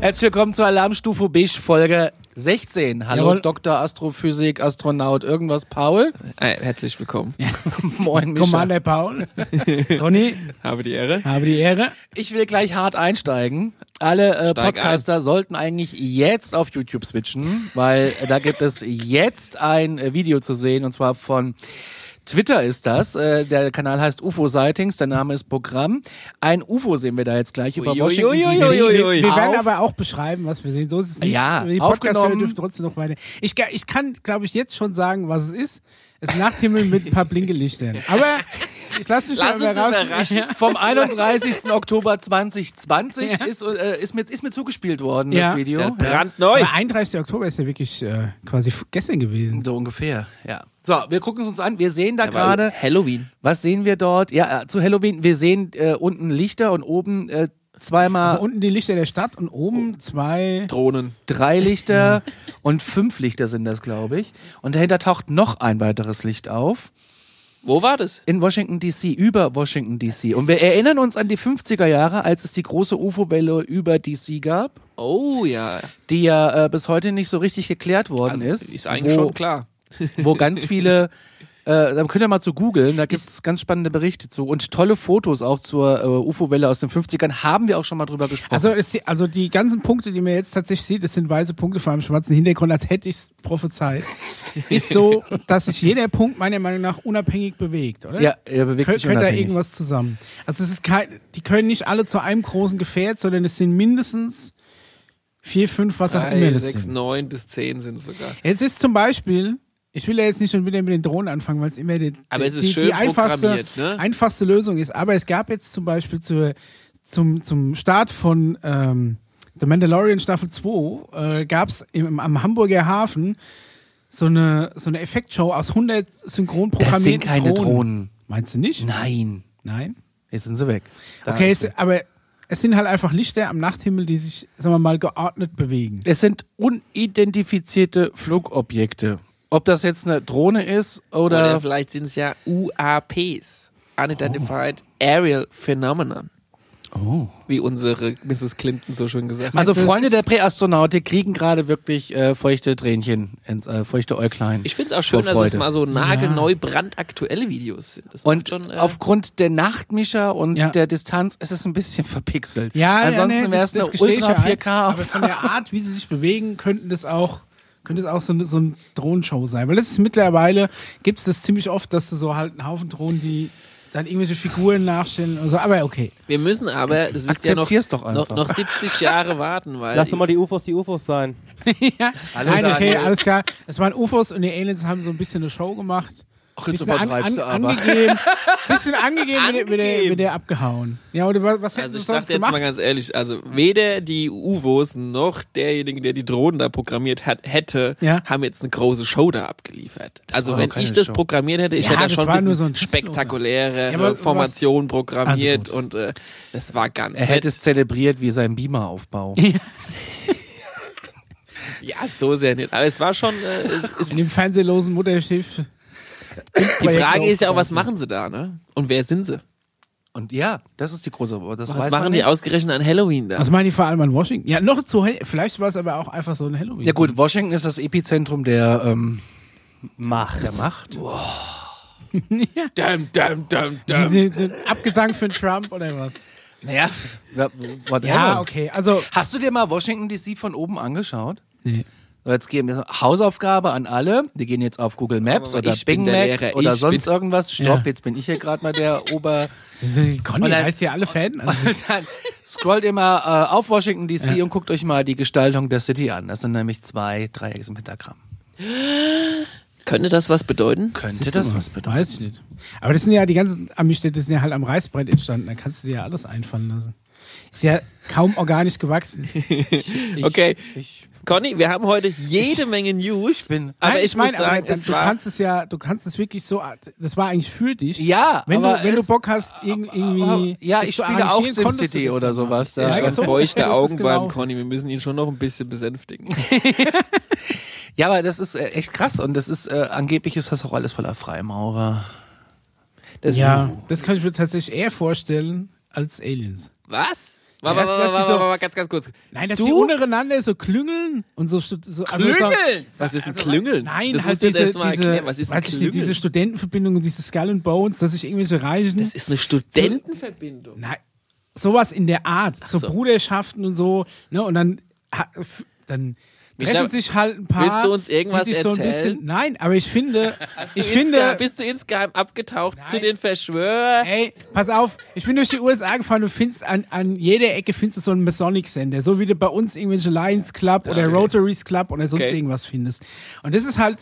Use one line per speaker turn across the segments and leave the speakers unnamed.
Herzlich willkommen zur Alarmstufe Bisch Folge 16. Hallo
Jawohl.
Dr. Astrophysik, Astronaut, irgendwas Paul.
Äh, herzlich willkommen.
Moin Micha.
Commander Paul. Toni,
Habe die Ehre.
habe die Ehre.
Ich will gleich hart einsteigen. Alle äh,
Steig
Podcaster sollten eigentlich jetzt auf YouTube switchen, weil äh, da gibt es jetzt ein äh, Video zu sehen und zwar von Twitter ist das. Äh, der Kanal heißt UFO Sightings, der Name ist Programm. Ein UFO sehen wir da jetzt gleich über Washington DC.
Wir
Uiuiuiui.
werden
Auf-
aber auch beschreiben, was wir sehen. So ist es nicht.
Ja,
die Podcast-Hörer
aufgenommen.
dürfen trotzdem noch weiter. Ich, ga- ich kann, glaube ich, jetzt schon sagen, was es ist. Es ist Nachthimmel mit ein paar Blinkelichtern. Aber ich lasse mich
Lass
mal
uns
überraschen.
überraschen.
Vom 31. Oktober 2020 ist, äh, ist, mir, ist mir zugespielt worden,
Ja.
das Video.
Oh,
Ja.
Ja, brandneu.
Aber 31. Oktober ist ja wirklich äh, quasi f- gestern gewesen.
So ungefähr, ja. So, wir gucken es uns an. Wir sehen da gerade,
Halloween.
was sehen wir dort? Ja, äh, zu Halloween, wir sehen äh, unten Lichter und oben äh, zweimal
Also unten die Lichter der Stadt und oben zwei.
Drohnen.
drei Lichter und fünf Lichter sind das, glaube ich. Und dahinter taucht noch ein weiteres Licht auf.
Wo war das?
In Washington DC, über Washington DC. Und wir erinnern uns an die 50er Jahre, als es die große UFO-Welle über DC gab.
Oh ja.
die ja äh, bis heute nicht so richtig geklärt worden
Also,
ist.
ist eigentlich
wo,
schon klar.
wo ganz viele, äh, da könnt ihr mal zu googeln, da gibt es ganz spannende Berichte zu und tolle Fotos auch zur äh, UFO-Welle aus den 50ern, haben wir auch schon mal drüber gesprochen.
Also, es, also die ganzen Punkte, die man jetzt tatsächlich sieht, das sind weiße Punkte vor einem schwarzen Hintergrund, als hätte ich es prophezeit. ist so, dass sich jeder Punkt meiner Meinung nach unabhängig bewegt, oder?
ja, er bewegt
Kön
sich
könnte da
unabhängig.
irgendwas zusammen. Also es ist kein, die können nicht alle zu einem großen Gefährt, sondern es sind mindestens vier, fünf, was auch immer
Drei,
das
sechs,
sind.
neun bis zehn sind es sogar.
Es ist zum Beispiel, ich will ja jetzt nicht schon wieder mit den Drohnen anfangen, weil es immer die,
Aber es ist
die,
schön
die einfachste,
programmiert, ne?
einfachste Lösung ist. Aber es gab jetzt zum Beispiel zur, zum, zum Start von ähm, The Mandalorian Staffel 2 äh, gab es am Hamburger Hafen so eine, so eine Effektshow aus 100 synchron
das
programmierten
sind keine Drohnen.
Meinst du nicht?
Nein,
Nein?
jetzt sind sie weg. Da
Okay,
ist
es, aber es sind halt einfach Lichter am Nachthimmel, die sich, sagen wir mal, geordnet bewegen.
Es sind unidentifizierte Flugobjekte. Ob das jetzt eine Drohne ist
Oder,
oder,
vielleicht sind es ja UAPs. Unidentified
Oh.
Aerial Phenomenon. Oh. Wie unsere Mrs. Clinton so schön gesagt hat.
also
Meinst du,
Freunde
es ist-
der Präastronautik kriegen gerade wirklich äh, feuchte Tränchen, ins, äh, feuchte Äuglein.
Ich finde es auch schön,
Vor
dass es
Freude.
mal so nagelneu brandaktuelle Videos sind. Das macht
Und
schon, äh,
aufgrund der Nachtmischer und
Ja.
der Distanz ist es ein bisschen verpixelt.
Ja,
Ansonsten
ja, nee,
wäre
das-
es eine
das gestehe ich
Ultra
ja ein.
4K.
Aber von der Art, wie sie sich bewegen, könnten das auch, könnte es auch so eine, so eine Drohnenshow sein. Weil das ist mittlerweile, gibt es das ziemlich oft, dass du so halt einen Haufen Drohnen, die dann irgendwelche Figuren nachstellen und so. Aber okay.
wir müssen aber, das wisst ihr noch,
Akzeptier's doch
noch,
einfach.
noch 70 Jahre warten, weil
Lass doch mal die UFOs die UFOs sein.
ja.
Hallo,
Nein, okay,
Daniel.
alles klar. Es waren UFOs und die Aliens haben so ein bisschen eine Show gemacht.
Ach, jetzt
bisschen
übertreibst du aber.
angegeben, bisschen angegeben, angegeben. Mit, der,
Angegeben.
mit der abgehauen. Ja, oder was, was hätten
Also
sie
ich
sonst
sag jetzt
gemacht?
mal ganz ehrlich, also weder die UVOs noch derjenige, der die Drohnen da programmiert hat, hätte,
Ja.
haben jetzt eine große Show da abgeliefert. also
war
wenn
doch keine
ich das
Show.
programmiert hätte, ich
Ja,
hätte da
das
schon
war
ein bisschen
nur so ein Testflug,
spektakuläre
ja. Ja, aber
äh, Formation programmiert
Also
und äh, das war ganz
er
nett.
hätte es zelebriert wie sein Beamer-Aufbau.
Ja, so sehr nett. Aber es war schon, äh, es ist,
In dem fernsehlosen Mutterschiff.
die Frage ist ja auch, was machen sie da, ne? Und wer sind sie?
Und ja, das ist die große. Das
Was
weiß
machen
man
die
nicht.
ausgerechnet an Halloween da?
Was meinen die Also vor allem an Washington? Ja, noch zu Hell Vielleicht war es aber auch einfach so ein Halloween.
Ja gut, Washington ist das Epizentrum der, ähm,
Macht.
der Macht.
Dum, dum, dum, dum.
Sie sind Abgesang für Trump oder was?
Naja, wa- whatever.
Ja, okay. Also.
Hast du dir mal Washington DC von oben angeschaut?
Nee.
So, Jetzt geben wir Hausaufgabe an alle. Die gehen jetzt auf Google Maps
Aber
oder
ich
Bing
bin der
Maps
Lehrer.
oder
Ich
sonst
bin-
irgendwas. Stopp,
Ja.
jetzt bin ich hier gerade mal der Ober...
Diese Conny
Und dann-
heißt ja alle Fäden an. sich.
Und dann scrollt immer äh, auf Washington DC und guckt euch mal die Gestaltung der City an. Das sind nämlich zwei Dreiecke im Pentagramm.
Könnte das was bedeuten?
Könnte das was bedeuten?
Weiß ich nicht. Aber das sind ja die ganzen Ami-Städte, sind ja halt am Reißbrett entstanden. Da kannst du dir ja alles einfallen lassen. Ist ja kaum organisch gewachsen.
okay. Conny, wir haben heute jede Menge News.
bin-
aber
Nein,
ich muss
aber
sagen,
das,
es
du
war
kannst es ja, du kannst es wirklich so, das war eigentlich für dich.
Ja,
wenn
aber
du, wenn du
es-
Bock hast, irg- irgendwie.
Ja,
das
ich
zu
spiele auch
arrangieren, konntest du
SimCity
das
oder
dann machen.
sowas.
Ja,
Da.
schon
so
feuchte
ungefähr ist genau- es
Augen beim
gelaufen.
Conny. Wir müssen ihn schon noch ein bisschen besänftigen.
Ja, aber das ist äh, echt krass und das ist äh, angeblich ist das auch alles voller Freimaurer.
Das
Ja, das kann ich mir tatsächlich eher vorstellen als Aliens.
Was? Warte,
Lass-
warte, warte,
lass die
warte,
so-
warte, warte, ganz, ganz kurz.
Nein, dass
Du?
die untereinander so klüngeln und so. stu- so also so-
Klüngeln?
Was ist ein
also,
Klüngeln?
Nein,
das
halt
musst du jetzt
diese-
erstmal
diese,
erklären. Was ist ein
weiß ich nicht,
Klüngeln?
diese Studentenverbindung und diese Skull and Bones, dass sich irgendwelche Reichen.
das ist eine Studentenverbindung.
Nein, sowas in der Art, so,
so.
Bruderschaften und so, ne? Und dann, ha- f- dann
Micha,
treffen sich halt ein paar.
willst du uns irgendwas
die sich So ein
erzählen?
bisschen, nein, aber ich finde, ich
Insgeheim-
finde,
bist du insgeheim abgetaucht zu
Nein.
den Verschwörern?
ey, pass auf, ich bin durch die USA gefahren, du findest an, an jeder Ecke findest du so einen Masonic-Sender, so wie du bei uns irgendwelche Lions Club oder Rotaries Club oder sonst
Okay.
irgendwas findest. Und das ist halt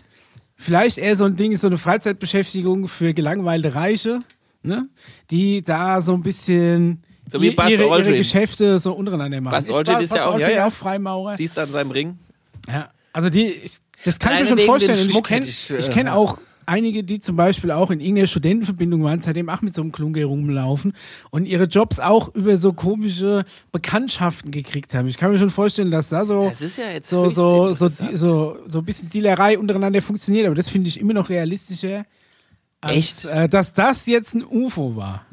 vielleicht eher so ein Ding, so eine Freizeitbeschäftigung für gelangweilte Reiche, ne? Die da so ein bisschen
So wie
ihr-
Buzz
ihre, ihre
Aldrin.
Geschäfte so untereinander machen.
Buzz Aldrin
Ba-
ist ja auch-
Aldrin
ja, ja.
auch Freimaurer.
Siehst du an seinem Ring?
Ja, also die, ich, das kann ich mir
Alleine
schon
wegen
vorstellen.
dem
Und ich
Schmuck
kenne
hätte
ich
ich, äh,
kenn auch einige, die zum Beispiel auch in irgendeiner Studentenverbindung waren, seitdem auch mit so einem Klunge rumlaufen und ihre Jobs auch über so komische Bekanntschaften gekriegt haben. Ich kann mir schon vorstellen, dass da so
Das ist ja jetzt
so
höchst
so so,
interessant.
di- so so ein bisschen Dealerei untereinander funktioniert, aber das finde ich immer noch realistischer. Als,
Echt?
Äh, dass das jetzt ein UFO war.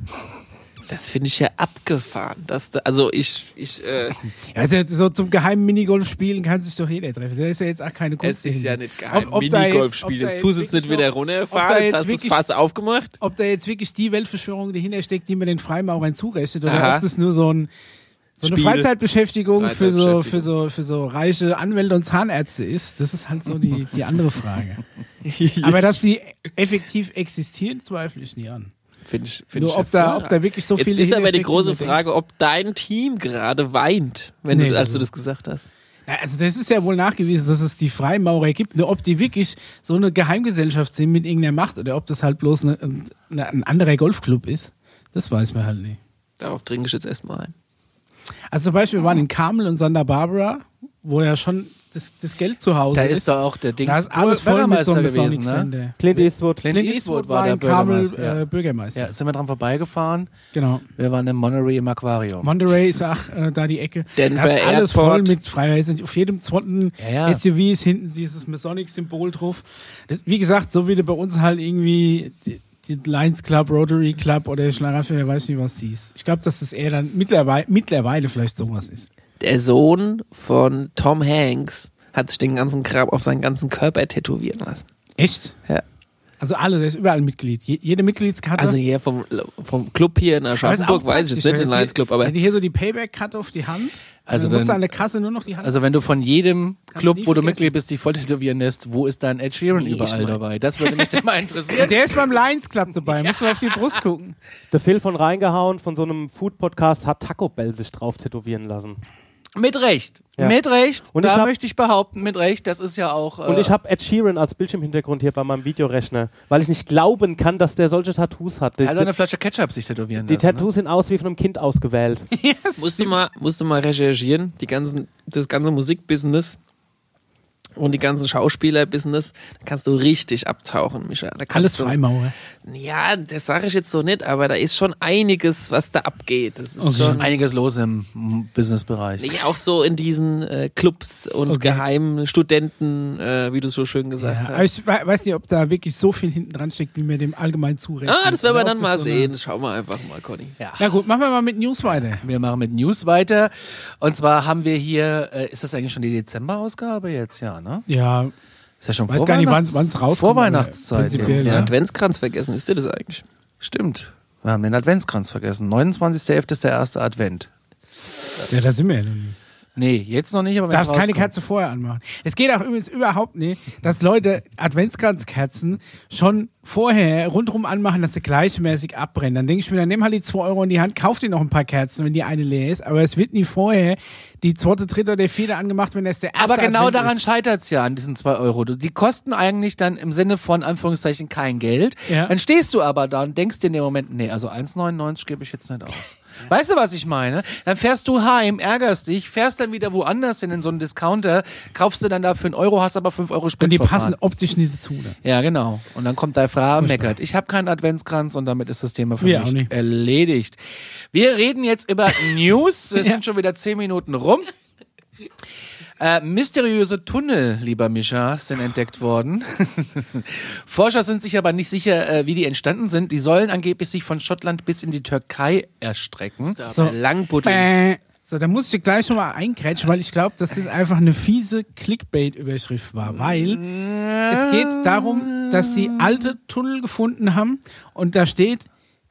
Das finde ich ja abgefahren. Das, da- also ich, ich, äh,
Also so zum geheimen Minigolf spielen kann sich doch jeder treffen. Da ist ja jetzt auch keine Kunst.
es ist
dahinter.
ja nicht geheim.
Ob- ob da jetzt-
Minigolfspiel.
ob da
Das tust du jetzt nicht
wirklich
wieder
noch- ob da
runterfahren. Jetzt
jetzt
hast du das
wirklich-
Fass aufgemacht.
ob da jetzt wirklich die Weltverschwörung dahinter steckt, die man den Freimaurern zurechnet, oder
Aha.
ob das nur so, ein, so eine
Spiel.
Freizeitbeschäftigung, Für, so,
Freizeitbeschäftigung.
für, so, für so reiche Anwälte und Zahnärzte ist. Das ist halt so die, die andere Frage. Aber dass sie effektiv existieren, zweifle ich nie an.
Finde ich, find ich
Nur ob da, ob da wirklich so
Jetzt
viele
ist aber die
hinterstecken,
große
wo man
Frage, ob dein Team gerade weint, wenn
Nee,
du, als du
also-
das gesagt hast.
denkt, Na, also das ist ja wohl nachgewiesen, dass es die Freimaurer gibt. Nur ob die wirklich so eine Geheimgesellschaft sind mit irgendeiner Macht oder ob das halt bloß eine, eine, ein anderer Golfclub ist, das weiß man halt nicht.
Darauf dringe ich jetzt erstmal ein.
Also zum Beispiel, wir waren in Carmel und Santa Barbara, wo ja schon das, das Geld zu Hause
Da
ist.
ist doch auch der Dings
da ist alles voll mit so
Bürgermeister
einem
gewesen,
Sonic
ne?
Sender.
Clint Eastwood.
Clint
Clint Eastwood war in Carmel
Bürgermeister.
äh, Bürgermeister.
ja. ja, sind wir dran vorbeigefahren.
Genau.
Wir waren in Monterey im Aquarium.
Monterey ist auch äh, da die Ecke.
Denver
da ist alles
Airport.
voll mit Freiwilligen. Auf jedem zweiten
Ja, ja.
SUV ist hinten dieses Masonic-Symbol drauf. Das, wie gesagt, so wie du bei uns halt irgendwie die, die Lions Club, Rotary Club oder Schlaraffel, weiß ich nicht, was siehst. Ich glaube, dass das eher dann mittlerweile, mittlerweile vielleicht sowas ist.
Der Sohn von Tom Hanks hat sich den ganzen Grab auf seinen ganzen Körper tätowieren lassen.
Echt?
Ja.
Also alle, der ist überall Mitglied. Je, jede Mitgliedskarte.
Also hier vom, vom Club hier in Aschaffenburg weiß ich jetzt nicht, den Lions Club, aber
Wenn die hier so die Payback-Cut auf die Hand,
Also
also dann musst du
dann-
an der Kasse nur noch die Hand.
Also wenn du von jedem
Kannst
Club,
nie
wo du
vergessen.
Mitglied bist, dich voll tätowieren lässt, wo ist dein Ed Sheeran
Nee, ich
überall
mein-
dabei? Das würde mich dann mal interessieren.
der ist beim Lions Club dabei, musst du auf die Brust gucken.
Der Phil von Reingehauen von so einem Food-Podcast hat Taco Bell sich drauf tätowieren lassen.
Mit Recht.
Ja.
Mit Recht.
Und
da
ich hab-
möchte ich behaupten, mit Recht, das ist ja auch. Äh,
Und ich habe Ed Sheeran als Bildschirmhintergrund hier bei meinem Videorechner, weil ich nicht glauben kann, dass der solche Tattoos hat. Die,
er hat eine Flasche Ketchup sich tätowieren
die
lassen. ne?
Tattoos sehen aus wie von einem Kind ausgewählt.
musst du mal, musst du mal recherchieren, die ganzen, das ganze Musikbusiness und die ganzen Schauspielerbusiness, da kannst du richtig abtauchen, Micha. Da kannst
Alles
du,
Freimaurer.
Ja, das sage ich jetzt so nicht, aber da ist schon einiges, was da abgeht. Das ist
Okay.
Schon
schon
einiges los im mm, Businessbereich.
nee, auch so in diesen äh, Clubs und
Okay.
geheimen Studenten, äh, wie du so schön
Ja,
gesagt
aber
hast.
ich wei- weiß nicht, ob da wirklich so viel hinten dran steckt, wie mir dem allgemein zurechnet.
Ah, das werden wir
Oder ob
dann mal
so eine-
sehen. Das schauen wir einfach mal, Conny.
Na gut, machen wir mal mit News weiter.
Wir machen mit News weiter. Und zwar haben wir hier, äh, ist das eigentlich schon die Dezemberausgabe jetzt? Ja, ne?
Ja,
Ist ja schon
Weiß gar nicht,
Vorweihnachts-
wann's- wann's rauskommt,
Vorweihnachtszeit
aber
jetzt,
prinzipiell,
ne?
ja.
Adventskranz vergessen, ist dir das eigentlich?
Stimmt. Wir haben den Adventskranz vergessen. 29.11. ist der erste Advent.
ja, da sind wir ja noch nicht.
Nee, jetzt noch nicht, aber
Du
wenn es
darfst keine
rauskommt.
Kerze vorher anmachen. Es geht auch übrigens überhaupt nicht, dass Leute Adventskranzkerzen schon vorher rundherum anmachen, dass sie gleichmäßig abbrennen. Dann denke ich mir, dann nimm halt die 2 Euro in die Hand, kauf dir noch ein paar Kerzen, wenn die eine leer ist. Aber es wird nie vorher die zweite, dritte oder vierte angemacht, wenn das der erste
Aber genau
Advent
daran
ist.
scheitert's ja an diesen zwei Euro. Du- Die kosten eigentlich dann im Sinne von Anführungszeichen kein Geld.
Ja.
Dann stehst du aber da und denkst dir in dem Moment, nee, also 1,99 gebe ich jetzt nicht aus. Weißt du, was ich meine? Dann fährst du heim, ärgerst dich, fährst dann wieder woanders hin in so einen Discounter, kaufst du dann dafür einen Euro, hast aber 5 Euro Sprit
Und die
verfahren.
passen optisch nicht dazu. Oder?
Ja, genau. Und dann kommt deine Frau und meckert. Ich habe keinen Adventskranz und damit ist das Thema für
Wir auch
mich
nicht.
erledigt. Wir reden jetzt über News. Wir
Ja.
sind schon wieder zehn Minuten rum. Äh, mysteriöse Tunnel, lieber Mischa, sind entdeckt worden. Forscher sind sich aber nicht sicher, äh, wie die entstanden sind. Die sollen angeblich sich von Schottland bis in die Türkei erstrecken.
So.
Langbuddeln.
Bäh. So, da muss ich gleich schon mal eingrätschen, weil ich glaube, dass das einfach eine fiese Clickbait-Überschrift war, weil es geht darum, dass sie alte Tunnel gefunden haben und da steht,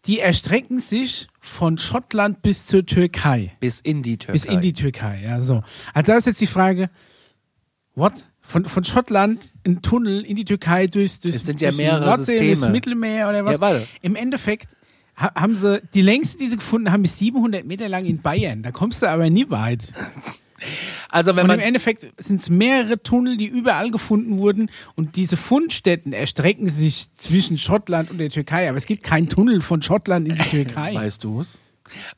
die erstrecken sich von Schottland bis zur Türkei.
Bis in die Türkei.
Bis in die Türkei, ja, so. Also da ist jetzt die Frage, what? Von, von Schottland ein Tunnel in die Türkei durchs, durchs,
Es sind ja
durchs
mehrere Systeme.
durchs Mittelmeer oder was?
Ja, warte.
Im Endeffekt ha haben sie, die längste, die sie gefunden haben, ist 700 Meter lang in Bayern. Da kommst du aber nie weit.
also wenn
Und im
man
Endeffekt sind es mehrere Tunnel, die überall gefunden wurden und diese Fundstätten erstrecken sich zwischen Schottland und der Türkei. Aber es gibt keinen Tunnel von Schottland in die Türkei.
Weißt du es?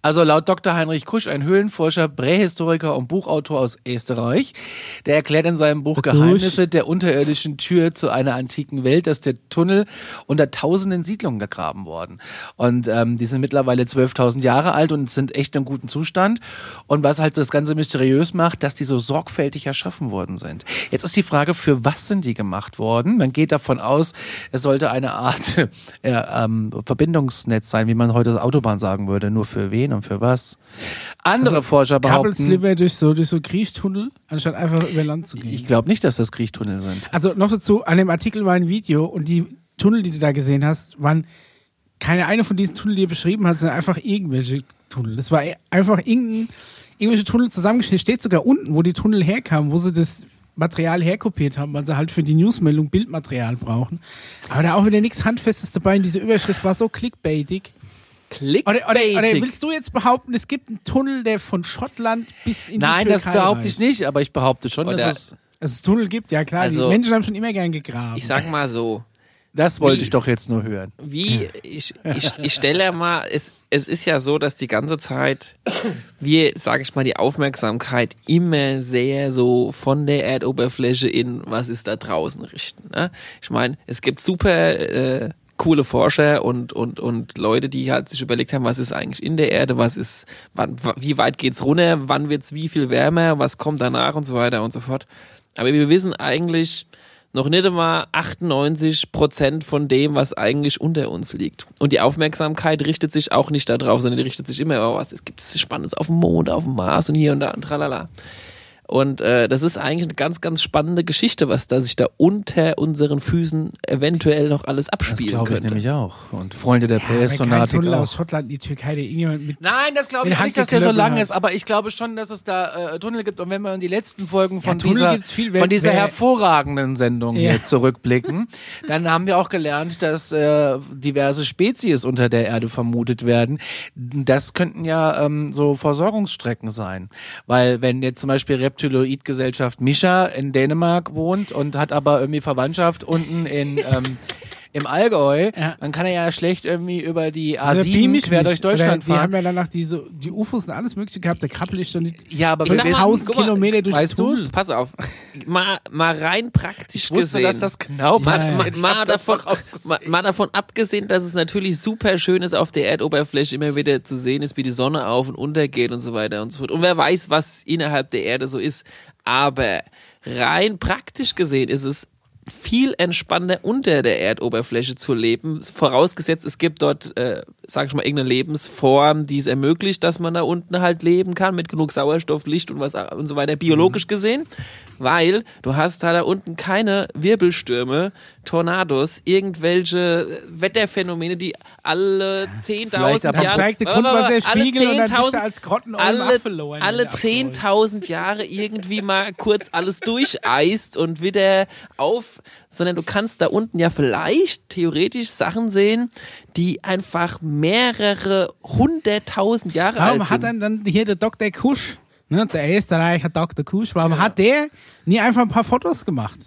Also laut Dr. Heinrich Kusch, ein Höhlenforscher, Prähistoriker und Buchautor aus Österreich, der erklärt in seinem Buch
Der
Geheimnisse der unterirdischen Tür zu einer antiken Welt, dass der Tunnel unter tausenden Siedlungen gegraben worden. Und ähm, die sind mittlerweile 12.000 Jahre alt und sind echt in einem guten Zustand. Und was halt das Ganze mysteriös macht, dass die so sorgfältig erschaffen worden sind. Jetzt ist die Frage, für was sind die gemacht worden? Man geht davon aus, es sollte eine Art ja, ähm, Verbindungsnetz sein, wie man heute Autobahn sagen würde. Nur für wen und für was? Andere Forscher behaupten,
Kabelsliver durch so, durch so Kriechtunnel, anstatt einfach über Land zu gehen.
ich glaube nicht, dass das Kriechtunnel sind.
Also noch dazu, an dem Artikel war ein Video und die Tunnel, die du da gesehen hast, waren keine eine von diesen Tunnel, die er beschrieben hat, sondern einfach irgendwelche Tunnel. Das war e- einfach irgendein, irgendwelche Tunnel zusammengeschnitten. Steht sogar unten, wo die Tunnel herkamen, wo sie das Material herkopiert haben, weil sie halt für die Newsmeldung Bildmaterial brauchen. Aber da auch wieder nichts Handfestes dabei. Und diese Überschrift war so clickbaitig.
Klick.
Oder, oder, oder willst du jetzt behaupten, es gibt einen Tunnel, der von Schottland bis in
Nein,
die
das
Türkei
behaupte ich
reicht?
nicht, aber ich behaupte schon,
Oder-
dass es,
Also es Tunnel gibt, ja klar.
Also-
die Menschen haben schon immer gern gegraben.
Ich sag mal so,
das wollte
Wie?
ich doch jetzt nur hören.
wie, ich, ich, ich stelle mal, es, es ist ja so, dass die ganze Zeit wir, sage ich mal, die Aufmerksamkeit immer sehr so von der Erdoberfläche in, was ist da draußen richten. Ne? Ich meine, es gibt super äh, coole Forscher und, und, und Leute, die halt sich überlegt haben, was ist eigentlich in der Erde, was ist, wann, w- wie weit geht's runter, wann wird's wie viel wärmer, was kommt danach und so weiter und so fort. Aber wir wissen eigentlich noch nicht einmal 98 Prozent von dem, was eigentlich unter uns liegt. Und die Aufmerksamkeit richtet sich auch nicht darauf, sondern die richtet sich immer, oh, was es gibt es Spannendes auf dem Mond, auf dem Mars und hier und da und tralala. Und äh, das ist eigentlich eine ganz, ganz spannende Geschichte, was da sich da unter unseren Füßen eventuell noch alles
Das
abspielen
glaube ich
könnte.
nämlich auch. Und Freunde der
Aber kein
PS-Sonatik
Tunnel
auch.
aus Schottland in die Türkei, der irgendjemand mit.
Nein, das glaube
Mit
ich auch nicht, dass der so
Handgeklöppel
lang
halt.
ist, aber ich glaube schon, dass es da äh, Tunnel gibt. Und wenn wir in die letzten Folgen von,
Tunnel
dieser,
gibt's viel, wer-
von dieser
wer-
hervorragenden Sendung
Ja.
hier zurückblicken, dann haben wir auch gelernt, dass äh, diverse Spezies unter der Erde vermutet werden. Das könnten ja ähm, so Versorgungsstrecken sein. Weil wenn jetzt zum Beispiel Reptiloidgesellschaft Mischa in Dänemark wohnt und hat aber irgendwie Verwandtschaft unten in... Ähm, im Allgäu,
Ja.
dann kann er ja schlecht irgendwie über die
Also
A7 quer durch Deutschland
Oder die
fahren.
haben ja danach diese, die UFOs und alles Mögliche gehabt, da krabbel ich doch nicht.
Ja, aber
Ich
wir
sag mal,
wissen,
Haus-
1000
guck mal,
Kilometer durch
weißt
den
du's?
Tunnel.
Pass auf, mal, mal rein praktisch
ich wusste,
gesehen.
dass das genau
Mal,
passiert.
mal,
Ich
mal,
hab das
davon,
vorausgesehen.
mal, mal davon abgesehen, dass es natürlich super schön ist, auf der Erdoberfläche immer wieder zu sehen ist, wie die Sonne auf und untergeht und so weiter und so fort. Und wer weiß, was innerhalb der Erde so ist. Aber rein praktisch gesehen ist es viel entspannter unter der Erdoberfläche zu leben, vorausgesetzt es gibt dort, äh, sag ich mal, irgendeine Lebensform, die es ermöglicht, dass man da unten halt leben kann mit genug Sauerstoff, Licht und was und so weiter,
Mhm.
biologisch gesehen, weil du hast da da unten keine Wirbelstürme, Tornados, irgendwelche äh, Wetterphänomene, die alle 10.000
Vielleicht ab-
Jahre...
Dann
steigt der Grundwasserspiegel
alle
und dann bist du
10.000
als Grotten oben
alle,
abverloren, wenn
alle
du abläufst.
10.000 Jahre irgendwie mal kurz alles durcheist und wieder auf, sondern du kannst da unten ja vielleicht theoretisch Sachen sehen, die einfach mehrere hunderttausend Jahre alt
Warum hat
sind.
dann, dann hier der Dr. Kusch, ne, der Österreicher Dr. Kusch, warum hat der nie einfach ein paar Fotos gemacht?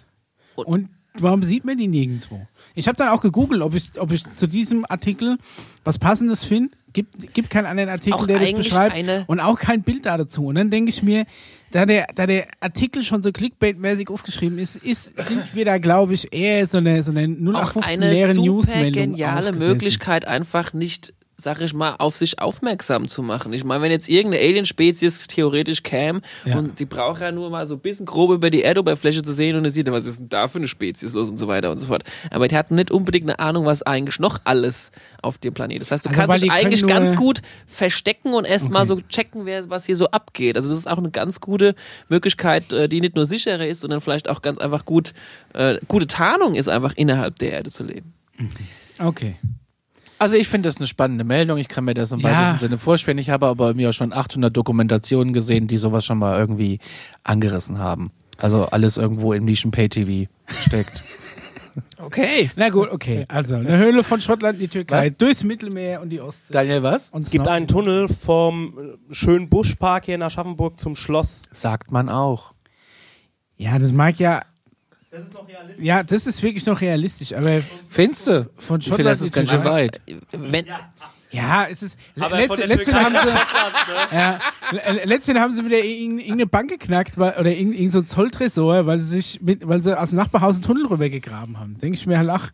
Und-
Und warum sieht man die nirgendwo? Ich habe dann auch gegoogelt, ob ich, ob ich zu diesem Artikel was Passendes finde. Gibt, gibt keinen anderen Artikel,
auch
der das
eigentlich
beschreibt
eine-
und auch kein Bild da dazu. Und dann denke ich mir, da der, da der Artikel schon so clickbait-mäßig aufgeschrieben ist, ist, sind wir da, glaube ich, eher so eine, so eine
auch
0815
eine
leere
super
Newsmeldung
geniale
aufgesessen.
Möglichkeit, einfach nicht sag ich mal, auf sich aufmerksam zu machen. Ich meine, wenn jetzt irgendeine Alien-Spezies theoretisch käme
Ja.
und die braucht ja nur mal so ein bisschen grob über die Erdoberfläche zu sehen und dann sieht, man, was ist denn da für eine Spezies los und so weiter und so fort. Aber die hatten nicht unbedingt eine Ahnung, was eigentlich noch alles auf dem Planeten ist. Das heißt, du
Also, weil
kannst dich
die können
eigentlich
nur-
ganz gut verstecken und erst mal so checken, wer, was hier so abgeht. Also das ist auch eine ganz gute Möglichkeit, äh, die nicht nur sicherer ist, sondern vielleicht auch ganz einfach gut, äh, gute Tarnung ist, einfach innerhalb der Erde zu leben.
Okay.
Also ich finde das eine spannende Meldung. Ich kann mir das im
Ja.
weitesten Sinne vorstellen. Ich habe aber mir schon 800 Dokumentationen gesehen, die sowas schon mal irgendwie angerissen haben. Also alles irgendwo im Nischen Pay-TV steckt.
Okay.
Na gut, okay. Also, eine Höhle von Schottland in die Türkei,
Was?
durchs Mittelmeer und die Ostsee.
Daniel, was?
Und
Es gibt
Snow-
einen Tunnel vom äh, schönen Buschpark hier in Aschaffenburg zum Schloss.
Sagt man auch.
Ja, das mag ja.
Das ist doch realistisch.
Ja, das ist wirklich noch realistisch, aber
Finste.
Von Schottland
Vielleicht ist es
in
ganz schön
Türkei.
weit.
Wenn,
ja, es ist.
Aber
letzte-
von der
letztens
Türkei
haben
nach
sie.
Schottland, ne?
Ja, le- letztens haben sie wieder irg- irgendeine Bank geknackt weil- oder irgend, irgend so ein Zolltresor, weil sie sich mit, weil sie aus dem Nachbarhaus einen Tunnel rübergegraben haben. Denke ich mir halt, ach,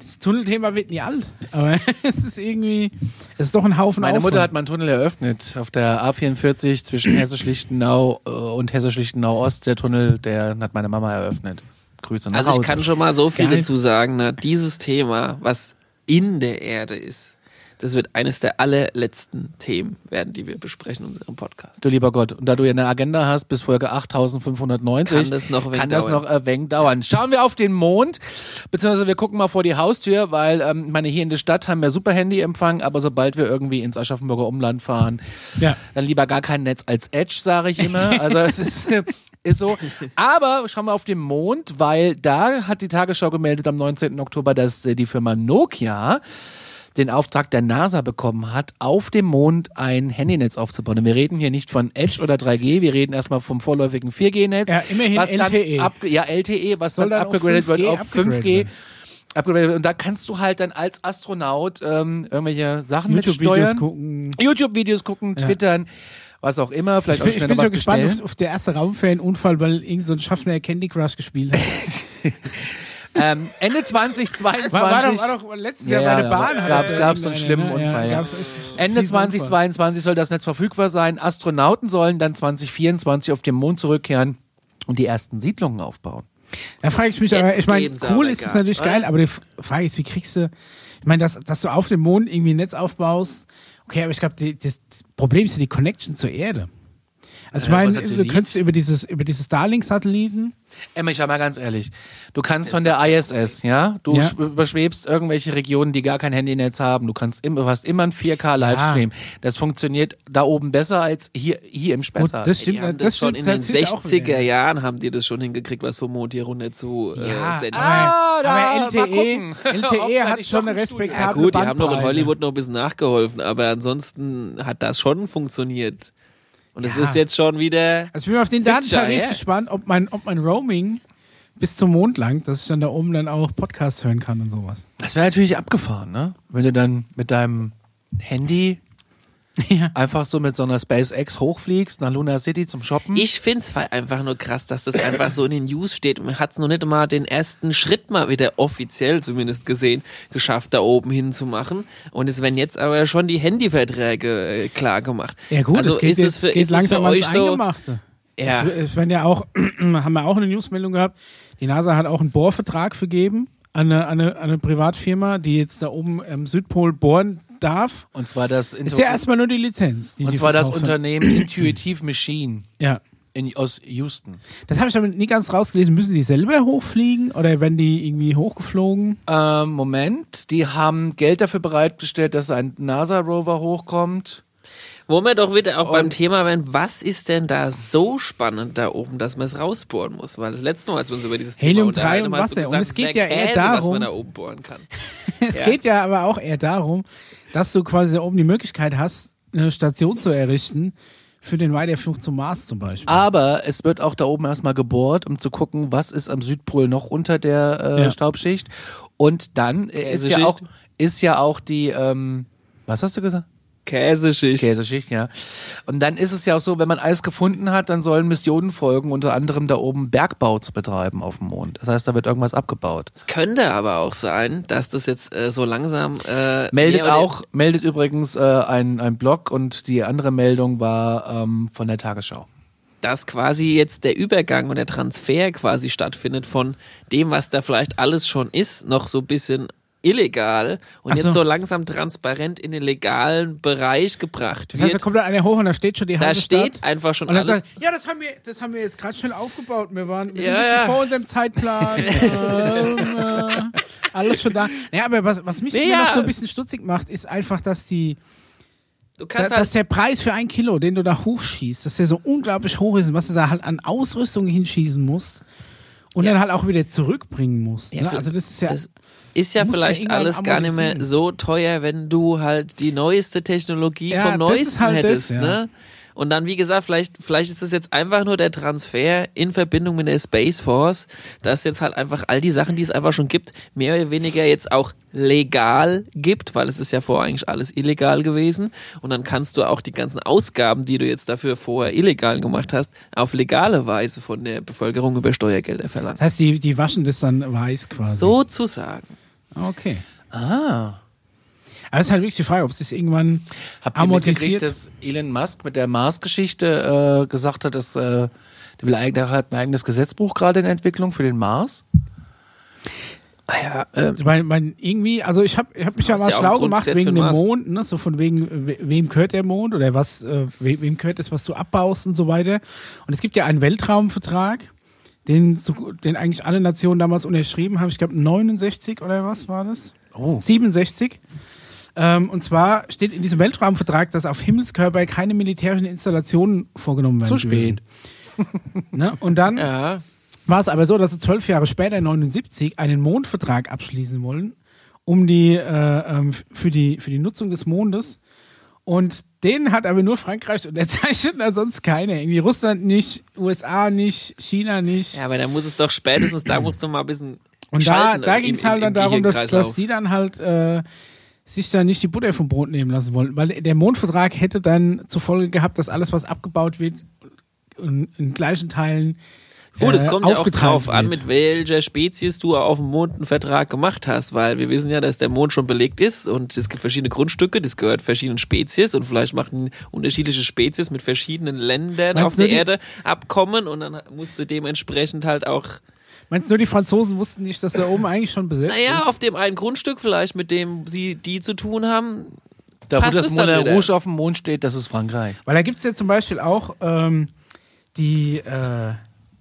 das Tunnelthema wird nie alt. Aber es ist irgendwie, es ist doch ein Haufen
Meine
Aufwand.
Mutter hat meinen Tunnel eröffnet auf der A44 zwischen Hesse-Schlichtenau äh, und Hesse-Schlichtenau-Ost. Der Tunnel, der hat meine Mama eröffnet. Grüße nach
Also
Hause.
ich kann schon mal so viel
Geil.
dazu sagen, ne? dieses Thema, was in der Erde ist, das wird eines der allerletzten Themen werden, die wir besprechen in unserem Podcast.
Du lieber Gott, und da du ja eine Agenda hast bis Folge 8590,
Kann das noch ein wenig
kann das
dauern.
noch ein wenig dauern. Schauen wir auf den Mond, beziehungsweise wir gucken mal vor die Haustür, weil ähm, ich meine, hier in der Stadt haben wir super Handyempfang, aber sobald wir irgendwie ins Aschaffenburger Umland fahren,
Ja.
dann lieber gar kein Netz als Edge, sage ich immer. Also es ist, ist so. Aber schauen wir auf den Mond, weil da hat die Tagesschau gemeldet am 19. Oktober, dass äh, die Firma Nokia den Auftrag der NASA bekommen hat, auf dem Mond ein Handynetz aufzubauen. Und wir reden hier nicht von Edge oder 3G, wir reden erstmal vom vorläufigen 4G-Netz.
Ja, immerhin
was dann
LTE.
abge- ja, LTE, was
Soll
dann
dann auf
abgegradet wird
5G
auf 5G.
abgegradet werden.
Abgegradet wird. Und da kannst du halt dann als Astronaut ähm, irgendwelche Sachen
YouTube-Videos
mitsteuern.
gucken.
YouTube-Videos gucken, twittern, was auch immer, vielleicht
Ich
auch
bin, ich
schnell noch
bin
was
schon gespannt
bestellen.
auf, auf der erste Raumferienunfall, weil irgend so ein Schaffner Candy Crush gespielt hat.
Ähm, Ende 2022.
War, war, doch, war doch letztes
Ja,
Jahr bei der
ja,
Bahn.
aber
hat
gab's-
er
gab's so einen
irgendeine,
schlimmen
ne?
Unfall, ja.
gab's echt einen
Ende
fiesen Unfall.
2022 soll das Netz verfügbar sein. Astronauten sollen dann 2024 auf den Mond zurückkehren und die ersten Siedlungen aufbauen.
Da frage ich mich,
Jetzt
aber ich meine,
geben sie
cool
aber
ist es
Gas,
natürlich
oder?
geil, aber die F- Frage ist, wie kriegst du, ich meine, dass, dass du auf dem Mond irgendwie ein Netz aufbaust, okay, aber ich glaube, die- das Problem ist ja die Connection zur Erde. Also ich
Ja, aber
meine,
Satellit?
du könntest über dieses, über dieses Starlink-Satelliten,
Emma, ich sag mal ganz ehrlich, du kannst von der ISS, ja, du
Ja.
sch- überschwebst irgendwelche Regionen, die gar kein Handynetz haben. Du kannst immer, du hast immer einen 4K-Livestream. Das funktioniert da oben besser als hier, hier im
gut,
Spessart.
das
Die
stimmt,
haben das,
das
schon
stimmt
in den
tatsächlich auch wieder.
60er Jahren haben die das schon hingekriegt, was vom Mond hier runter zu äh,
Ja,
senden.
Ah,
aber,
da,
aber
mal
LTE,
gucken, ob
LTE
da
hat
nicht
schon
noch
eine
ein Studio-
respektable
ja gut, die haben noch in
Bandbreite.
Hollywood noch ein bisschen nachgeholfen, aber ansonsten hat das schon funktioniert. Und es
Ja.
ist jetzt schon wieder
Also ich bin mal auf den
Sitzer,
Datentarif
ja.
gespannt, ob mein, ob mein Roaming bis zum Mond langt, dass ich dann da oben dann auch Podcasts hören kann und sowas.
Das wäre natürlich abgefahren, ne? Wenn du dann mit deinem Handy
Ja.
einfach so mit so einer SpaceX hochfliegst nach Luna City zum
Mhm.
Shoppen.
Ich find's halt einfach nur krass, dass das einfach so in den News steht und man hat's noch nicht mal den ersten Schritt mal wieder offiziell zumindest gesehen geschafft, da oben hinzumachen. Und es werden jetzt aber schon die Handyverträge äh, klar gemacht.
Ja gut,
also
es geht,
ist
jetzt,
es für,
geht
ist
langsam
es für
ans
euch so,
Eingemachte.
Ja.
Es, es werden ja auch, haben wir auch eine Newsmeldung gehabt, die NASA hat auch einen Bohrvertrag vergeben an eine, an eine, an eine Privatfirma, die jetzt da oben am Südpol bohren darf.
und zwar das
Ist ja erstmal nur die Lizenz. Die
und
die
zwar das
verkauft haben.
Unternehmen Intuitive Machine
Ja.
in, aus Houston.
Das habe ich damit nie ganz rausgelesen. Müssen die selber hochfliegen oder werden die irgendwie hochgeflogen?
Ähm, Moment, die haben Geld dafür bereitgestellt, dass ein NASA-Rover hochkommt.
wo wir doch wieder auch
Und-
beim Thema wären, was ist denn da so spannend da oben, dass man es rausbohren muss? Weil das letzte Mal, als wir uns über dieses
Helium
Thema
3
unterhalten
und
haben, hast du
Wasser. Und
gesagt,
es
es
geht ja
wär
eher
Käse, was
darum-
man da oben bohren kann.
Es
Ja.
geht ja aber auch eher darum, dass du quasi da oben die Möglichkeit hast, eine Station zu errichten für den Weiterflug zum Mars zum Beispiel.
Ah,
Aber es wird auch da oben erstmal gebohrt, um zu gucken, was ist am Südpol noch unter der äh,
Ja.
Staubschicht. Und dann äh, ist ja
Käseschicht.
auch ist ja auch die ähm, was hast du gesagt?
Käseschicht.
Käseschicht, ja. Und dann ist es ja auch so, wenn man alles gefunden hat, dann sollen Missionen folgen, unter anderem da oben Bergbau zu betreiben auf dem Mond. Das heißt, da wird irgendwas abgebaut.
Es könnte aber auch sein, dass das jetzt äh, so langsam
Meldet
äh, mehr oder-
auch, meldet übrigens äh, ein, ein Blog und die andere Meldung war ähm, von der Tagesschau.
dass quasi jetzt der Übergang und der Transfer quasi stattfindet von dem, was da vielleicht alles schon ist, noch so ein bisschen illegal und
Ach so.
jetzt so langsam transparent in den legalen Bereich gebracht
Das heißt, da
wird.
kommt dann einer hoch und da steht schon die
Da
halbe Stadt.
steht einfach schon
und dann
alles.
sagt, ja, das haben wir, das haben wir jetzt gerade schnell aufgebaut. Wir waren wir sind
Ja,
ein bisschen
ja.
vor unserem Zeitplan. ähm, äh, alles schon da. Naja, aber was, was mich
Nee,
immer noch
ja.
so ein bisschen stutzig macht, ist einfach, dass die,
Du
da,
kannst
dass
halt,
der Preis für ein Kilo, den du da hochschießt, dass der so unglaublich hoch ist und was du da halt an Ausrüstung hinschießen musst und dann halt auch wieder zurückbringen musst.
Ja,
ne?
für-
Also das ist ja.
das ist ja
musst ja
vielleicht
irgendwann
alles gar nicht mehr
amortisieren.
so teuer, wenn du halt die neueste Technologie
Ja,
vom
das ist
Neuesten
halt
hättest,
das, ja.
ne? Und dann, wie gesagt, vielleicht, vielleicht ist es jetzt einfach nur der Transfer in Verbindung mit der Space Force, dass jetzt halt einfach all die Sachen, die es einfach schon gibt, mehr oder weniger jetzt auch legal gibt, weil es ist ja vorher eigentlich alles illegal gewesen. Und dann kannst du auch die ganzen Ausgaben, die du jetzt dafür vorher illegal gemacht hast, auf legale Weise von der Bevölkerung über Steuergelder verlangen.
das heißt, die, die waschen das dann weiß quasi.
Sozusagen.
Okay. Ah. Aber es ist halt wirklich die Frage, ob es das irgendwann
Habt ihr mitgekriegt,
amortisiert.
dass Elon Musk mit der Mars-Geschichte äh, gesagt hat, dass äh, der, will, eig- der hat ein eigenes Gesetzbuch gerade in Entwicklung für den Mars?
Ah ja, ähm,
Also mein, mein, irgendwie, also ich habe ich hab mich ja
Hast
mal
ja auch
schlau
ein
gemacht
Grundgesetz
wegen
für
dem
den Mars.
Mond, ne? so von wegen, we- wem gehört der Mond oder was, äh, we- wem gehört das, was du abbaust und so weiter. Und es gibt ja einen Weltraumvertrag, den, so, gut- den eigentlich alle Nationen damals unterschrieben haben. Ich glaube 69 oder was war das?
Oh.
67. Ähm, und zwar steht in diesem Weltraumvertrag, dass auf Himmelskörper keine militärischen Installationen vorgenommen werden
Zu spät.
dürfen. Ne? Und dann
ja.
war es aber so, dass sie zwölf Jahre später, 79, einen Mondvertrag abschließen wollen, um die, äh, ähm, f- für die, für die Nutzung des Mondes. Und den hat aber nur Frankreich unterzeichnet, ansonsten keiner. Irgendwie Russland nicht, USA nicht, China nicht.
Ja, aber da muss es doch spätestens, da musst du mal ein bisschen.
Und da,
schalten
da
im-
ging es
im-
halt dann
im
darum, dass, dass
Gehirnkreislauf.
die dann halt äh, sich dann nicht die Butter vom Brot nehmen lassen wollten, weil der Mondvertrag hätte dann zur Folge gehabt, dass alles, was abgebaut wird, in, in gleichen Teilen.
Gut, es
äh,
Oh, kommt ja auch
aufgeteilt
drauf an,
wird.
mit welcher Spezies du auf dem Mond einen Vertrag gemacht hast, weil wir wissen ja, dass der Mond schon belegt ist und es gibt verschiedene Grundstücke, das gehört verschiedenen Spezies und vielleicht machen unterschiedliche Spezies mit verschiedenen Ländern
Meinst
auf
du
der
die-
Erde Abkommen und dann musst du dementsprechend halt auch,
Meinst du, nur die Franzosen wussten nicht, dass da oben eigentlich schon besetzt
naja,
ist?
auf dem einen Grundstück vielleicht, mit dem sie die zu tun haben.
Da wo
Passt
das
es dann
Moulin
wieder?
Rouge auf dem Mond steht, das ist Frankreich.
Weil da gibt es ja zum Beispiel auch ähm, die, äh,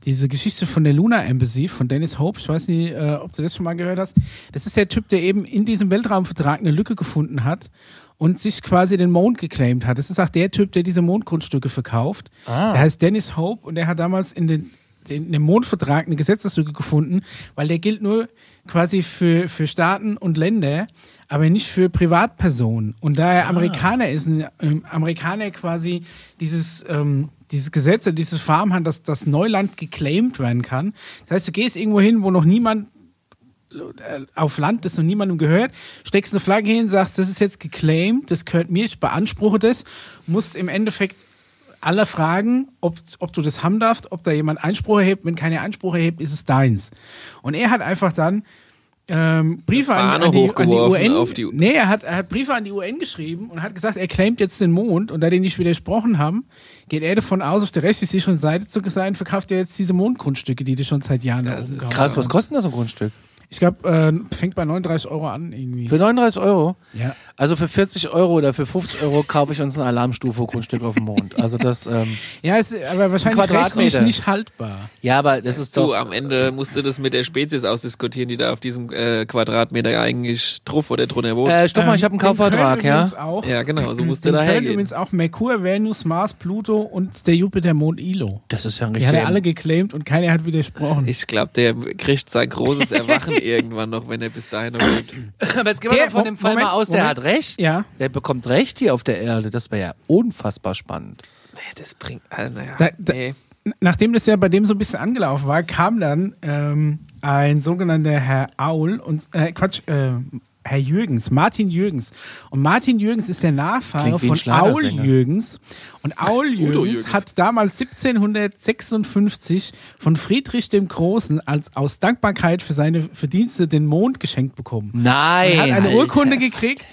diese Geschichte von der Luna Embassy von Dennis Hope. Ich weiß nicht, äh, ob du das schon mal gehört hast. Das ist der Typ, der eben in diesem Weltraumvertrag eine Lücke gefunden hat und sich quasi den Mond geclaimt hat. Das ist auch der Typ, der diese Mondgrundstücke verkauft. Der heißt Dennis Hope und der hat damals in den den, in dem Mondvertrag eine Gesetzeslücke gefunden, weil der gilt nur quasi für, für Staaten und Länder, aber nicht für Privatpersonen. Und da er Amerikaner ist, ein ähm, Amerikaner quasi dieses, ähm, dieses Gesetz und dieses Farm hat, dass das Neuland geclaimed werden kann. Das heißt, du gehst irgendwo hin, wo noch niemand äh, auf Land, das noch niemandem gehört, steckst eine Flagge hin, sagst, das ist jetzt geclaimed, das gehört mir, ich beanspruche das, musst im Endeffekt alle fragen, ob, ob du das haben darfst, ob da jemand Einspruch erhebt. Wenn keiner Einspruch erhebt, ist es deins. Und er hat einfach dann ähm, Briefe an,
Fahne
an, die, an die
hochgeworfen
UN.
auf die-
nee, er hat, er hat Briefe an die UN geschrieben und hat gesagt, er claimt jetzt den Mond. Und da die nicht widersprochen haben, geht er davon aus, auf der rechtlich sicheren Seite zu sein, verkauft er jetzt diese Mondgrundstücke, die du schon seit Jahren da oben gehabt
Krass, was kostet das so ein Grundstück?
ich glaube, äh, fängt bei 39 Euro an irgendwie.
Für 39 Euro?
ja.
Also für 40 Euro oder für 50 Euro kaufe ich uns ein Alarmstufe-Grundstück auf dem Mond. Also das, ähm,
ja, ist aber wahrscheinlich rechtlich
Quadratmeter.
nicht haltbar.
ja, aber das ist
Du,
doch,
am Ende musst du das mit der Spezies ausdiskutieren, die da auf diesem äh, Quadratmeter eigentlich drauf oder drunter wohnt.
äh, stopp mal, ich habe einen
Ähm, in
Kaufvertrag,
Köln
ja?
übrigens Auch,
ja, genau, so musst du
in
da
Köln
hergehen.
übrigens auch Merkur, Venus, Mars, Pluto und der Jupiter, Mond, Ilo.
Das ist ja ein
Die hat er alle
richtiger.
geclaimt und keiner hat widersprochen.
Ich glaube, der kriegt sein großes Erwachen irgendwann noch, wenn er bis dahin noch lebt.
Aber jetzt gehen wir
Der-
doch von dem Fall
Moment,
mal aus, der
Moment.
hat recht.
Ja.
Der bekommt recht hier auf der Erde. Das wäre ja unfassbar spannend.
Nee, das bringt. Ah, naja.
Da- da-
nee.
N- Nachdem das ja bei dem so ein bisschen angelaufen war, kam dann ähm, ein sogenannter Herr Aul und äh, Quatsch, äh, Herr Jürgens, Martin Jürgens. Und Martin Jürgens ist der Nachfahre
Klingt wie ein
von Aul
Schlagersänger.
Jürgens. Und Aul Jürgens
Jürgens.
hat damals 1756 von Friedrich dem Großen als aus Dankbarkeit für seine Verdienste den Mond geschenkt bekommen.
Nein.
Er hat eine
halt,
Alter.
Urkunde gekriegt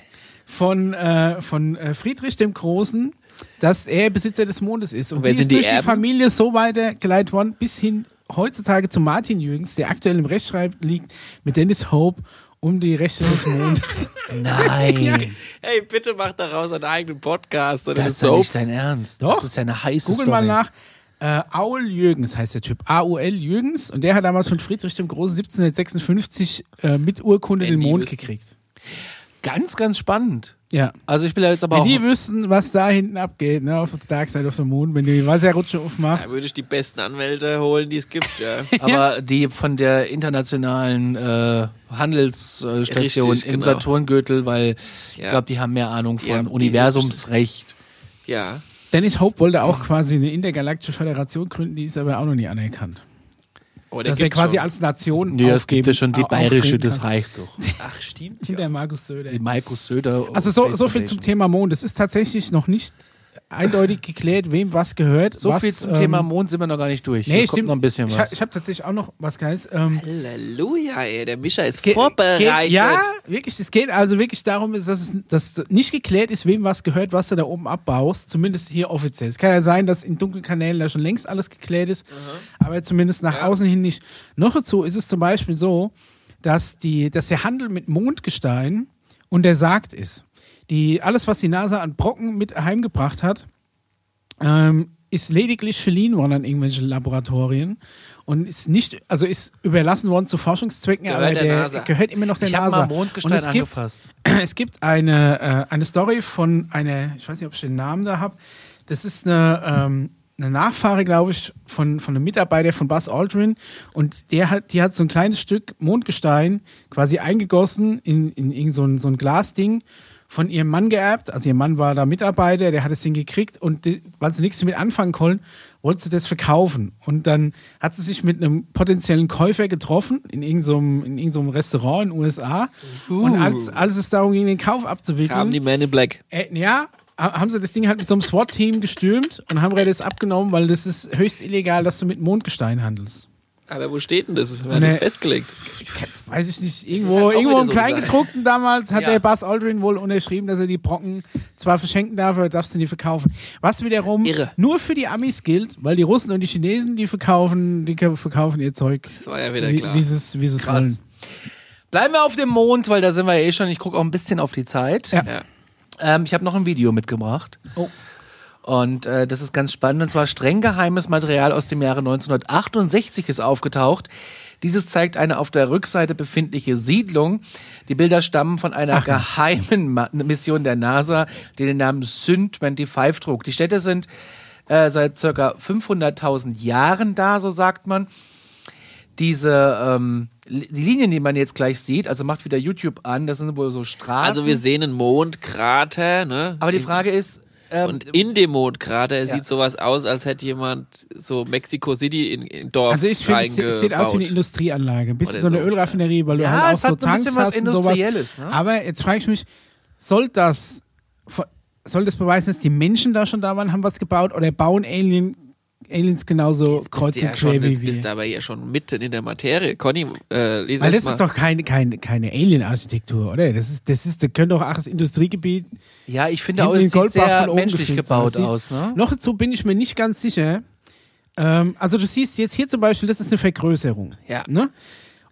von, äh, von äh, Friedrich dem Großen, dass er Besitzer des Mondes ist. Und
Wer
die
sind
ist
die
durch die
Erben?
Familie so weitergeleitet worden, bis hin heutzutage zu Martin Jürgens, der aktuell im Rechtsstreit liegt, mit Dennis Hope um die Rechte des Mondes.
Nein.
Hey, bitte mach daraus einen eigenen Podcast
Das
oder eine
ist ja
Soap.
nicht dein Ernst.
Doch.
Das ist ja eine heiße
Google
Story.
mal nach. Äh, Aul Jürgens heißt der Typ. A-U-L Jürgens. Und der hat damals von Friedrich dem Großen 1756 äh, mit Urkunde
Wenn
den
die
Mond
wüssten.
gekriegt.
Ganz, ganz spannend.
Ja.
Also ich bin ja jetzt aber
Wenn
auch.
die wüssten, was da hinten abgeht, ne, auf der Dark Side of the Moon, wenn du die Wasserrutsche
Da
aufmachst.
würde ich die besten Anwälte holen, die es gibt, ja.
aber die von der internationalen äh, Handelsstation
Richtig,
im
genau.
Saturngürtel, weil ich
Ja.
glaube, die haben mehr Ahnung von
Ja, die sind
Universumsrecht.
ja.
Dennis Hope wollte auch quasi eine intergalaktische Föderation gründen, die ist aber auch noch nie anerkannt.
Oh, der
Dass er
gibt's
quasi
schon.
als Nation
Ja, es
aufgeben-
gibt ja schon die
au-
bayerische,
auftreten
das
kann.
reicht doch.
Ach, stimmt.
Und der Markus Söder.
Die Maiko Söder.
Also so, so viel zum Thema Mond. Es ist tatsächlich noch nicht eindeutig geklärt, wem was gehört.
So
was,
viel zum
ähm,
Thema Mond sind wir noch gar nicht durch.
Nee,
Hier
stimmt.
kommt noch ein bisschen
ich ha-
was.
Ich habe tatsächlich auch noch was Geiles. Ähm,
Halleluja, ey, der Mischa ist
Ge-
vorbereitet.
Geht, ja, wirklich. Es geht also wirklich darum, dass es dass nicht geklärt ist, wem was gehört, was du da oben abbaust. Zumindest hier offiziell. Es kann ja sein, dass in dunklen Kanälen da schon längst alles geklärt ist, aber zumindest nach außen hin nicht. Noch dazu ist es zum Beispiel so, dass, die, dass der Handel mit Mondgestein untersagt ist. Die, alles, was die NASA an Brocken mit heimgebracht hat, ähm, ist lediglich verliehen worden an irgendwelche Laboratorien und ist nicht, also ist überlassen worden zu Forschungszwecken,
Gehört
aber
der
der,
NASA.
gehört immer noch der
Ich hab
NASA.
mal Mondgestein
und es gibt,
angefasst.
Es gibt eine, äh, eine Story von einer, ich weiß nicht, ob ich den Namen da habe, das ist eine, ähm, eine Nachfahre, glaube ich, von, von einem Mitarbeiter von Buzz Aldrin und der hat, die hat so ein kleines Stück Mondgestein quasi eingegossen in, in irgend so ein, so ein Glasding von ihrem Mann geerbt, also ihr Mann war da Mitarbeiter, der hat es hingekriegt und die, weil sie nichts damit anfangen konnten, wollte sie das verkaufen. Und dann hat sie sich mit einem potenziellen Käufer getroffen in irgendeinem in irgendeinem Restaurant in den USA. Und als, als es darum ging, den Kauf
Uh. Kamen
abzuwickeln,
die Men in Black.
äh, ja, ha- haben sie das Ding halt mit so einem SWAT-Team gestürmt und haben das abgenommen, weil das ist höchst illegal, dass du mit Mondgestein handelst.
Aber wo steht denn das? Wer hat
Nee.
das festgelegt?
Weiß ich nicht,
Das ist
irgendwo,
halt auch
irgendwo
wieder
im
so eine Sache.
Kleingedruckten damals hat
Ja.
der Buzz Aldrin wohl unterschrieben, dass er die Brocken zwar verschenken darf, aber darfst du nie verkaufen. Was wiederum
Irre.
nur für die Amis gilt, weil die Russen und die Chinesen, die verkaufen, die verkaufen ihr Zeug.
Das war ja wieder
wie,
klar.
Wie sie es wie sie es
Krass.
wollen.
Bleiben wir auf dem Mond, weil da sind wir ja eh schon. Ich gucke auch ein bisschen auf die Zeit.
Ja.
Ja.
Ähm, ich habe noch ein Video mitgebracht.
Oh.
Und äh, das ist ganz spannend. Und zwar streng geheimes Material aus dem Jahre 1968 ist aufgetaucht. Dieses zeigt eine auf der Rückseite befindliche Siedlung. Die Bilder stammen von einer geheimen Ma Mission der NASA, die den Namen Syn-25 trug. Die Städte sind äh, seit circa 500.000 Jahren da, so sagt man diese ähm, Li- die Linien, die man jetzt gleich sieht, also macht wieder YouTube an, das sind wohl so Straßen.
Also wir sehen einen Mondkrater, ne?
aber die Frage ist, ähm,
und in dem Mondkrater
Ja.
sieht sowas aus, als hätte jemand so Mexico City in, in Dorf
Also ich finde, es sieht- es sieht aus wie eine
reingebaut.
Industrieanlage. Ein bisschen
Oder
so eine
so,
Ölraffinerie, weil
Ja,
du halt auch
es hat
so
ein bisschen
Tanks
was
hast und sowas.
Industrielles, ne?
Aber jetzt frage ich mich, soll das, soll das beweisen, dass die Menschen da schon da waren, haben was gebaut oder bauen Alien, Aliens genauso
Jetzt
kreuz
bist du
und
ja schon,
quer wie
jetzt bist du
wir?
aber hier schon mitten in der Materie. Conny, äh, lies
Weil
erst
das
mal.
ist doch keine, keine, keine Alien-Architektur, oder? Das ist, das ist, das könnte doch auch das Industriegebiet
ja, ich
Genau,
finde auch,
Hinten
es
in
sieht
Goldbach von
sehr
oben
menschlich
gefilmt
gebaut
aussieht.
aus, ne?
Noch dazu bin ich mir nicht ganz sicher. Ähm, also du siehst jetzt hier zum Beispiel, das ist eine Vergrößerung.
Ja.
Ne?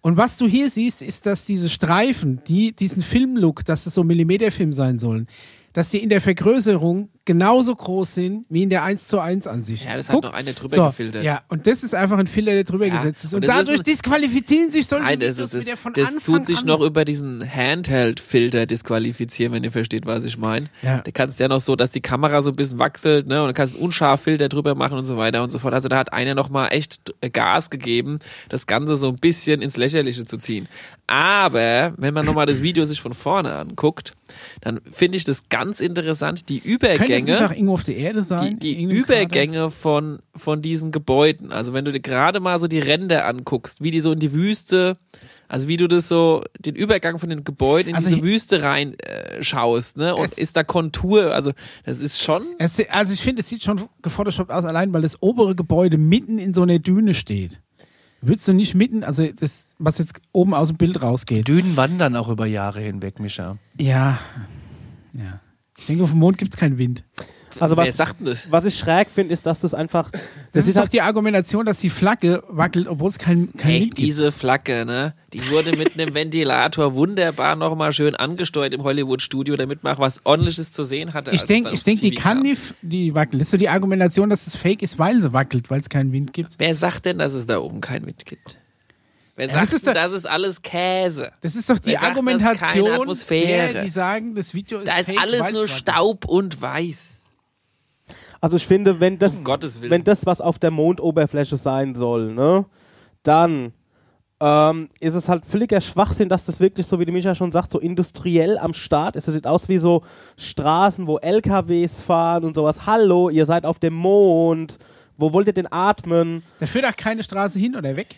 Und was du hier siehst, ist, dass diese Streifen, die diesen Filmlook, dass es so Millimeterfilm sein sollen, dass die in der Vergrößerung genauso groß sind wie in der 1 zu 1 Ansicht.
Ja, das hat noch einer drüber gefiltert.
Ja, und das ist einfach ein Filter, der drüber
Ja,
gesetzt ist. Und,
und das ist
dadurch
ein-
disqualifizieren sich solche
Nein, das,
Videos
ist, das,
wieder von
das
Anfang
tut sich
an.
noch über diesen Handheld-Filter disqualifizieren, wenn ihr versteht, was ich meine.
Ja.
Da kannst du ja noch so, dass die Kamera so ein bisschen wachselt, ne, und dann kannst du einen unscharf Filter drüber machen und so weiter und so fort. Also da hat einer nochmal echt äh, Gas gegeben, das Ganze so ein bisschen ins Lächerliche zu ziehen. Aber, wenn man nochmal das Video sich von vorne anguckt, dann finde ich das ganz interessant, die
Könnt
Übergänge.
das nicht auch
Übergänge,
irgendwo auf der Erde
die,
sein?
die
In irgendeinem
Übergänge von, von diesen Gebäuden, also wenn du dir gerade mal so die Ränder anguckst, wie die so in die Wüste, also wie du das so, den Übergang von den Gebäuden in
Also
diese
ich-
Wüste rein äh, schaust, ne? Und
Es-
ist da Kontur, also das ist schon.
Krater? Es, se- also ich finde, es sieht schon gefotoshoppt aus, allein weil das obere Gebäude mitten in so einer Düne steht. Würdest du nicht mitten, also das, was jetzt oben aus dem Bild rausgeht.
Dünen wandern auch über Jahre hinweg, Mischa.
Ja. Ja. Ich denke, auf dem Mond gibt es keinen Wind.
Also
Wer
was,
sagt denn das?
was ich schräg finde, ist, dass das einfach. Das,
Das,
ist
ist doch
halt,
die Argumentation, dass die Flagge wackelt, obwohl es keinen kein
Hey,
Wind gibt.
diese Flagge, ne? Die wurde mit einem Ventilator wunderbar nochmal schön angesteuert im Hollywood-Studio, damit man auch was Ordentliches zu sehen hatte. Also
Ich
als es
denke,
dann
ich
aufs
denk, die
TV
kann
kam.
nicht, die wackelt. Das ist so die Argumentation, dass es fake ist, weil sie wackelt, weil es keinen Wind gibt.
Wer sagt denn, dass es da oben keinen Wind gibt? Wer
das
sagt
ist
denn,
da-
das ist alles Käse?
Das ist doch die
Wer sagt, das ist keine
Argumentation,
Atmosphäre?
Der, die sagen, das Video ist
Da ist
fake,
alles
weil's
nur
wackelt.
Staub und Weiß.
also ich finde, wenn das,
Um Gottes Willen.
wenn das was auf der Mondoberfläche sein soll, ne, dann ähm, ist es halt völliger Schwachsinn, dass das wirklich so, wie die Micha schon sagt, so industriell am Start ist. Das sieht aus wie so Straßen, wo LKWs fahren und sowas. Hallo, ihr seid auf dem Mond. Wo wollt ihr denn atmen?
Da führt auch keine Straße hin oder weg.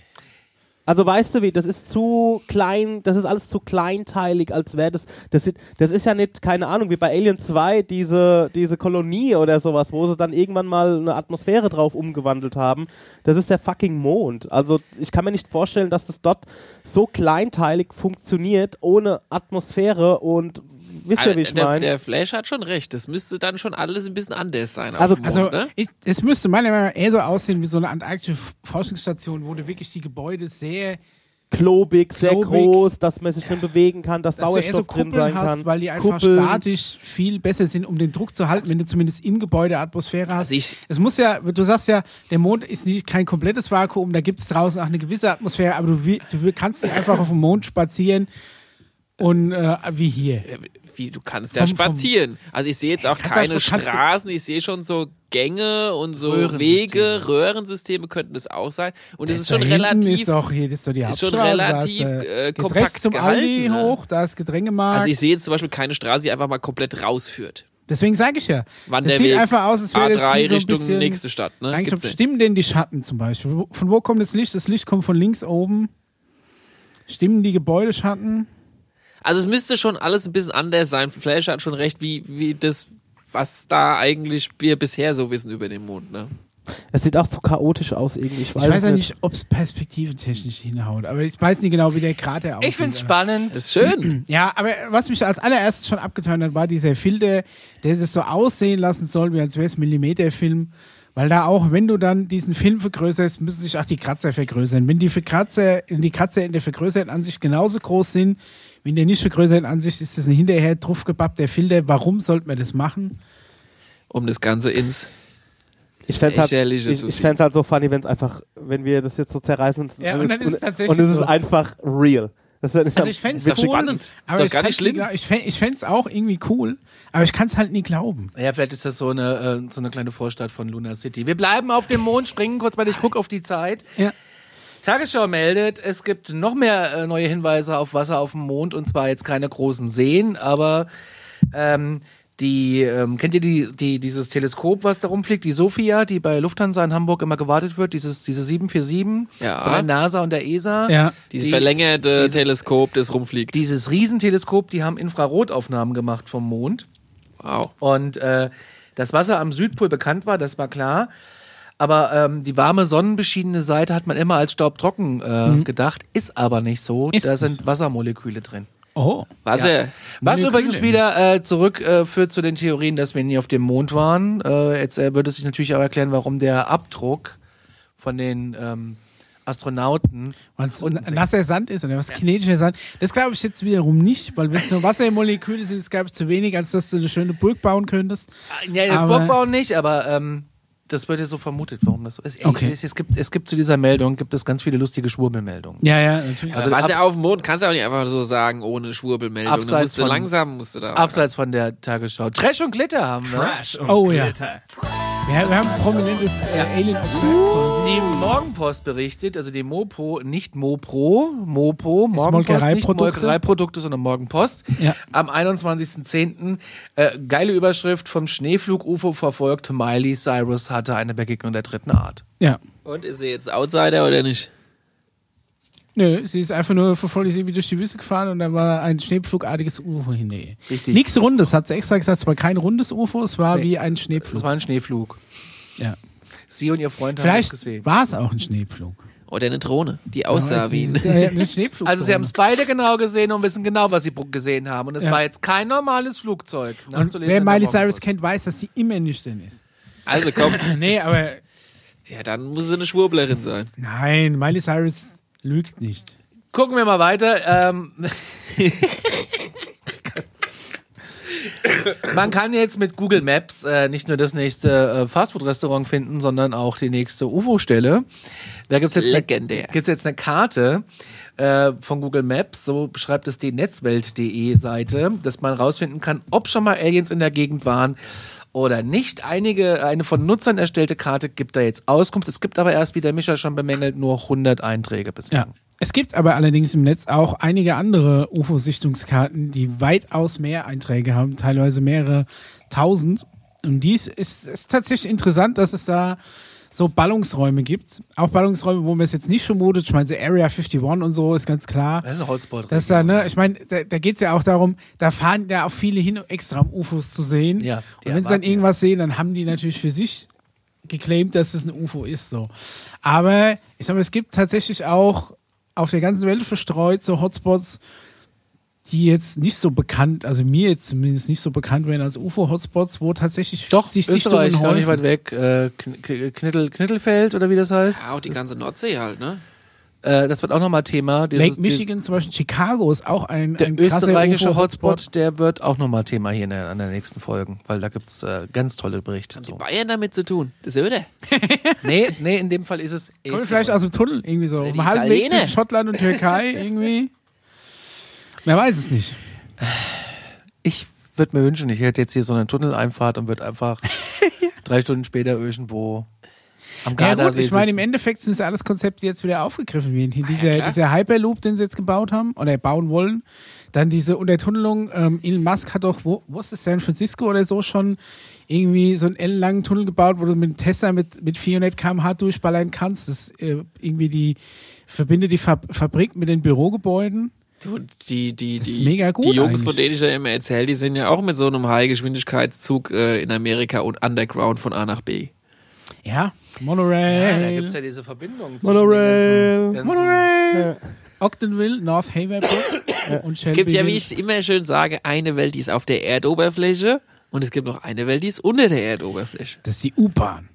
Also weißt du wie, das ist zu klein, das ist alles zu kleinteilig, als wäre das, das, sind- das ist ja nicht, keine Ahnung, wie bei Alien 2, diese, diese Kolonie oder sowas, wo sie dann irgendwann mal eine Atmosphäre drauf umgewandelt haben. Das ist der fucking Mond. Also ich kann mir nicht vorstellen, dass das dort so kleinteilig funktioniert, ohne Atmosphäre und, wisst
Also
ihr, wie ich
Also, der,
meine?
der Flash hat schon recht. Das müsste dann schon alles ein bisschen anders sein. auf
Also-
dem Mond,
Also
ne?
ich, es müsste meiner Meinung nach eher so aussehen wie so eine antarktische F- Forschungsstation, wo du wirklich die Gebäude sehr,
Klobig, sehr
Klobig.
groß, dass man sich drin bewegen kann, dass,
dass du eher
Sauerstoff
so
drin
Kuppeln
sein
hast,
kann.
weil die einfach
Kuppeln.
statisch viel besser sind, um den Druck zu halten, wenn du zumindest im Gebäude Atmosphäre hast.
Also ich-
es muss ja, du sagst ja, der Mond ist nicht kein komplettes Vakuum, da gibt es draußen auch eine gewisse Atmosphäre, aber du, wi- du kannst nicht einfach auf dem Mond spazieren und äh, wie hier.
Wie, du kannst
Vom-
ja
vom-
spazieren. Also ich sehe jetzt auch
Kannst
keine
auch so- kannst-
Straßen, ich sehe schon so Gänge und so
Röhrensysteme.
Wege, Röhrensysteme könnten das auch sein. Und es ist
Da
schon
hinten
relativ.
Ist, doch, hier, das ist, doch die
ist schon
Hauptstraße, da
relativ,
hast du-
äh,
geht's
kompakt
rechts zum
gehalten,
Aldi
ne?
hoch, da ist Getränkemarkt.
also ich sehe jetzt zum Beispiel keine Straße, die einfach mal komplett rausführt.
Deswegen sage ich ja. Das
Wanderweg,
sieht einfach aus, als wäre das
A3
hier so ein
Richtung
bisschen,
nächste Stadt. Ne?
Eigentlich
Gibt's
ob-
nicht.
stimmen denn die Schatten zum Beispiel? Wo- Von wo kommt das Licht? Das Licht kommt von links oben. Stimmen die Gebäudeschatten?
Also es müsste schon alles ein bisschen anders sein. Flash hat schon recht, wie, wie das, was da eigentlich wir bisher so wissen über den Mond. Ne?
Es sieht auch zu chaotisch aus irgendwie, ich weiß,
ich weiß
es
ja nicht, ob es perspektiventechnisch hinhaut, aber ich weiß nicht genau, wie der Krater aussieht.
Ich find's
Aber-
spannend.
Das ist schön.
Ja, aber was mich als allererstes schon abgetan hat, war dieser Filter, der das so aussehen lassen soll, wie als wäre es ein Millimeterfilm. Weil da auch, wenn du dann diesen Film vergrößerst, müssen sich auch die Kratzer vergrößern. Wenn die, Verkratzer, die Kratzer in der vergrößerten Ansicht genauso groß sind, wie in der nicht vergrößerten Ansicht, ist das ein hinterher draufgebappter Filter. Warum sollte man das machen?
um das Ganze ins.
Ich fänd's halt, ich,
Lächerliche zu
ich
ziehen.
fänd's halt so funny, wenn's einfach, wenn wir das jetzt so zerreißen und,
Ja,
und,
und dann
es-
ist es
und-
tatsächlich
und es ist
so.
einfach real. Das ist
Also ich fänd's
Ist doch
cool,
spannend. Ist
aber
doch
ich
gar
kann's
nicht schlimm.
nie glau- Ich fänd- ich fänd's auch irgendwie cool, aber ich kann's halt nie glauben.
Ja, vielleicht ist das so eine, äh, so eine kleine Vorstadt von Luna City. Wir bleiben auf dem Mond, springen kurz mal, ich guck auf die Zeit.
Ja.
Tagesschau meldet, es gibt noch mehr äh, neue Hinweise auf Wasser auf dem Mond und zwar jetzt keine großen Seen, aber ähm, die, ähm, kennt ihr die, die, dieses Teleskop, was da rumfliegt, die Sophia, die bei Lufthansa in Hamburg immer gewartet wird, dieses, diese 747
Ja.
von der NASA und der ESA.
Ja.
Dieses
Die-
verlängerte
dieses-
Teleskop, das rumfliegt.
Dieses Riesenteleskop, die haben Infrarotaufnahmen gemacht vom Mond.
wow.
Und äh, das Wasser am Südpol bekannt war, das war klar. Aber ähm, die warme, sonnenbeschienene Seite hat man immer als staubtrocken äh, gedacht, ist aber nicht so.
Mhm. Ist
da
nicht
sind
so.
Wassermoleküle drin.
Oh.
Wasser.
Was
Moleküle.
übrigens wieder äh, zurückführt zu den Theorien, dass wir nie auf dem Mond waren. Äh, jetzt äh, würde es sich natürlich auch erklären, warum der Abdruck von den ähm, Astronauten
Weil es
unten sinkt.
nasser Sand ist oder was kinetischer Sand. Das glaube ich jetzt wiederum nicht, weil wenn es nur Wassermoleküle sind, ist glaube ich zu wenig, als dass du eine schöne Burg bauen könntest.
Ja, den
Aber-
Burgbau nicht, aber ähm, das wird ja so vermutet, warum das so ist. Ey,
Okay.
es, es, gibt, es gibt zu dieser Meldung gibt es ganz viele lustige Schwurbelmeldungen.
Ja, ja, natürlich.
Also ab-
Wasser auf dem Mond kannst du auch nicht einfach so sagen, ohne Schwurbelmeldung.
Abseits
Abseits musst du
von-
langsam musst du da.
Abseits von der Tagesschau. Trash und Glitter haben wir.
oh ja. Ja, wir haben ein prominentes äh, Alien-Opfer.
Die Morgenpost berichtet, also die Mopo, nicht Mopro, Mopo, Morgenpost, nicht
Molkereiprodukte?
Molkereiprodukte, sondern Morgenpost,
Ja.
am 21.10. Äh, geile Überschrift, vom Schneeflug-UFO verfolgt, Miley Cyrus hatte eine Begegnung der dritten Art.
Ja.
Und ist sie jetzt Outsider oder nicht?
Nö, sie ist einfach nur verfolgt, irgendwie durch die Wüste gefahren und da war ein schneepflugartiges UFO in der Nähe.
Richtig.
Nichts Rundes, hat sie extra gesagt, es war kein rundes UFO, es war
Nee.
wie ein
Das
Schneepflug.
war ein Schneeflug.
ja.
Sie und ihr Freund haben es
Vielleicht
gesehen.
war es auch ein Schneepflug.
Oder eine Drohne, die aussah
Aber
wie
es
ein
ist, äh, eine Schneepflug
Also sie haben es beide genau gesehen und wissen genau, was sie br- gesehen haben. Und es
Ja.
war jetzt kein normales Flugzeug.
und
Nachzulesen
wer
in der
Miley Cyrus
Morgenpost.
kennt, weiß, dass sie immer nüchtern ist.
Also komm,
nee, aber
ja, dann muss sie eine Schwurblerin sein.
nein, Miley Cyrus lügt nicht.
Gucken wir mal weiter. Ähm, Man kann jetzt mit Google Maps äh, nicht nur das nächste äh, Fastfood-Restaurant finden, sondern auch die nächste UFO-Stelle. Da gibt's
Das ist
jetzt,
legendär.
Ne, gibt's jetzt eine Karte äh, von Google Maps, so beschreibt es die netzwelt.de-Seite, dass man rausfinden kann, ob schon mal Aliens in der Gegend waren oder nicht. Einige, eine von Nutzern erstellte Karte gibt da jetzt Auskunft. Es gibt aber erst, wie der Mischa schon bemängelt, nur 100 Einträge bislang.
Ja. Es gibt aber allerdings im Netz auch einige andere UFO-Sichtungskarten, die weitaus mehr Einträge haben, teilweise mehrere tausend. Und dies ist, ist tatsächlich interessant, dass es da so Ballungsräume gibt. Auch Ballungsräume, wo man es jetzt nicht vermutet. Ich meine, so Area 51 und so ist ganz klar.
Das ist ein Hotspot.
Dass da, ne, ich meine, da, da geht es ja auch darum, da fahren ja auch viele hin, extra um UFOs zu sehen.
Ja, die
und wenn sie dann
erwarten ja.
irgendwas sehen, dann haben die natürlich für sich geclaimt, dass es ein UFO ist. So. Aber ich sag mal, es gibt tatsächlich auch auf der ganzen Welt verstreut so Hotspots, die jetzt nicht so bekannt, also mir jetzt zumindest nicht so bekannt werden als UFO-Hotspots, wo tatsächlich
Doch,
sich
Österreich,
Sichtungen
gar nicht weit
häufen.
weg. Äh, Kn- Kn- Knittel, Knittelfeld oder wie das heißt.
Ja, auch die ganze Nordsee halt, ne?
Äh, das wird auch nochmal Thema. Dieses-
Lake Michigan zum Beispiel, Chicago ist auch ein,
dieses-
ein
der
krasser
österreichische
UFO-Hotspot.
Hotspot, der wird auch nochmal Thema hier in der, an der nächsten Folgen, weil da gibt's äh, ganz tolle Berichte
Die
zu.
Bayern damit zu tun. Das ist öde.
Nee, nee, in dem Fall ist es
Kommt vielleicht aus dem Tunnel, irgendwie so.
die
Im halben Weg
Italiener.
zwischen Schottland und Türkei, irgendwie. Wer weiß es nicht.
Ich würde mir wünschen, ich hätte jetzt hier so eine Tunneleinfahrt und würde einfach drei Stunden später irgendwo am
Ja,
Gardasee
gut, ich meine, im
sitzen. Ah,
Endeffekt sind alle Konzepte jetzt wieder aufgegriffen werden. Hier dieser,
klar.
dieser Hyperloop, den sie jetzt gebaut haben oder bauen wollen. Dann diese Untertunnelung. Ähm, Elon Musk hat doch, wo, wo ist das, San Francisco oder so, schon irgendwie so einen ellenlangen Tunnel gebaut, wo du mit dem Tesla mit, mit 400 km/h durchballern kannst. Das äh, irgendwie die verbindet die Fab Fabrik mit den Bürogebäuden.
Du, die, die,
Das ist
die,
mega gut
die Jungs,
eigentlich.
von denen ich ja immer erzähle, die sind ja auch mit so einem High-Geschwindigkeitszug äh, in Amerika und Underground von A nach B.
Ja, Monorail.
ja, da gibt's ja diese Verbindung zwischen
Monorail.
den ganzen, ganzen
Monorail. Ogdenville, North Haverbrook und Shelby.
Es gibt ja, wie
Hill.
ich immer schön sage, eine Welt, die ist auf der Erdoberfläche und es gibt noch eine Welt, die ist unter der Erdoberfläche.
Das ist die U-Bahn.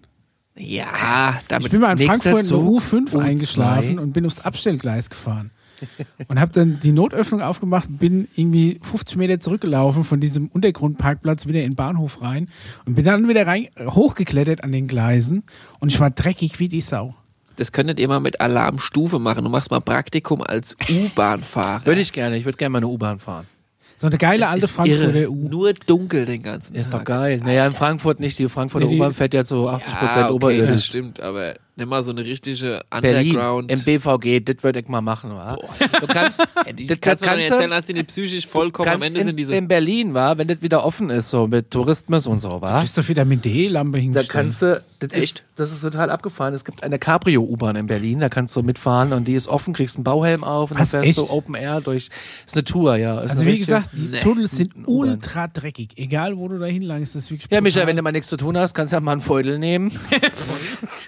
Ja, damit
Ich bin mal in
nächster
Frankfurt in der
Zug,
U5
U2.
eingeschlafen und bin aufs Abstellgleis gefahren. und habe dann die Notöffnung aufgemacht und bin irgendwie 50 Meter zurückgelaufen von diesem Untergrundparkplatz wieder in den Bahnhof rein und bin dann wieder rein, äh, hochgeklettert an den Gleisen und ich war dreckig wie die Sau.
Das könntet ihr mal mit Alarmstufe machen. Du machst mal Praktikum als U-Bahn-Fahrer.
Würde ich gerne, ich würde gerne mal eine U-Bahn fahren.
So eine geile
Das
alte
ist irre.
Frankfurter U.
Nur dunkel den ganzen
Ja, ist doch
Tag.
geil. Naja, in Frankfurt nicht. Die Frankfurter
Nee, die
U-Bahn
ist-
fährt ja zu 80 Prozent
okay, Das
oberirdisch.
stimmt, aber nimm mal so eine richtige
Berlin,
Underground.
im BVG, das würde ich mal machen. Wa? Du kannst,
Ja, die
das
kannst du mir doch nicht
kannst
erzählen,
du
dass die nicht psychisch vollkommen am
kannst
Ende
in,
sind. Diese
in Berlin, wa? wenn das wieder offen ist, so mit Tourismus und so, wa?
Bist du wieder mit D-Lampe
Da
hingestellt?
kannst du, das ist,
Echt?
das ist total abgefahren. Es gibt eine Cabrio-U-Bahn in Berlin, da kannst du mitfahren und die ist offen, kriegst einen Bauhelm auf und
Was,
dann fährst du
echt?
Open Air durch. Ist eine Tour, ja. Ist
Also
eine
wie
richtige-
gesagt, die
Nee.
Tunnels sind
U-Bahn.
ultra dreckig. Egal wo du da hinlangst, das ist wirklich
Ja, Micha,
brutal.
wenn du mal nichts zu tun hast, kannst du ja mal einen Feudel nehmen.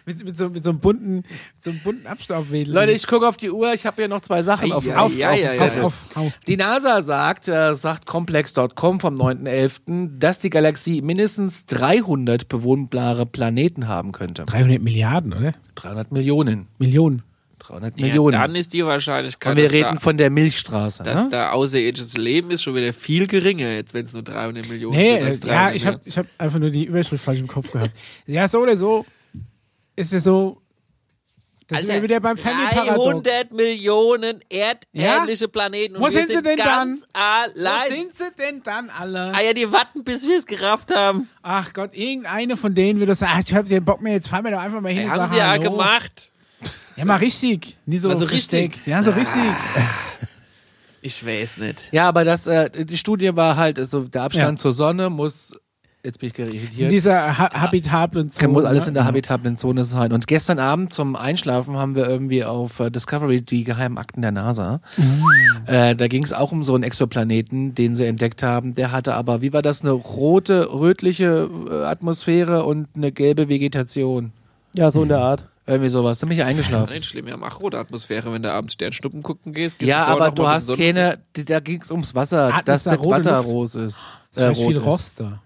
mit, mit, so, mit so einem bunten, mit so einem bunten Abstaubwedel.
Leute, ich gucke auf die Uhr, ich habe hier noch zwei Sachen auf,
Ei,
auf,
ei,
auf,
ei, ei,
auf,
ei.
auf, auf, auf.
Die NASA sagt, äh, sagt complex.com vom 9.11., dass die Galaxie mindestens 300 bewohnbare Planeten haben könnte.
300 Milliarden, oder?
300 Millionen.
Millionen.
300
ja,
Millionen.
Dann ist die Wahrscheinlichkeit,
Und wir
dass
reden
da,
von der Milchstraße.
dass
Ne?
da außerirdisches Leben ist, schon wieder viel geringer, jetzt wenn es nur 300 Millionen
Nee,
sind.
äh,
als
ja,
300
ich habe ich hab einfach nur die Überschrift falsch im Kopf gehabt. Ja, so oder so ist ja so, Das sind wir wieder beim Family-Paradox.
300 Millionen erdähnliche
Ja?
Planeten und
Wo
wir
sind sie denn
ganz
Wo
allein.
sind sie denn dann alle?
Ah ja, die warten, bis wir es gerafft haben.
Ach Gott, irgendeine von denen würde sagen, ach, ich hab den Bock mehr, jetzt fahren wir doch einfach mal hin
Ey,
und
haben
sagen
sie ja
Hallo.
gemacht.
Ja, mal richtig. Nie so
Mal so richtig.
richtig. Ja, so richtig.
Ich weiß nicht.
Ja, aber das, äh, die Studie war halt, also der Abstand
Ja.
zur Sonne muss, jetzt bin ich
In
irritiert,
dieser ha habitablen Zone.
muss alles in der
ne?
habitablen Zone sein. Und gestern Abend zum Einschlafen haben wir irgendwie auf äh, Discovery die geheimen Akten der NASA.
Mm.
Äh, da ging es auch um so einen Exoplaneten, den sie entdeckt haben. Der hatte aber, wie war das, eine rote, rötliche äh, Atmosphäre und eine gelbe Vegetation.
Ja, so in der Art.
Irgendwie sowas. Da bin ich eingeschlafen.
Nein, schlimm, wir haben auch rote Atmosphäre, wenn du abends Sternschnuppen gucken gehst. gehst
Ja,
vorher
aber
noch mal
du
ein
hast
bisschen
keine, die- da ging es ums Wasser,
Atmen
dass
ist da
das
rote
Wasser
Luft?
rot ist.
Das ist vielleicht viel
äh, rot ist.
Rost da.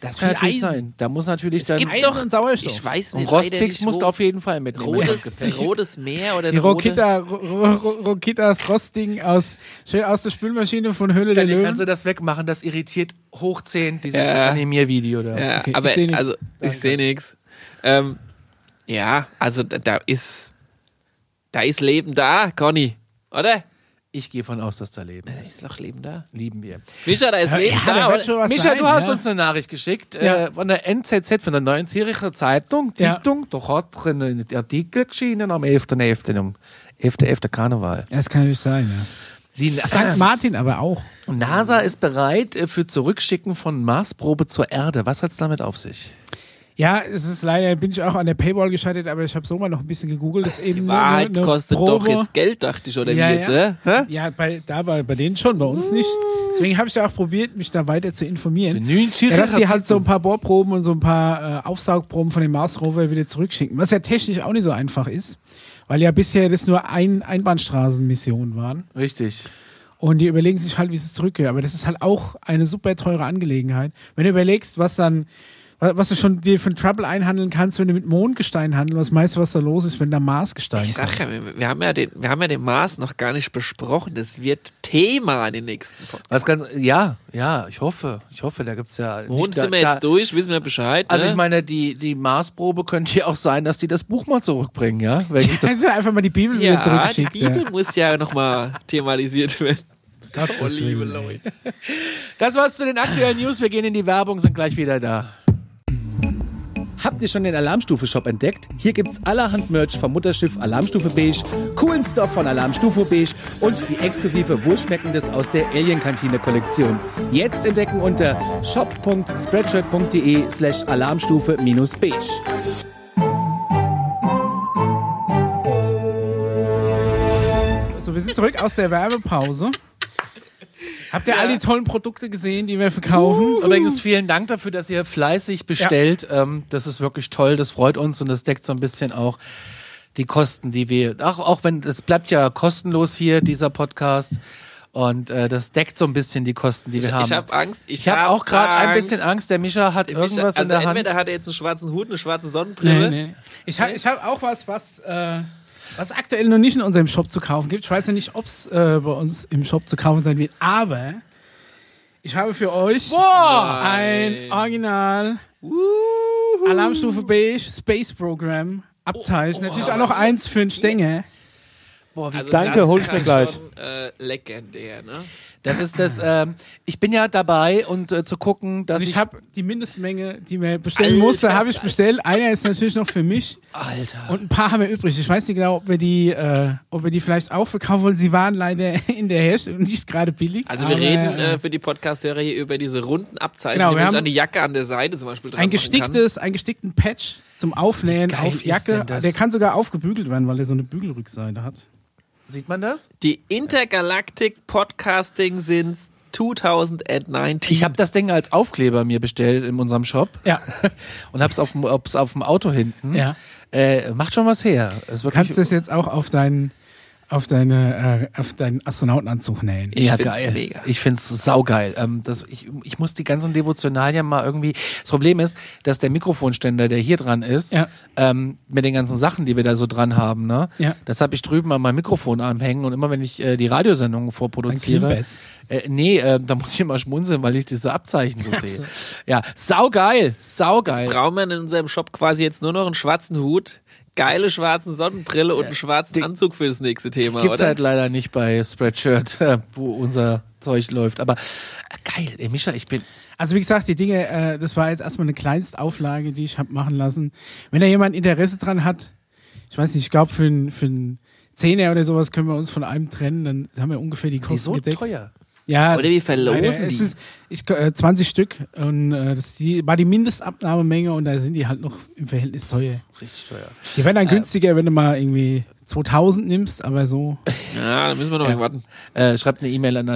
Das kann
Viel
natürlich
Eisen.
sein. Da muss natürlich dann.
Sonnen-
Eisen
Gibt doch.
und Sauerstoff.
Ich weiß
Und
nicht. leider
Rostfix
nicht,
musst
wo-
du auf jeden Fall mitnehmen.
rotes, rotes Meer oder
Die
eine rote.
Rokita, Ro- Ro- Ro- Rokitas Rostding aus, schön aus der Spülmaschine von Höhle der
Dann kannst du
Löwen.
das wegmachen. Das irritiert hoch 10 dieses
Ja.
Animier-Video da.
Ja,
Okay,
aber
ich seh nix.
also ich sehe nichts. Ähm, ja, also da, da ist da ist Leben da, Conny, oder?
Ich gehe von aus, dass da leben.
Da ist noch Leben da.
Lieben wir.
Micha, da ist Leben
Ja,
da.
da wird
Oder?
schon was
Micha,
sein,
du hast
ja.
uns eine Nachricht geschickt
Ja.
äh, von der NZZ, von der Neuen Zürcher Zeitung.
Ja.
Zeitung, da hat ein Artikel geschienen am 11.11. um 11.11. Karneval.
Ja, Das kann natürlich sein, ja.
Die
Ah.
St. Martin aber auch.
NASA ist bereit äh, für Zurückschicken von Marsprobe zur Erde. Was hat's damit auf sich?
Ja, es ist leider, bin ich auch an der Paywall gescheitert, aber ich habe so mal noch ein bisschen gegoogelt. Das ist eben nur
Wahrheit
eine, eine
kostet doch
Probe.
jetzt Geld, dachte ich, oder
Ja,
wie jetzt?
ja.
Äh? Hä?
Ja, bei, da bei, bei denen schon, bei uns nicht. Deswegen habe ich ja auch probiert, mich da weiter zu informieren.
Neuen Zürcher
Ja, dass sie halt so
Zeitung.
ein paar Bohrproben und so ein paar äh, Aufsaugproben von dem Mars Rover wieder zurückschicken, was ja technisch auch nicht so einfach ist, weil ja bisher das nur ein Einbahnstraßenmissionen waren.
Richtig.
Und die überlegen sich halt, wie sie es zurückgehen. Aber das ist halt auch eine super teure Angelegenheit. Wenn du überlegst, was dann, wa- was du schon dir von Trouble einhandeln kannst, wenn du mit Mondgestein handelst, was meinst du, was da los ist, wenn da Marsgestein
Ich
kommt?
sag ja, wir, wir haben ja den, wir haben ja den Mars noch gar nicht besprochen. Das wird Thema in den nächsten Podcasts.
Was ganz, ja, ja, ich hoffe, ich hoffe, da gibt's ja. nicht
Wohnen
da-
sind wir
da-
jetzt durch, wissen wir Bescheid.
Also
ne?
ich meine, die, die Marsprobe könnte ja auch sein, dass die das Buch mal zurückbringen, ja? Wenn ich
Kannst du einfach mal die Bibel wieder
ja, die
zurückgeschickt
Bibel
ja.
muss ja nochmal thematisiert werden.
Gottes
Oh, liebe
Willen, ey.
Leute.
Das war's zu den aktuellen News. Wir gehen in die Werbung, sind gleich wieder da.
Habt ihr schon den Alarmstufe-Shop entdeckt? Hier gibt's allerhand Merch vom Mutterschiff Alarmstufe Beige, coolen Stuff von Alarmstufe Beige und die exklusive Wohlschmeckendes aus der Alien-Kantine-Kollektion. Jetzt entdecken unter shop.spreadshirt.de slash alarmstufe-beige.
So, wir sind zurück aus der Werbepause. Habt ihr all die tollen Produkte gesehen, die wir verkaufen?
Uh.
Übrigens, vielen Dank dafür, dass ihr fleißig bestellt. Ähm, das ist wirklich toll, das freut uns und das deckt so ein bisschen auch die Kosten, die wir. Auch, auch wenn, es bleibt ja kostenlos hier, dieser Podcast. Und äh, das deckt so ein bisschen die Kosten, die wir
Ich,
haben.
ich habe Angst. Ich,
Ich habe
hab
auch gerade ein
Angst.
bisschen Angst. Der Mischa hat
Mich-
irgendwas
also
in der Hand.
Entweder hat er jetzt einen schwarzen Hut, eine schwarze
Nee,
Sonnenbrille.
nee. Ich habe ich hab auch was, was, äh, was aktuell noch nicht in unserem Shop zu kaufen gibt. Ich weiß ja nicht, ob es äh, bei uns im Shop zu kaufen sein wird, aber ich habe für euch ein Original Alarmstufe Beige Space Program Abzeichen.
Oh,
Natürlich auch noch eins für den Stängel.
Boah, wie
Also
Danke,
das
hol
ist
ich mir
ja
gleich.
Schon, äh, legendär, ne?
Das ist das. Ähm, ich bin ja dabei und äh, zu gucken, dass
Und
ich.
ich habe die Mindestmenge, die man bestellen
Alter,
musste, habe ich bestellt. Einer ist natürlich noch für mich.
Alter.
Und ein paar haben wir übrig. Ich weiß nicht genau, ob wir die, äh, ob wir die vielleicht auch verkaufen wollen. Sie waren leider in der Herstellung nicht gerade billig.
Also wir
aber,
reden
äh,
äh, für die Podcast-Hörer hier über diese runden Abzeichen,
Genau,
die
wir
man sich
haben
an die Jacke an der Seite zum Beispiel dran
ein
machen kann.
gesticktes, einen gestickten Patch zum Aufnähen
Wie geil
auf
ist
Jacke.
denn das?
Der kann sogar aufgebügelt werden, weil der so eine Bügelrückseite hat.
Sieht man das?
Die Intergalactic Podcasting sind 2019.
Ich habe das Ding als Aufkleber mir bestellt in unserem Shop
Ja,
und hab's auf dem, ob's auf dem Auto hinten.
ja.
Äh, macht schon was her. Ist
Du kannst das jetzt auch auf deinen, auf deine, äh, auf deinen Astronautenanzug nähen.
Ich
ja,
find's
geil.
mega.
Ich find's saugeil. Ähm, das, ich, ich muss die ganzen Devotionalien mal irgendwie. Das Problem ist, dass der Mikrofonständer, der hier dran ist,
Ja.
ähm, mit den ganzen Sachen, die wir da so dran haben, ne?
Ja.
Das habe ich drüben an meinem Mikrofonarm hängen und immer wenn ich äh, die Radiosendungen vorproduziere.
Ein
Äh, nee, äh, da muss ich immer schmunzeln, weil ich diese Abzeichen so sehe. Ja, saugeil, saugeil.
brauchen wir in unserem Shop quasi jetzt nur noch einen schwarzen Hut, geile schwarzen Sonnenbrille und einen schwarzen Anzug für das nächste Thema,
Gibt's
oder?
halt leider nicht bei Spreadshirt, wo unser Zeug läuft. Aber äh, geil, ey, Mischa, ich bin.
Also wie gesagt, die Dinge, äh, das war jetzt erstmal eine Kleinstauflage, die ich hab machen lassen. Wenn da jemand Interesse dran hat, ich weiß nicht, ich glaube für einen für einen Zehner oder sowas können wir uns von einem trennen, dann haben wir ungefähr die Kosten gedeckt. Ja,
Oder
das-
wir verlosen
Nein, es
die.
Ist, ich, äh, 20 Stück und äh, das ist die, war die Mindestabnahmemenge und da sind die halt noch im Verhältnis teuer.
Richtig teuer.
Die werden dann günstiger, wenn du mal irgendwie 2000 nimmst, aber so.
Ja, da müssen wir noch warten.
Äh, schreibt eine E-Mail an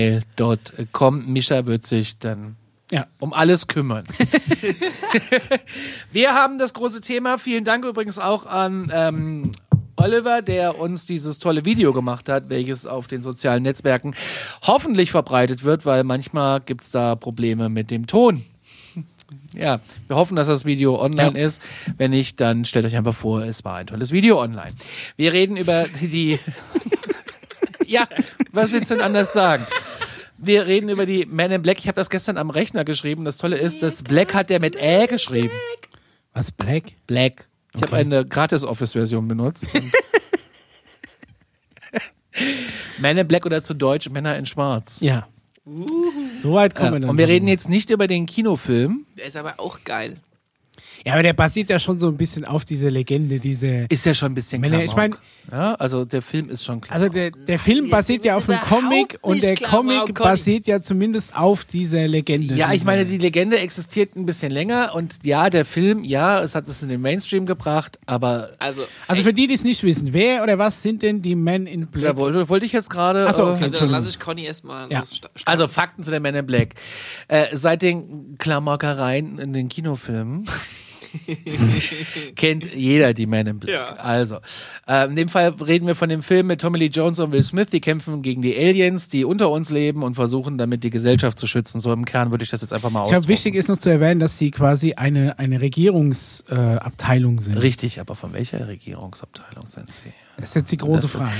alarmstufobeige.gmail.com. Mischa wird sich dann
Ja.
um alles kümmern. Wir haben das große Thema. Vielen Dank übrigens auch an ähm, Oliver, der uns dieses tolle Video gemacht hat, welches auf den sozialen Netzwerken hoffentlich verbreitet wird, weil manchmal gibt es da Probleme mit dem Ton. Ja, wir hoffen, dass das Video online ist. Wenn nicht, dann stellt euch einfach vor, es war ein tolles Video online. Wir reden über die. ja, was willst du denn anders sagen? Wir reden über die Men in Black. Ich habe das gestern am Rechner geschrieben. Das Tolle ist, das Black hat der mit Ä geschrieben.
Was, Black?
Black. Ich habe eine Gratis-Office-Version benutzt. Und- Men in Black oder zu Deutsch Männer in Schwarz.
Ja. So weit kommen
Ja,
wir dann.
und wir
noch.
reden jetzt nicht über den Kinofilm.
Der ist aber auch geil.
Ja, aber der basiert ja schon so ein bisschen auf diese Legende, diese.
Ist ja schon ein bisschen
Männer-
klar.
ich mein-
ja, also der Film ist schon klar.
Also der, der Film basiert ja auf einem
überhaupt
Comic und
nicht
der
klar, Mao
Comic
Conny.
basiert ja zumindest auf dieser Legende.
Ja, ich
Diese-
meine, die Legende existiert ein bisschen länger und ja, der Film, ja, es hat es in den Mainstream gebracht, aber
Also,
Also für die, die es nicht wissen, wer oder was sind denn die Men in
da
Black?
wollte, wollte ich jetzt gerade.
Ach so,
äh,
okay.
also dann
Entschuldigung.
lasse ich Conny erstmal
Ja.
los. sta- sta-
Also Fakten zu den Men in Black. Äh, seit den Klamaukereien in den Kinofilmen kennt jeder die Men in Black.
Ja.
Also, äh, in dem Fall reden wir von dem Film mit Tommy Lee Jones und Will Smith. Die kämpfen gegen die Aliens, die unter uns leben und versuchen damit die Gesellschaft zu schützen. So im Kern würde ich das jetzt einfach mal
Ich glaube,
ausdrücken.
wichtig ist noch zu erwähnen, dass sie quasi eine, eine Regierungsabteilung äh, Abteilung sind.
Richtig, aber von welcher Regierungsabteilung sind sie?
Das ist jetzt die große Frage.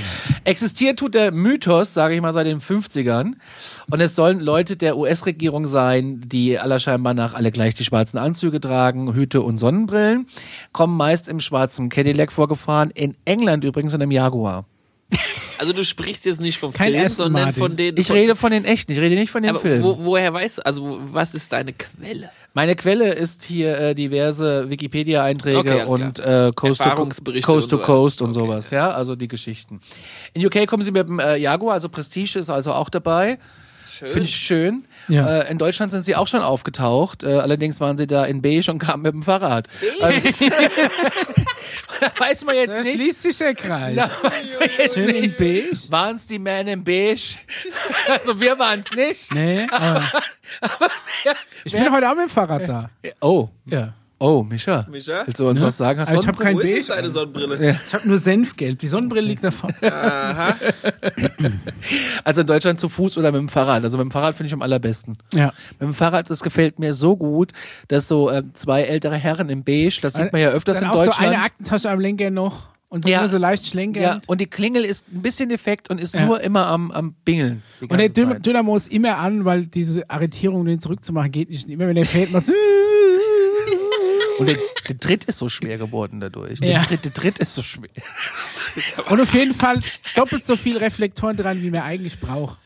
Existiert tut der Mythos, sage ich mal, seit den 50ern. Und es sollen Leute der US-Regierung sein, die aller scheinbar nach alle gleich die schwarzen Anzüge tragen, Hüte und Sonnenbrillen, kommen meist im schwarzen Cadillac vorgefahren, in England übrigens in einem Jaguar.
Also du sprichst jetzt nicht vom
Kein
Film,
Aston
sondern
Martin.
von den.
Ich
von,
rede von den echten, ich rede nicht von dem
aber
Film.
wo, woher weißt du? Also was ist deine Quelle?
Meine Quelle ist hier äh, diverse
Okay,
Wikipedia-Einträge
alles
und äh, Coast, to,
Erfahrungsberichte
Coast to
und so weiter.
Coast und
Okay,
sowas, ja, also die Geschichten. In UK kommen sie mit dem äh, Jaguar, also Prestige ist also auch dabei. Finde ich schön.
Ja.
Äh, in Deutschland sind sie auch schon aufgetaucht, äh, allerdings waren sie da in beige und kamen mit dem Fahrrad. Also, da weiß man jetzt
Da
nicht.
schließt sich der Kreis.
Da weiß man jetzt
Film in
nicht.
Beige?
Waren es die Men in Beige? Also wir waren es nicht.
Nee, aber ich bin heute auch mit dem Fahrrad da.
Oh,
Ja.
oh, Mischa.
Mischa?
Willst du uns was sagen? Hast
Also
du
ich habe kein Beige,
deine Sonnenbrille?
ich habe nur Senfgelb. Die Sonnenbrille liegt da vorne.
Also in Deutschland zu Fuß oder mit dem Fahrrad. Also mit dem Fahrrad finde ich am allerbesten.
Ja.
Mit dem Fahrrad, das gefällt mir so gut, dass so äh, zwei ältere Herren im Beige, das sieht man ja öfters
Äh,
in
Dann auch
Deutschland.
so eine Aktentasche am Lenker noch und so,
Ja.
nur so leicht
ja,
schlenkernd.
und die Klingel ist ein bisschen defekt und ist
Ja.
nur immer am, am Bingeln. die
Und der
ganze
Dyn
Zeit.
Dynamo ist immer an, weil diese Arretierung, um den zurückzumachen, geht nicht. Und Immer wenn der fällt, macht
und der, der Tritt ist so schwer geworden dadurch. Der,
Ja.
Tritt, der Tritt ist so schwer.
Und auf jeden Fall doppelt so viel Reflektoren dran, wie man eigentlich braucht.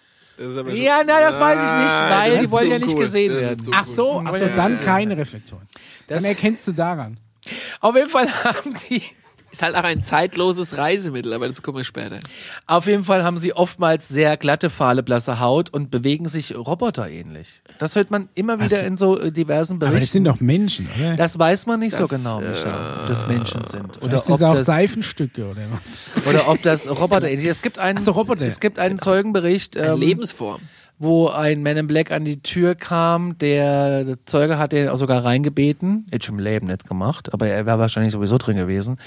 Ja, na, das weiß ich nicht, weil
das
die
ist
wollen
so
ja nicht
cool.
gesehen
Das ist
werden.
so
Ach so, ach so, dann keine Reflektoren. Dann erkennst du daran.
Auf jeden Fall haben die
Ist halt auch ein zeitloses Reisemittel, aber dazu kommen wir später.
Auf jeden Fall haben sie oftmals sehr glatte, fahle, blasse Haut und bewegen sich roboterähnlich. Das hört man immer wieder in so äh, diversen
Also Aber äh, das
Berichten.
sind doch Menschen, oder?
Das weiß man nicht so genau, Micha, ob das Menschen sind. Oder
das sind
ob
auch
das,
Seifenstücke oder was?
oder ob das Roboter Es gibt einen,
Ach so, Roboter. Genau.
Es gibt einen Zeugenbericht, ähm,
Lebensform.
wo ein Man in Black an die Tür kam. Der, der Zeuge hat den auch sogar reingebeten. Hätte ich im Leben nicht gemacht, aber er wäre wahrscheinlich sowieso drin gewesen.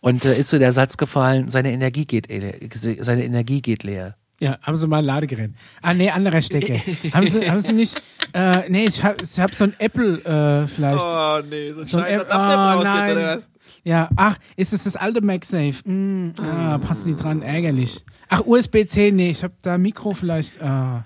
Und äh, ist so der Satz gefallen, seine Energie geht, ele- seine Energie geht leer.
Ja, haben sie mal ein Ladegerät. Ah, nee, anderer Stecker. haben, sie, haben sie nicht. Äh, nee, ich hab, ich hab so ein Apple äh, vielleicht.
Oh nee, so ein
so ein
scheiß
Apple.
Adapter
Oh,
brauchst du jetzt,
nein.
oder was?
Ja, ach, ist es das alte MagSafe? Mm, ah, passen die dran, ärgerlich. Ach, USB-C, nee, ich hab da Mikro vielleicht. Ah.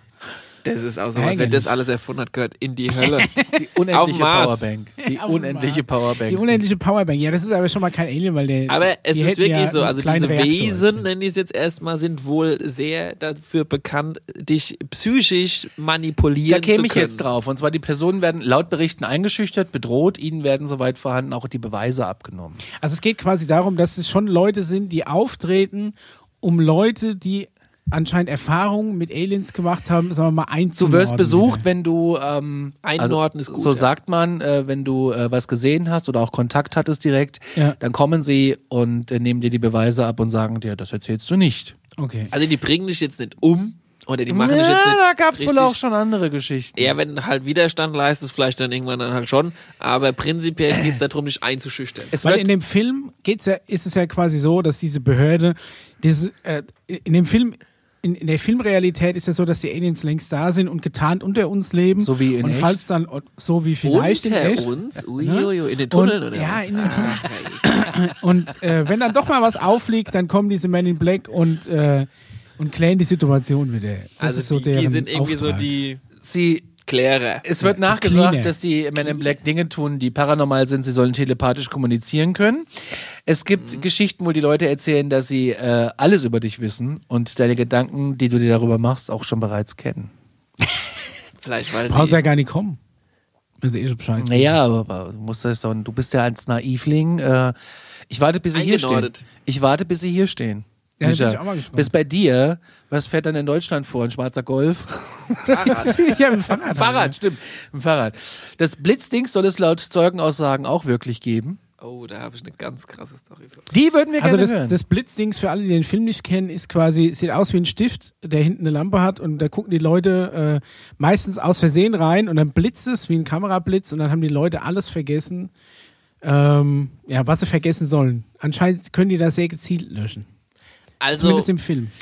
Das ist auch so, als wenn
Hängen.
das alles erfunden hat, gehört in die Hölle.
Die
Auf
unendliche
dem Mars.
Powerbank. Die
Auf dem
unendliche
Mars.
Powerbank.
Die unendliche Powerbank. Ja, das ist aber schon mal kein Alien, weil der.
Aber es
die
ist
hätten
wirklich
ja
so, also
kleine
diese
Reaktoren.
Wesen, nenne ich es jetzt erstmal, sind wohl sehr dafür bekannt, dich psychisch
da
manipulieren zu
käme
können.
ich jetzt drauf. Und zwar die Personen werden laut Berichten eingeschüchtert, bedroht, ihnen werden soweit vorhanden auch die Beweise abgenommen.
Also es geht quasi darum, dass es schon Leute sind, die auftreten, um Leute, die anscheinend Erfahrungen mit Aliens gemacht haben, sagen wir mal
Du
einzunorden.
wirst besucht, wenn du ähm,
Einordnen ist gut,
So
ja.
sagt man, äh, wenn du äh, was gesehen hast oder auch Kontakt hattest direkt,
Ja.
dann kommen sie und äh, nehmen dir die Beweise ab und sagen dir, das erzählst du nicht.
Okay.
Also die bringen dich jetzt nicht um oder die machen dich jetzt nicht
da gab's wohl
richtig-
auch schon andere Geschichten.
Ja, wenn du halt Widerstand leistest, vielleicht dann irgendwann dann halt schon. Aber prinzipiell geht's darum, dich einzuschüchtern.
Es
Weil
wird-
in dem Film geht's ja, ist es ja quasi so, dass diese Behörde, diese, äh, in dem Film, in, in der Filmrealität ist ja so, dass die Aliens längst da sind und getarnt unter uns leben.
So wie in
Und
echt?
falls dann, oh, so wie vielleicht
Unter
in echt. ne?
uns? Uiuiui, in den Tunneln
und,
oder
Ja,
was? Ah,
in den Tunneln. Und äh, wenn dann doch mal was auffliegt, dann kommen diese Men in Black und, äh, und klären die Situation wieder. Das
also
ist so
die, die
deren
sind irgendwie so
Auftrag.
die
Sie
Klärer.
Es wird nachgesagt,
Cleaner.
dass die Men in Black Dinge tun, die paranormal sind. Sie sollen telepathisch kommunizieren können. Es gibt Geschichten, wo die Leute erzählen, dass sie äh, alles über dich wissen und deine Gedanken, die du dir darüber machst, auch schon bereits kennen.
Vielleicht, weil
Brauchst ja
sie,
gar nicht kommen. Wenn sie eh schon Bescheid wissen.
Naja, aber, aber du musst das doch, du bist ja als Naivling. Äh, ich warte, bis sie hier stehen.
Eingenordet.
Ich warte, bis sie hier stehen.
Ja, da bin
Micha,
ich auch mal gespannt.
bis bei dir, was fährt dann in Deutschland vor? Ein schwarzer Golf?
ja, mit dem Fahrrad.
Fahrrad, stimmt. Ein Fahrrad. Das Blitzding soll es laut Zeugenaussagen auch wirklich geben.
oh, da habe ich eine ganz krasse Story. für.
Die würden wir
Also
gerne
das,
hören.
das Blitzdings für alle, die den Film nicht kennen, ist quasi, sieht aus wie ein Stift, der hinten eine Lampe hat und da gucken die Leute äh, meistens aus Versehen rein und dann blitzt es wie ein Kamerablitz und dann haben die Leute alles vergessen, ähm, ja, was sie vergessen sollen. Anscheinend können die das sehr gezielt löschen.
Also,
Zumindest im Film.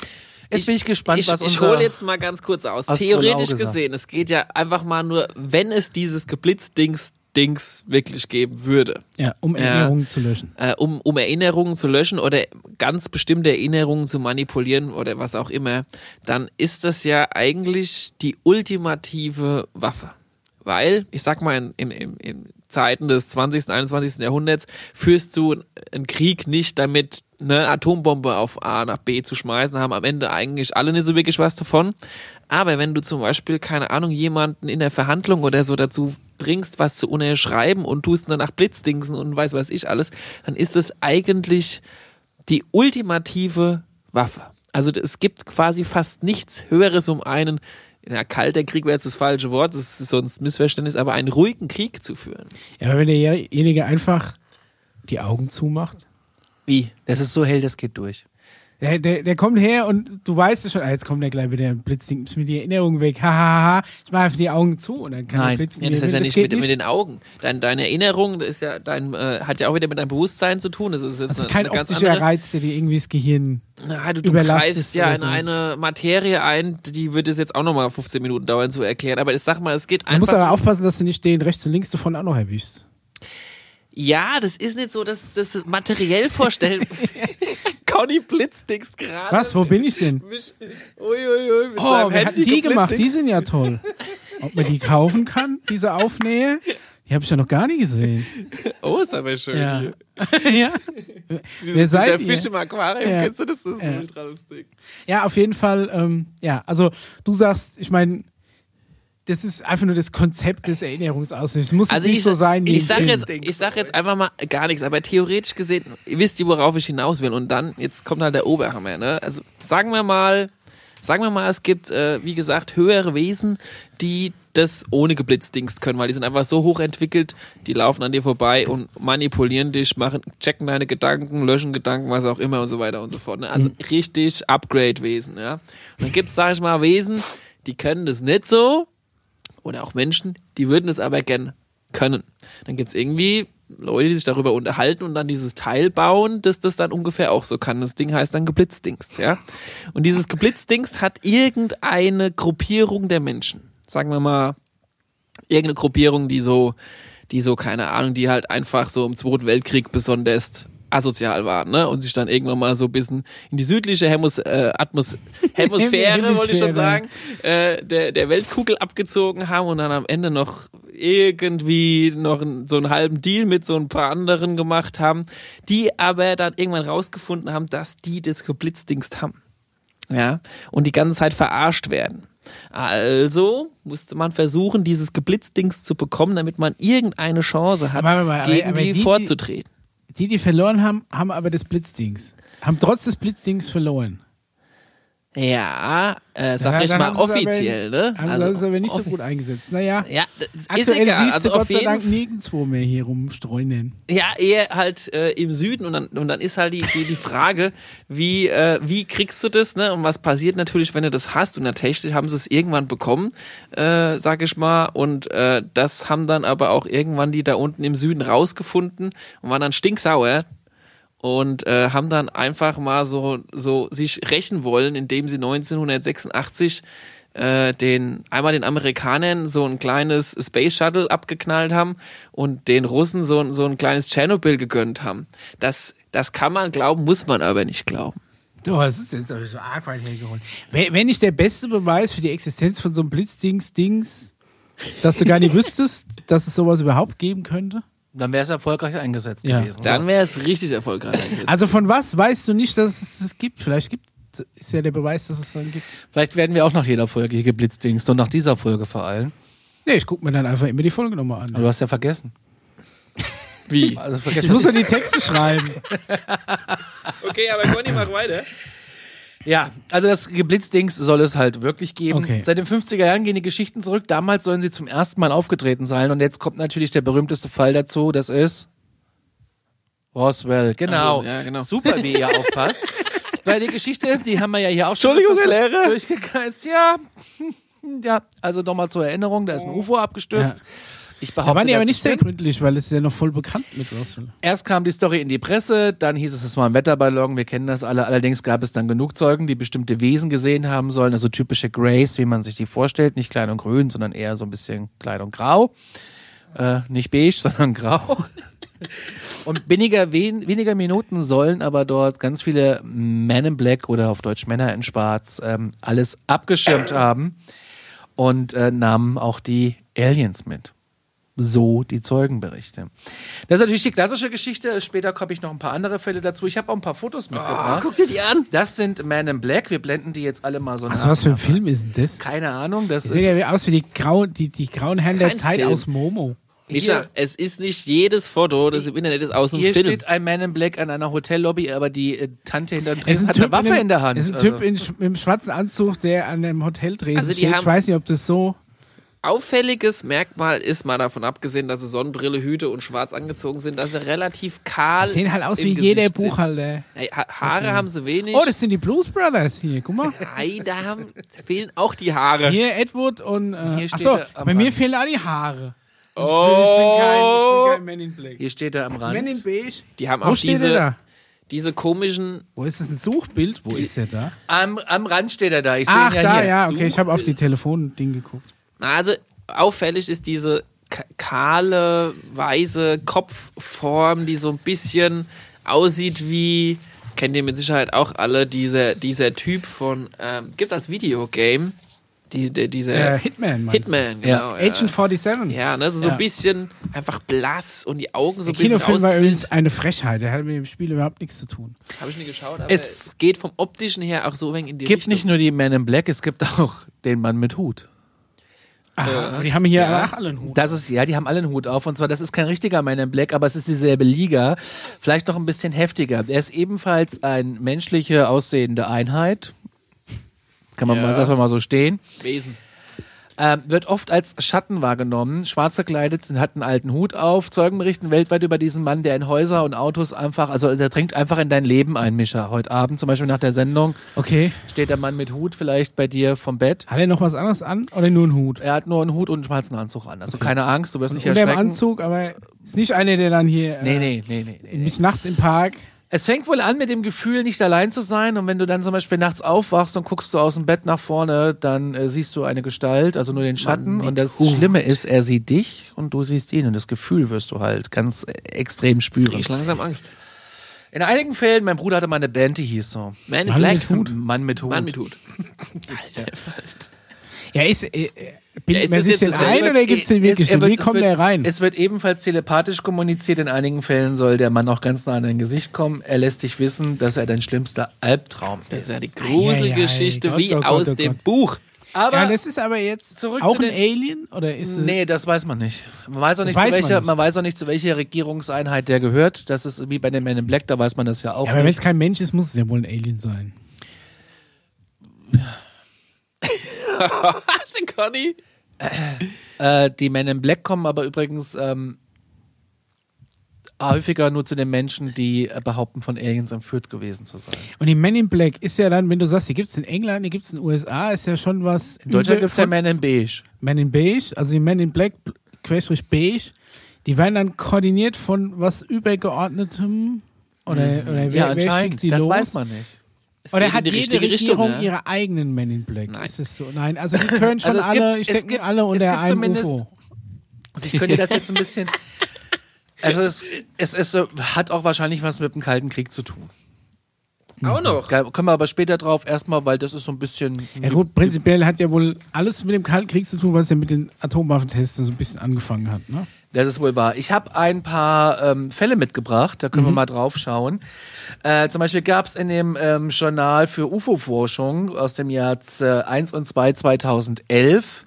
Jetzt bin ich gespannt,
ich,
was
ich
unser...
hole jetzt mal ganz kurz aus.
Astrologe
Theoretisch
sagt.
gesehen, es geht ja einfach mal nur, wenn es dieses Geblitzdings Dings wirklich geben würde,
Ja, um Erinnerungen zu löschen.
äh, um, um Erinnerungen zu löschen oder ganz bestimmte Erinnerungen zu manipulieren oder was auch immer, dann ist das ja eigentlich die ultimative Waffe. Weil, ich sag mal, in, in, in, in Zeiten des 20. und 21. Jahrhunderts führst du einen Krieg nicht damit, eine Atombombe auf A nach B zu schmeißen, haben am Ende eigentlich alle nicht so wirklich was davon. Aber wenn du zum Beispiel, keine Ahnung, jemanden in der Verhandlung oder so dazu bringst, was zu unterschreiben und tust dann nach Blitzdingsen und weiß was ich alles, dann ist es eigentlich die ultimative Waffe. Also d- es gibt quasi fast nichts Höheres, um einen, ja, kalter Krieg wäre jetzt das falsche Wort, das ist sonst Missverständnis, aber einen ruhigen Krieg zu führen.
Ja, aber wenn derjenige einfach die Augen zumacht,
Wie?
Das ist so hell, das geht durch.
Der, der, der kommt her und du weißt es schon, ah, jetzt kommt der gleich mit dem Blitzding, ist mir die Erinnerung weg. Hahaha, ha, ha. ich mache einfach die Augen zu und dann kann
Nein.
der Blitzding.
Ja, das
wieder
ist ja
weg.
nicht
geht
mit, mit den Augen. Dein, deine Erinnerung das ist ja dein, äh, hat ja auch wieder mit deinem Bewusstsein zu tun. Das ist, jetzt
das ist
eine-
Also kein
eine ganz
optischer
andere-
Reiz, der dir irgendwie das Gehirn.
Na, halt, du, du
überlastet
greifst ja
oder
in
sowas.
eine Materie ein, die wird es jetzt auch nochmal 15 Minuten dauern zu erklären. Aber ich sag mal, es geht
Du musst
einfach.
aber aufpassen, dass du nicht den rechts und links davon auch noch erwischst.
ja, das ist nicht so, dass das materiell vorstellen. Conny blitzdings gerade.
Was, wo bin ich denn?
Mich, uiuiui, mit
Oh,
seinem
wer hat
Oh, Handy
die gemacht?
geblitzdingst.
Die sind ja toll. Ob man die kaufen kann, diese Aufnähe? Die habe ich ja noch gar nie gesehen.
Oh, ist aber schön
Ja.
hier.
ja.
Dieses,
Wer seid
dieser
ihr?
Fisch im Aquarium,
Ja.
kennst du das? Das ist
Ja.
ultra lustig.
Ja, auf jeden Fall. Ähm, ja, also du sagst, ich meine, das ist einfach nur das Konzept des Erinnerungsausschnitts. Es muss jetzt nicht so sein wie
Also ich
im
sag
Film.
jetzt, ich sag jetzt einfach mal gar nichts, aber theoretisch gesehen, ihr wisst ihr, worauf ich hinaus will? Und dann, jetzt kommt halt der Oberhammer, ne? Also sagen wir mal, sagen wir mal, es gibt, äh, wie gesagt, höhere Wesen, die das ohne Geblitzdings können, weil die sind einfach so hochentwickelt, die laufen an dir vorbei und manipulieren dich, machen, checken deine Gedanken, löschen Gedanken, was auch immer und so weiter und so fort. Ne?
Mhm.
Also richtig Upgrade-Wesen, ja. Und dann gibt's, sag ich mal, Wesen, die können das nicht so, oder auch Menschen, die würden es aber gern können. Dann gibt es irgendwie Leute, die sich darüber unterhalten und dann dieses Teil bauen, dass das dann ungefähr auch so kann. Das Ding heißt dann Geblitzdings, ja. Und dieses Geblitzdings hat irgendeine Gruppierung der Menschen. Sagen wir mal, irgendeine Gruppierung, die so, die so, keine Ahnung, die halt einfach so im Zweiten Weltkrieg besonders asozial waren, ne? Und sich dann irgendwann mal so ein bisschen in die südliche Hemus, äh, Atmos Hemisphäre, wollte ich schon
Hemisphäre.
sagen, äh, der, der Weltkugel abgezogen haben und dann am Ende noch irgendwie noch einen- so einen halben Deal mit so ein paar anderen gemacht haben, die aber dann irgendwann rausgefunden haben, dass die das geblitzdingst haben. Ja. Und die ganze Zeit verarscht werden. Also musste man versuchen, dieses Geblitzdings zu bekommen, damit man irgendeine Chance hat,
Aber- aber- aber-
gegen
aber
die,
die- die-
vorzutreten.
Die, die verloren haben, haben aber das Blitzdings. Haben trotz des Blitzdings verloren.
Ja, äh, sag
Ja,
ich
dann
mal
haben sie es aber-
offiziell, ne?
Haben also, das ist aber nicht so gut eingesetzt. Naja,
Ja, das ist
aktuell
egal.
siehst
Also
du Gott
auf
sei
jeden
Dank nirgendwo mehr hier rumstreunen.
Ja, eher halt äh, im Süden und dann, und dann ist halt die, die, die Frage, wie, äh, wie kriegst du das, ne? Und was passiert natürlich, wenn du das hast? Und tatsächlich haben sie es irgendwann bekommen, äh, sag ich mal. Und äh, das haben dann aber auch irgendwann die da unten im Süden rausgefunden und waren dann stinksauer. Und äh, haben dann einfach mal so, so sich rächen wollen, indem sie 1986 äh, den einmal den Amerikanern so ein kleines Space Shuttle abgeknallt haben und den Russen so, ein- so ein kleines Tschernobyl gegönnt haben. Das, das kann man glauben, muss man aber nicht glauben.
Du hast es jetzt aber so arg weit hergeholt. Wenn wenn nicht der beste Beweis für die Existenz von so einem Blitzdings-Dings, dass du gar nicht wüsstest, dass es sowas überhaupt geben könnte?
Dann wäre es erfolgreich eingesetzt
Ja.
gewesen.
Dann wäre es richtig erfolgreich.
Also von was weißt du nicht, dass es das gibt? Vielleicht gibt ist ja der Beweis, dass es dann gibt.
Vielleicht werden wir auch nach jeder Folge hier geblitzdingst und nach dieser Folge vor allem.
Nee, ich gucke mir dann einfach immer die Folge nochmal an.
Aber du hast ja vergessen.
wie?
Also
ich
vergessen.
muss ja die Texte schreiben.
Okay, aber Conny, mach weiter.
Ja, also das Geblitzdings soll es halt wirklich geben.
Okay.
Seit den 50er Jahren gehen die Geschichten zurück. Damals sollen sie zum ersten Mal aufgetreten sein. Und jetzt kommt natürlich der berühmteste Fall dazu. Das ist Roswell. Genau.
Ach so, ja, genau.
Super, wie ihr aufpasst. Weil die Geschichte, die haben wir ja hier auch schon
Entschuldigung,
etwas
Herr Lehrer.
durchgekreist. Ja. ja, also nochmal zur Erinnerung, da ist
Oh.
ein UFO abgestürzt. Ich behaupte,
Da waren die aber
dass
nicht
es
sehr
stimmt.
gründlich, weil es ist ja noch voll bekannt mit Russell.
Ah,
Erst kam die Story in die Presse, dann hieß es, es war ein Wetterballon, wir kennen das alle. Allerdings gab es dann genug Zeugen, die bestimmte Wesen gesehen haben sollen, also typische Grays, wie man sich die vorstellt, nicht klein und grün, sondern eher so ein bisschen klein und grau. Äh, nicht beige, sondern grau. Und weniger, wen, weniger Minuten sollen aber dort ganz viele Men in Black oder auf Deutsch Männer in Schwarz ähm, alles abgeschirmt haben und äh, nahmen auch die Aliens mit. So die Zeugenberichte. Das ist natürlich die klassische Geschichte. Später komme ich noch ein paar andere Fälle dazu. Ich habe auch ein paar Fotos mitgebracht.
guck dir die an.
Das sind Man in Black. Wir blenden die jetzt alle mal so
Also was für ein Film ist denn das?
Keine Ahnung. Das
Das
ist
sieht ja wie aus wie die, Grau, die, die grauen
Das ist
Herren der
kein
Zeit
Film.
aus Momo.
Micha,
Hier-
es ist nicht jedes Foto, das im Internet ist, aus dem
Hier
Film.
steht ein Man in Black an einer Hotellobby, aber die äh, Tante hinter dem
Es
Tresen
ist ein
hat
Typ
eine Waffe
mit einem-
in der Hand. Also,
Es ist ein Typ in, sch- mit einem schwarzen Anzug, der an einem Hotel dreht.
Also die
steht.
haben-
Ich weiß nicht, ob das so.
auffälliges Merkmal ist mal davon abgesehen, dass sie Sonnenbrille, Hüte und schwarz angezogen sind, dass sie relativ kahl
Sehen halt aus
im
wie
Gesicht
jeder
sind.
Buchhalter.
Ey, ha Haare haben sie wenig.
Oh, das sind die Blues Brothers hier, guck mal.
Ei, da haben, fehlen auch die Haare.
Hier Edward und. Äh,
Hier steht
achso,
er am
bei mir
Rand.
fehlen auch die Haare. Ich bin-
Oh.
Ich bin kein, ich bin kein Men in Black.
Hier steht er am Rand.
Men in Beige.
Die haben
Wo
auch
steht
diese,
er da?
diese komischen.
Wo ist das ein Suchbild? Wo ist er da?
Am, am Rand steht er da. Ich sehe ihn
Ach,
ja
da,
hier.
ja, okay, ich habe auf die Telefonding geguckt.
Also auffällig ist diese k- kahle, weiße Kopfform, die so ein bisschen aussieht wie. Kennt ihr mit Sicherheit auch alle, dieser, dieser Typ von. Ähm, gibt's als Videogame? Die, der- dieser
Äh, Hitman, meinst
Hitman,
Ja.
genau. ja.
Agent 47.
Ja, ne, so, so
Ja.
ein bisschen einfach blass und die Augen so
Der
ein bisschen
Kinofilm war
ausgequillt.
übrigens eine Frechheit. Der hat mit dem Spiel überhaupt nichts zu tun.
Habe ich nie geschaut, aber es,
Es-
geht vom optischen her auch so ein wenig in die
Es gibt
Richtung.
nicht nur die Man in Black, es gibt auch den Mann mit Hut.
Aha, aber die haben hier
ja.
auch alle einen Hut.
Das ist, ja, die haben alle einen Hut auf. Und zwar, das ist kein richtiger Man in Black, aber es ist dieselbe Liga. Vielleicht noch ein bisschen heftiger. Er ist ebenfalls eine menschliche aussehende Einheit. Kann man
Ja.
mal, lassen wir mal so stehen.
Wesen.
Ähm, wird oft als Schatten wahrgenommen. Schwarz gekleidet, hat einen alten Hut auf. Zeugen berichten weltweit über diesen Mann, der in Häuser und Autos einfach, also der dringt einfach in dein Leben ein, Mischa. Heute Abend, zum Beispiel nach der Sendung,
Okay.
steht der Mann mit Hut vielleicht bei dir vom Bett.
Hat er noch was anderes an oder nur einen Hut?
Er hat nur einen Hut und einen schwarzen Anzug an. Also keine Angst, du wirst
Und
nicht
unter dem
erschrecken.
Anzug, aber ist nicht einer, der dann hier äh,
Nee, nee, nee, nee, nee.
mich nachts im Park.
Es fängt wohl an mit dem Gefühl, nicht allein zu sein. Und wenn du dann zum Beispiel nachts aufwachst und guckst du aus dem Bett nach vorne, dann äh, siehst du eine Gestalt, also nur den Schatten. Und das Schlimme ist, er sieht dich und du siehst ihn. Und das Gefühl wirst du halt ganz äh, extrem
Krieg
spüren.
ich langsam Angst.
In einigen Fällen, mein Bruder hatte mal eine Band, die hieß so.
Man in
Mann
Black.
mit Hut.
Mann mit Hut.
Mann mit Hut. Alter, Alter.
Ja, ist, äh, äh, bin,
Ja, ist
wer
das
sich
jetzt
denn
dasselbe?
ein oder gibt es den wirklich
er
schon?
wird- e-
Wie
es
kommt
wird,
der rein?
Es wird ebenfalls telepathisch kommuniziert. In einigen Fällen soll der Mann auch ganz nah an dein Gesicht kommen. Er lässt dich wissen, dass er dein schlimmster Albtraum
Das ist ja die
Ei, ei,
Gruselgeschichte
ei.
wie
Gott, oh
aus
Gott, oh
dem
Gott.
Buch.
Aber
ja, das ist aber jetzt
Zurück
auch
zu
ein
den-
Alien oder ist es-
Nee, das weiß man nicht. Man weiß auch nicht,
Äh, weiß
zu
man
welcher, man,
nicht.
weiß auch nicht, zu welcher Regierungseinheit der gehört. Das ist wie bei den Men in Black, da weiß man das ja auch
Ja, aber wenn es
nicht.
kein Mensch ist, muss es ja wohl ein Alien sein.
Conny.
Äh, die Men in Black kommen aber übrigens ähm, häufiger nur zu den Menschen, die äh, behaupten, von Aliens entführt gewesen zu sein.
Und die Men in Black ist ja dann, wenn du sagst, die gibt es in England, die gibt es in den USA, ist ja schon was.
In Deutschland gibt es ja
Men,
Men in Beige.
Men in Beige, also die Men in Black, bl- Querstrich Beige, die werden dann koordiniert von was übergeordnetem oder, oder
Mhm. Ja,
wer, wer schickt
anscheinend.
die
Das
los?
weiß man nicht.
Es
Oder
geht
hat
in die
jede
richtige Richtung,
Regierung
ja?
ihre eigenen Men in Black?
Nein.
Ist es so? Nein, also die können schon
Also es
alle,
gibt- es
stecken
gibt-
alle
es
unter
gibt
einem
zumindest-
UFO.
Also ich könnte das jetzt ein bisschen. Also es, es, es äh, hat auch wahrscheinlich was mit dem Kalten Krieg zu tun.
Mhm.
Auch noch.
Geil, Kommen wir aber später drauf, erstmal, weil das ist so ein bisschen.
Ja gut, prinzipiell hat ja wohl alles mit dem Kalten Krieg zu tun, was ja mit den Atomwaffentests so ein bisschen angefangen hat. Ne?
Das ist wohl wahr. Ich habe ein paar ähm, Fälle mitgebracht, da können wir mal drauf schauen. Äh, zum Beispiel gab es in dem ähm, Journal für UFO-Forschung aus dem Jahr z- äh, 1 und 2 2011,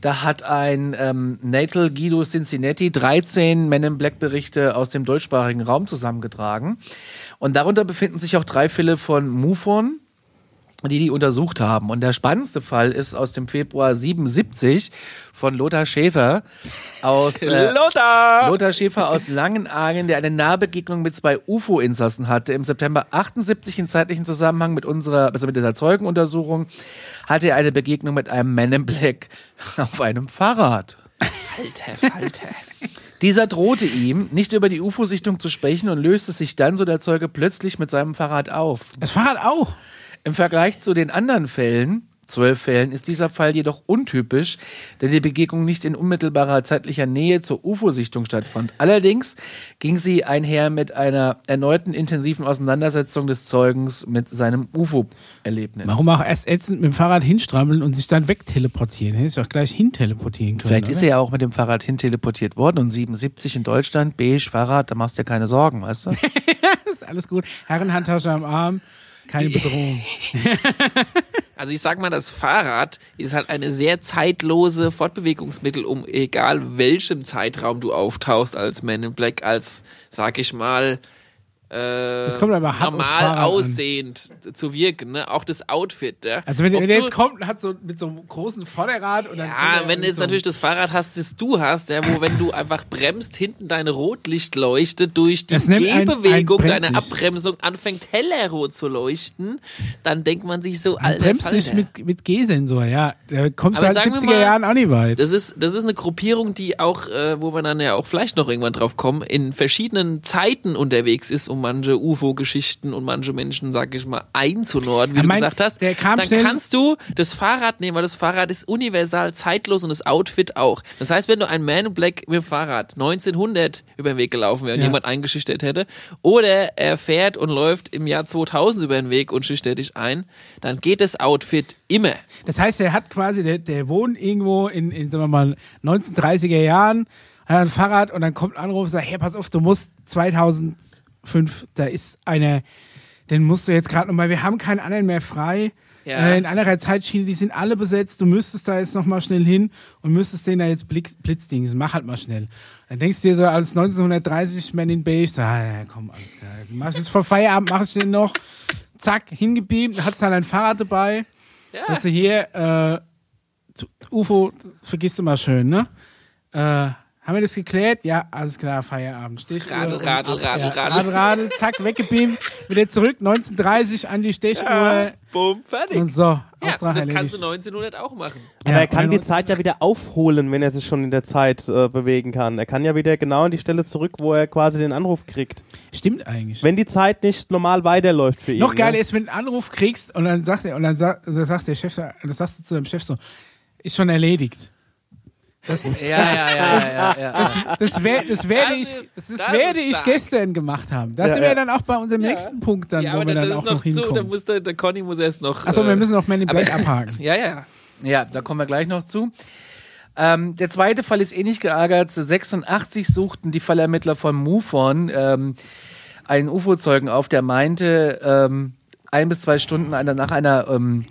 da hat ein ähm, Natal Guido Cincinnati 13 Men in Black Berichte aus dem deutschsprachigen Raum zusammengetragen. Und darunter befinden sich auch drei Fälle von MUFON, die die untersucht haben. Und der spannendste Fall ist aus dem Februar 77 von Lothar Schäfer aus äh,
Lothar!
Lothar Schäfer aus Langenargen, der eine Nahbegegnung mit zwei UFO-Insassen hatte. Im September 78 in zeitlichen Zusammenhang mit unserer, also mit dieser Zeugenuntersuchung, hatte er eine Begegnung mit einem Man in Black auf einem Fahrrad.
Alter Falter.
Dieser drohte ihm, nicht über die UFO-Sichtung zu sprechen und löste sich dann, so der Zeuge, plötzlich mit seinem Fahrrad auf.
Das Fahrrad auch.
Im Vergleich zu den anderen Fällen, zwölf Fällen, ist dieser Fall jedoch untypisch, denn die Begegnung nicht in unmittelbarer zeitlicher Nähe zur UFO-Sichtung stattfand. Allerdings ging sie einher mit einer erneuten intensiven Auseinandersetzung des Zeugens mit seinem UFO-Erlebnis.
Warum auch erst ätzend mit dem Fahrrad hinstrammeln und sich dann wegteleportieren? Hätte ich auch gleich hinteleportieren können.
Vielleicht ist
oder?
er ja auch mit dem Fahrrad hinteleportiert worden und 77 in Deutschland, beige Fahrrad, da machst du dir keine Sorgen, weißt du?
ist alles gut. Herrenhandtasche am Arm, keine Bedrohung.
Also ich sag mal, das Fahrrad ist halt eine sehr zeitlose Fortbewegungsmittel, um egal welchem Zeitraum du auftauchst als Man in Black, als, sag ich mal, äh, das
kommt aber hart aufs Fahrrad
normal
an.
aussehend zu wirken, ne? Auch das Outfit, ne?
Also wenn,
Ob
wenn der
du-
jetzt kommt und hat so mit so einem großen Vorderrad und dann
Ja, wenn du
es
jetzt natürlich das Fahrrad hast, das du hast, ja, wo wenn du einfach bremst, hinten deine Rotlichtleuchte durch die
Das nennt ein-
Gehbewegung
ein
deiner
Bremslicht.
Abbremsung anfängt heller rot zu leuchten, dann denkt man sich so, alter
bremst nicht
Falter.
mit, mit G-Sensor, ja. Da kommst
Aber
du halt
sagen
in
wir
70er
mal,
Jahren auch nicht weit.
Das ist, das ist eine Gruppierung, die auch, äh, wo man dann ja auch vielleicht noch irgendwann drauf kommen, in verschiedenen Zeiten unterwegs ist, um manche UFO-Geschichten und manche Menschen, sag ich mal, einzunorden, wie
Ja,
du
mein-
gesagt hast.
der kam
dann
schnell-
kannst du das Fahrrad nehmen, weil das Fahrrad ist universal zeitlos und das Outfit auch. Das heißt, wenn du ein Man in Black mit dem Fahrrad 1900 über den Weg gelaufen wäre und
Ja.
jemand eingeschüchtert hätte, oder er fährt und läuft im Jahr 2000 über den Weg und schüchtert dich ein, dann geht das Outfit immer.
Das heißt, er hat quasi, der, der wohnt irgendwo in, in, sagen wir mal, 1930er Jahren, hat ein Fahrrad und dann kommt ein Anruf und sagt, hey, pass auf, du musst 2005, da ist einer, den musst du jetzt gerade nochmal, wir haben keinen anderen mehr frei.
Ja.
Äh, in anderer Zeitschiene, die sind alle besetzt, du müsstest da jetzt nochmal schnell hin und müsstest den da jetzt Blitz, Blitzdings, mach halt mal schnell. Dann denkst du dir so, als 1930 Man in Beige, so, ah, ja, komm, alles klar, mach ich jetzt vor Feierabend, mach ich den noch. Zack, hingebeamt, hat dann ein Fahrrad dabei. Weißt du, hier, äh, zu- UFO, das vergisst du mal schön, ne? Äh, haben wir das geklärt? Ja, alles klar, Feierabend. Stechuhr.
Radl,
und
Radl,
ab-
Radl,
ja,
Radl.
Radl, Radl, zack, weggebeamt, wieder zurück, 19.30 an die Stechuhr.
Bumm, fertig.
Und so,
Ja,
Auftrag
das
erledigt.
kannst du 1900 auch machen.
Ja, also
Aber er kann
und-
die Zeit ja wieder aufholen, wenn er sich schon in der Zeit äh, bewegen kann. Er kann ja wieder genau an die Stelle zurück, wo er quasi den Anruf kriegt.
Stimmt eigentlich.
Wenn die Zeit nicht normal weiterläuft für ihn.
Noch geiler
ne?
ist, wenn du einen Anruf kriegst und dann sagt er, und dann sagt, dann sagt der Chef, das sagst du zu deinem Chef so, ist schon erledigt.
Ja, ja, ja, ja, ja.
Das, das, wer- das werde
Das
ich,
ist-
das
das
werde
ist
ich
stark.
gestern gemacht haben. Das sind wir dann auch bei unserem nächsten Punkt dann,
ja,
wo
aber
wir
da,
dann
das
auch
ist
noch,
noch zu, da
hinkommen.
muss der, der Conny muss erst noch.
Achso,
äh,
wir müssen noch Man in Black
aber-
abhaken.
Ja, ja.
Ja, da kommen wir gleich noch zu. Ähm, der zweite Fall ist ähnlich geärgert. 86 suchten die Fallermittler von MUFON ähm, einen UFO-Zeugen auf, der meinte, ähm, ein bis zwei Stunden einer- nach einer ähm,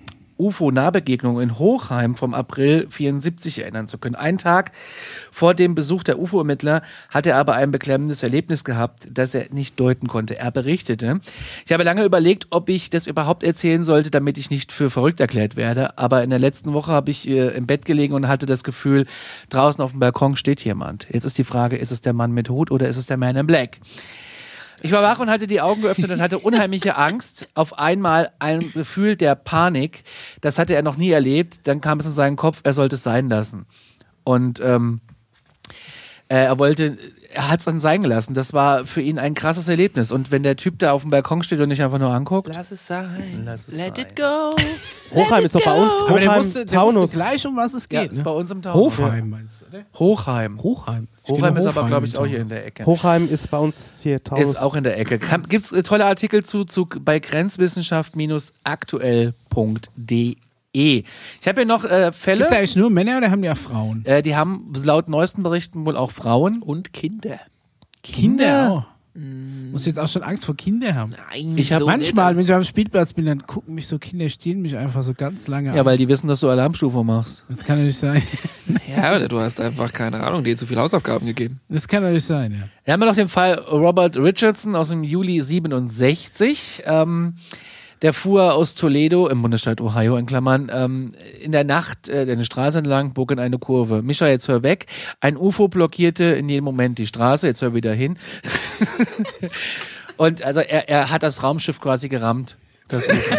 UFO-Nahbegegnung in Hochheim vom April 74 erinnern zu können. Einen Tag vor dem Besuch der UFO-Ermittler hat er aber ein beklemmendes Erlebnis gehabt, das er nicht deuten konnte. Er berichtete, ich habe lange überlegt, ob ich das überhaupt erzählen sollte, damit ich nicht für verrückt erklärt werde. Aber in der letzten Woche habe ich äh, im Bett gelegen und hatte das Gefühl, draußen auf dem Balkon steht jemand. Jetzt ist die Frage, ist es der Mann mit Hut oder ist es der Man in Black? Ich war wach und hatte die Augen geöffnet und hatte unheimliche Angst. Auf einmal ein Gefühl der Panik. Das hatte er noch nie erlebt. Dann kam es in seinen Kopf, er sollte es sein lassen. Und ähm, äh, er wollte, er hat es dann sein gelassen. Das war für ihn ein krasses Erlebnis. Und wenn der Typ da auf dem Balkon steht und dich einfach nur anguckt,
Lass es sein.
Lass es
Let
sein.
it go.
Hochheim ist doch bei uns.
Aber der
Hochheim,
wusste, der wusste
Taunus.
gleich, um was es
ja,
geht.
ist bei
ne?
uns im Town.
Hochheim meinst du, oder?
Hochheim.
Hochheim. Ich
Hochheim
kenne
ist aber,
Hofheim
glaube ich,
im
auch hier in
Taunus.
der Ecke.
Hochheim ist bei uns hier Taunus.
Ist auch in der Ecke. Gibt es tolle Artikel zu, zu bei grenzwissenschaft-aktuell.de. E. Ich habe hier noch äh,
Gibt es
Fälle,
eigentlich nur Männer oder haben die auch Frauen?
äh, die haben laut neuesten Berichten wohl auch Frauen.
Und Kinder.
Kinder.
Mm.
Muss ich jetzt auch schon Angst vor Kindern haben.
Nein,
Ich hab
so
Manchmal,
nicht.
wenn ich am Spielplatz bin, dann gucken mich so Kinder, stieren mich einfach so ganz lange
Ja,
an.
weil die wissen, dass du Alarmstufe machst.
Das kann doch nicht sein.
Ja, aber du hast einfach keine Ahnung, dir zu viele Hausaufgaben gegeben.
Das kann doch nicht sein, ja.
Wir haben ja noch den Fall Robert Richardson aus dem Juli 67. Ähm, der fuhr aus Toledo im Bundesstaat Ohio in Klammern ähm, in der Nacht äh, eine Straße entlang, bog in eine Kurve. Mischa, jetzt hör weg. Ein UFO blockierte in jedem Moment die Straße. Jetzt hör wieder hin. Und also er, er hat das Raumschiff quasi gerammt. Das UFO.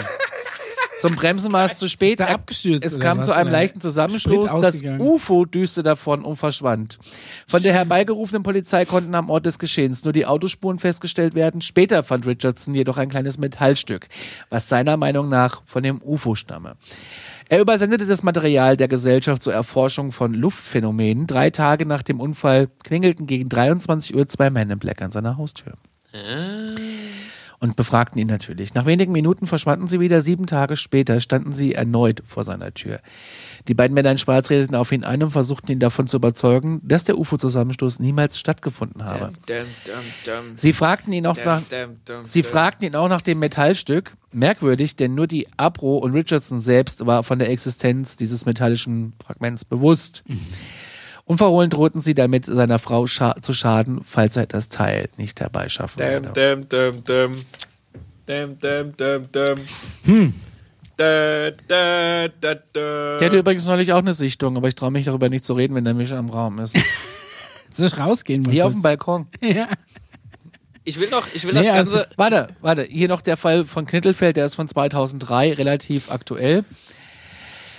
Zum Bremsen war es zu spät.
da
Er-
abgestürzt
Es
oder
kam
was?
zu einem
Oder
leichten Zusammenstoß.
Sprit
Das
ausgegangen?
UFO düste davon und verschwand. Von der herbeigerufenen Polizei konnten am Ort des Geschehens nur die Autospuren festgestellt werden. Später fand Richardson jedoch ein kleines Metallstück, was seiner Meinung nach von dem UFO stamme. Er übersendete das Material der Gesellschaft zur Erforschung von Luftphänomenen. Drei Tage nach dem Unfall klingelten gegen 23 Uhr zwei Men in Black an seiner Haustür. Und befragten ihn natürlich. Nach wenigen Minuten verschwanden sie wieder. Sieben Tage später standen sie erneut vor seiner Tür. Die beiden Männer in Schwarz redeten auf ihn ein und versuchten ihn davon zu überzeugen, dass der UFO-Zusammenstoß niemals stattgefunden habe.
Dum, dum, dum.
Sie fragten ihn auch nach,
Dum, dum, dum,
Sie
dum.
fragten ihn auch nach dem Metallstück. Merkwürdig, denn nur die Abro und Richardson selbst war von der Existenz dieses metallischen Fragments bewusst.
Mhm.
Unverhohlen drohten sie damit, seiner Frau scha zu schaden, falls er das Teil nicht herbeischaffen
genau.
Dum,
würde.
dum, dum, dum. Dum, dum, dum, dum.
Hm.
Da, da, da, da.
Ich hatte übrigens neulich auch eine Sichtung, aber ich traue mich darüber nicht zu reden, wenn der Mischer im Raum ist.
Soll ich rausgehen? mal
Hier auf
kurz?
dem Balkon.
ja.
Ich will noch, ich will
Nee,
das
also-
Ganze.
Warte, warte. Hier noch der Fall von Knittelfeld, der ist von 2003, relativ aktuell.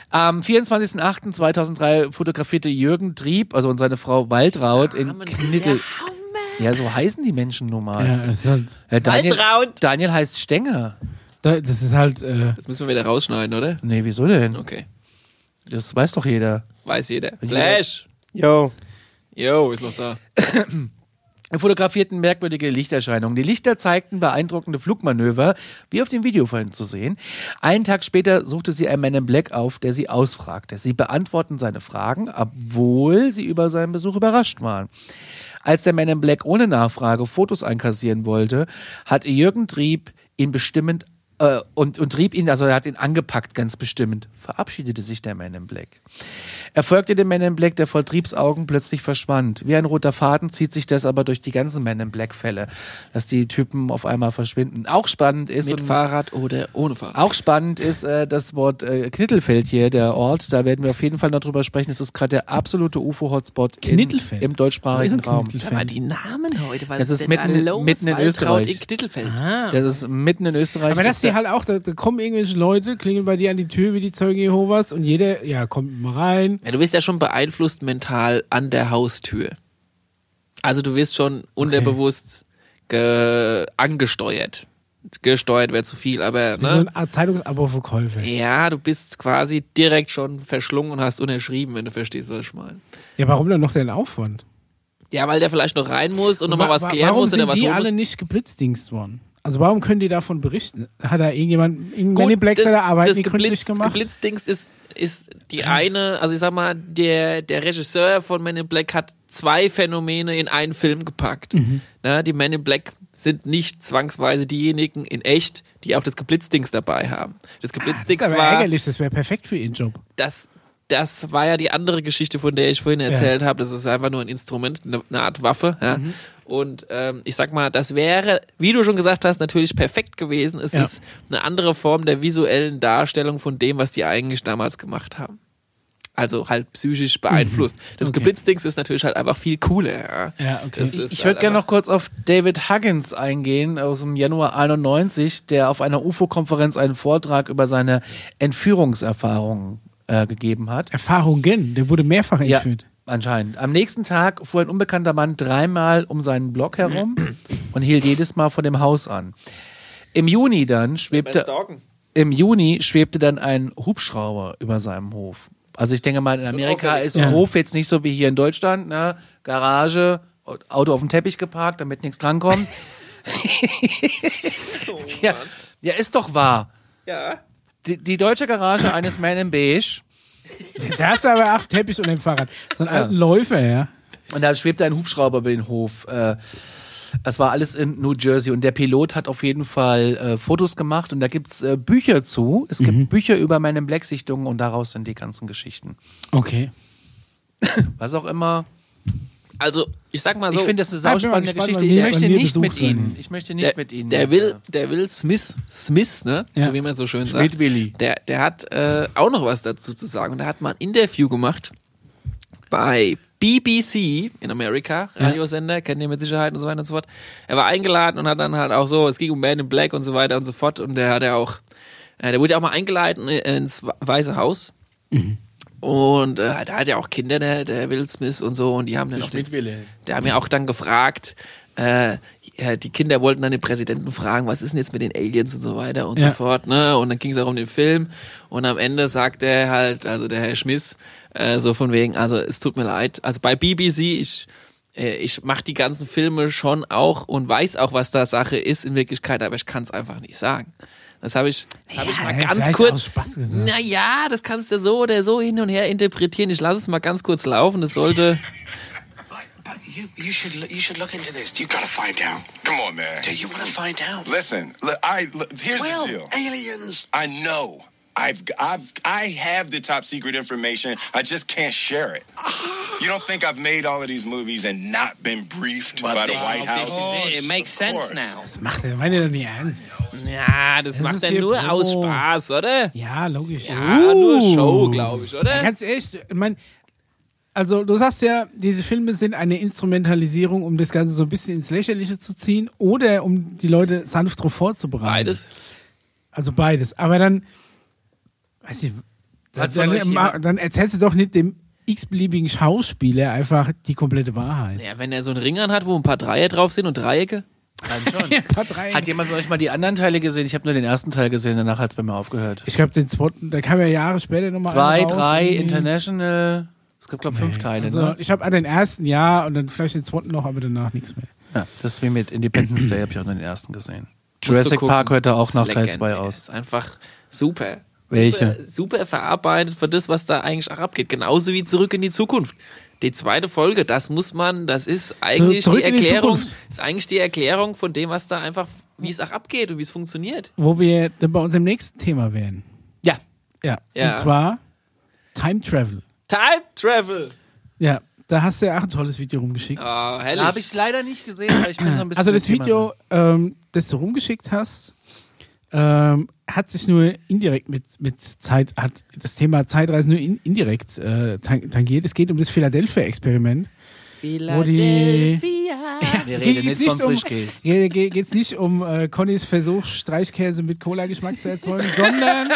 Am 24.08.2003 fotografierte Jürgen Trieb, also und seine Frau Waldraut in Knittel. Ja, so heißen die Menschen nun mal.
ja das, ist halt,
Äh, Daniel,
Waldraut.
Daniel heißt Stenger.
da- das ist halt. Äh,
Das müssen wir wieder rausschneiden, oder?
Nee, wieso denn?
Okay.
Das weiß doch jeder.
Weiß jeder.
Jeder.
Flash!
Yo.
Yo, ist noch da.
Er fotografierten merkwürdige Lichterscheinungen. Die Lichter zeigten beeindruckende Flugmanöver, wie auf dem Videofilm zu sehen. Einen Tag später suchte sie einen Man in Black auf, der sie ausfragte. Sie beantworten seine Fragen, obwohl sie über seinen Besuch überrascht waren. Als der Man in Black ohne Nachfrage Fotos einkassieren wollte, hat Jürgen Trieb ihn bestimmend äh, und, und trieb ihn, also er hat ihn angepackt, ganz bestimmt. Verabschiedete sich der Man in Black. Er folgte dem Man in Black, der vor Triebsaugen plötzlich verschwand. Wie ein roter Faden zieht sich das aber durch die ganzen Man in Black-Fälle, dass die Typen auf einmal verschwinden. Auch spannend ist,
Mit
und
Fahrrad oder ohne Fahrrad.
auch spannend ist äh, das Wort äh, Knittelfeld hier, der Ort. Da werden wir auf jeden Fall noch drüber sprechen. Es ist gerade der absolute UFO-Hotspot in-
Knittelfeld?
im
wo ist
deutschsprachigen
ein
Raum.
Knittelfeld?
Aber die Namen heute, weil
Das ist mitten- mitten in Österreich.
in Ah. Knittelfeld.
Das ist mitten in Österreich.
Aber das
Ist
ist ja
der-
halt auch, da, da kommen irgendwelche Leute, klingeln bei dir an die Tür wie die Zeugen Jehovas und jeder, ja, kommt mal rein.
Ja, du bist ja schon beeinflusst mental an der Haustür. Also du wirst schon unterbewusst ge angesteuert. gesteuert wäre zu viel, aber
Wie so
ne?
ein Art Zeitungsabo für Käufe.
ja, du bist quasi direkt schon verschlungen und hast unterschrieben, wenn du verstehst, was ich meine.
Ja, warum dann noch den Aufwand?
Ja, weil der vielleicht noch rein muss und nochmal
Wa-
was
wa-
klären
warum
muss
sind
oder was
die
holen
alle
muss.
nicht geblitzdingst worden? Also warum können die davon berichten? Hat da irgendjemand, irgendein Manny
Gut,
Black
das-
seine Arbeit
das
nicht gründlich
geblitzt,
gemacht?
Geblitzdings ist, ist die eine, also ich sag mal, der, der Regisseur von Men in Black hat zwei Phänomene in einen Film gepackt.
Mhm.
Na, die Men in Black sind nicht zwangsweise diejenigen in echt, die auch das Geblitzdings dabei haben. Das Geblitzdings
Ah, das ist aber
war,
ärgerlich, das wäre perfekt für ihren Job.
das, das war ja die andere Geschichte, von der ich vorhin erzählt habe. Das ist einfach nur ein Instrument, eine, eine Art Waffe. Ja.
Mhm.
Und ähm, ich sag mal, das wäre, wie du schon gesagt hast, natürlich perfekt gewesen. Es
Ja.
ist eine andere Form der visuellen Darstellung von dem, was die eigentlich damals gemacht haben. Also halt
Mhm.
psychisch beeinflusst. Das
Okay.
Geblitzdings ist natürlich halt einfach viel cooler. Ja,
Ja, okay.
Das ist
Ich
halt
würde gerne
einfach-
noch kurz auf David Huggins eingehen aus dem Januar 91, der auf einer UFO-Konferenz einen Vortrag über seine Entführungserfahrungen äh, gegeben hat.
Erfahrungen, der wurde mehrfach
Ja,
entführt.
anscheinend. Am nächsten Tag fuhr ein unbekannter Mann dreimal um seinen Block herum und hielt jedes Mal vor dem Haus an. Im Juni dann schwebte
Stalken.
im Juni schwebte dann ein Hubschrauber über seinem Hof. Also ich denke mal, in Amerika
auffällig.
ist ein
Ja.
Hof jetzt nicht so wie hier in Deutschland, ne? Garage, Auto auf dem Teppich geparkt, damit nichts drankommt. ja, ja, ist doch wahr.
Oh Ja.
Die, die deutsche Garage eines Man in Beige
Da hast du aber acht Teppich unter dem Fahrrad. So einen alten Läufer, ja.
Und da schwebte ein Hubschrauber über den Hof. Äh, Das war alles in New Jersey und der Pilot hat auf jeden Fall äh, Fotos gemacht und da gibt's äh, Bücher zu. Es gibt Bücher über meine Black-Sichtungen und daraus sind die ganzen Geschichten.
Okay.
Was auch immer.
Also ich sag mal so.
ich finde, das ist
Ah,
eine
bin mal
sauspannende
gespannt,
Geschichte.
wann
Ich
wir-
möchte
wann wir
nicht
Besuch
mit
kriegen.
Ihnen. Ich möchte nicht
der,
mit Ihnen.
Der Will, der Will Smith, Smith, ne?
Ja.
So wie man so schön sagt.
Schmidt Willi.
Der, der hat äh, auch noch was dazu zu sagen. Und der hat mal ein Interview gemacht bei BBC in Amerika, Radiosender, kennt ihr mit Sicherheit und so weiter und so fort. Er war eingeladen und hat dann halt auch so, es ging um Man in Black und so weiter und so fort. Und der hat ja auch, äh, der wurde ja auch mal eingeladen ins Weiße Haus. Und äh, der hat ja auch Kinder, der, der Will Smith und so, und die haben dann auch den, die haben ja auch dann gefragt, äh, ja, die Kinder wollten dann den Präsidenten fragen, was ist denn jetzt mit den Aliens und so weiter und
Ja.
so fort, ne? Und dann ging es auch um den Film und am Ende sagt er halt, also der Herr Schmiss, äh, so von wegen, also es tut mir leid, also bei BBC, ich äh, ich mache die ganzen Filme schon auch und weiß auch, was da Sache ist in Wirklichkeit, aber ich kann es einfach nicht sagen. Das habe ich, hab ich
Ja,
mal
ja,
ganz
vielleicht
kurz.
aus Spaß gesagt.
Naja, das kannst du so oder so hin und her interpretieren. Ich lasse es mal ganz kurz laufen. Das sollte.
But you, you should l- you should look into this. You gotta find out.
Come on, man.
Do you want to find out?
Listen, look, I look, here's
well,
the deal.
aliens.
I know. I've I've I have the top secret information. I just can't share it. You don't think I've made all of these movies and not been briefed
But
by the
they-
White
they-
House?
it
makes sense now.
Das macht er, meint er doch nicht ernst.
Ja, das, macht
ist
er
hier
nur
Pro.
aus Spaß, oder?
Ja, logisch.
Ja, nur Show, glaube ich,
Ja,
oder?
Ganz ehrlich, ich meine, also du sagst ja, diese Filme sind eine Instrumentalisierung, um das Ganze so ein bisschen ins Lächerliche zu ziehen oder um die Leute sanft drauf vorzubereiten.
Beides.
Also beides. Aber dann, weiß ich, dann,
Hat von euch
dann, ma-
jemand-
dann erzählst du doch nicht dem x-beliebigen Schauspieler einfach die komplette Wahrheit.
Ja, wenn er so einen Ring an hat, wo ein paar Dreier drauf sind und Dreiecke.
Dann Äh, schon.
Hat rein.
Hat jemand von euch mal die anderen Teile gesehen? Ich habe nur den ersten Teil gesehen, danach hat's bei mir aufgehört.
ich glaube, den zweiten, da kam ja Jahre später nochmal.
Zwei,
einer raus,
drei,
irgendwie.
International. Es gibt, glaube ich, fünf Teile.
Also,
ne?
ich habe an den ersten ja und dann vielleicht den zweiten noch, aber danach nichts mehr.
Ja, das ist wie mit Independence Day, habe ich auch nur den ersten gesehen.
Musst du
Jurassic
gucken.
Park hörte auch
Ist
nach Teil
legendär.
2 aus.
Ist einfach super.
Welche?
Super, äh, super verarbeitet für das, was da eigentlich auch abgeht. Genauso wie Zurück in die Zukunft. Die zweite Folge, das muss man, das ist eigentlich
Zurück
die
in die
Erklärung,
Zukunft.
ist eigentlich die Erklärung von dem, was da einfach, wie es auch abgeht und wie es funktioniert.
Wo wir dann bei unserem nächsten Thema wären.
Ja.
Ja.
Ja.
Und zwar Time Travel.
Time Travel.
Ja, da hast du ja auch ein tolles Video rumgeschickt.
Ah, herrlich.
Habe ich leider nicht gesehen, weil ich bin so ein bisschen.
also das
im Thema
Video, ähm, das du rumgeschickt hast, ähm, hat sich nur indirekt mit, mit Zeit, hat das Thema Zeitreisen nur in, indirekt äh, tan- tangiert. Es geht um das Philadelphia-Experiment. Wo die-
Philadelphia.
drin. Wir
Geht
reden
es
nicht von
um,
Frischkäse.
geht, geht geht's nicht um äh, Connys Versuch, Streichkäse mit Cola-Geschmack zu erzeugen, sondern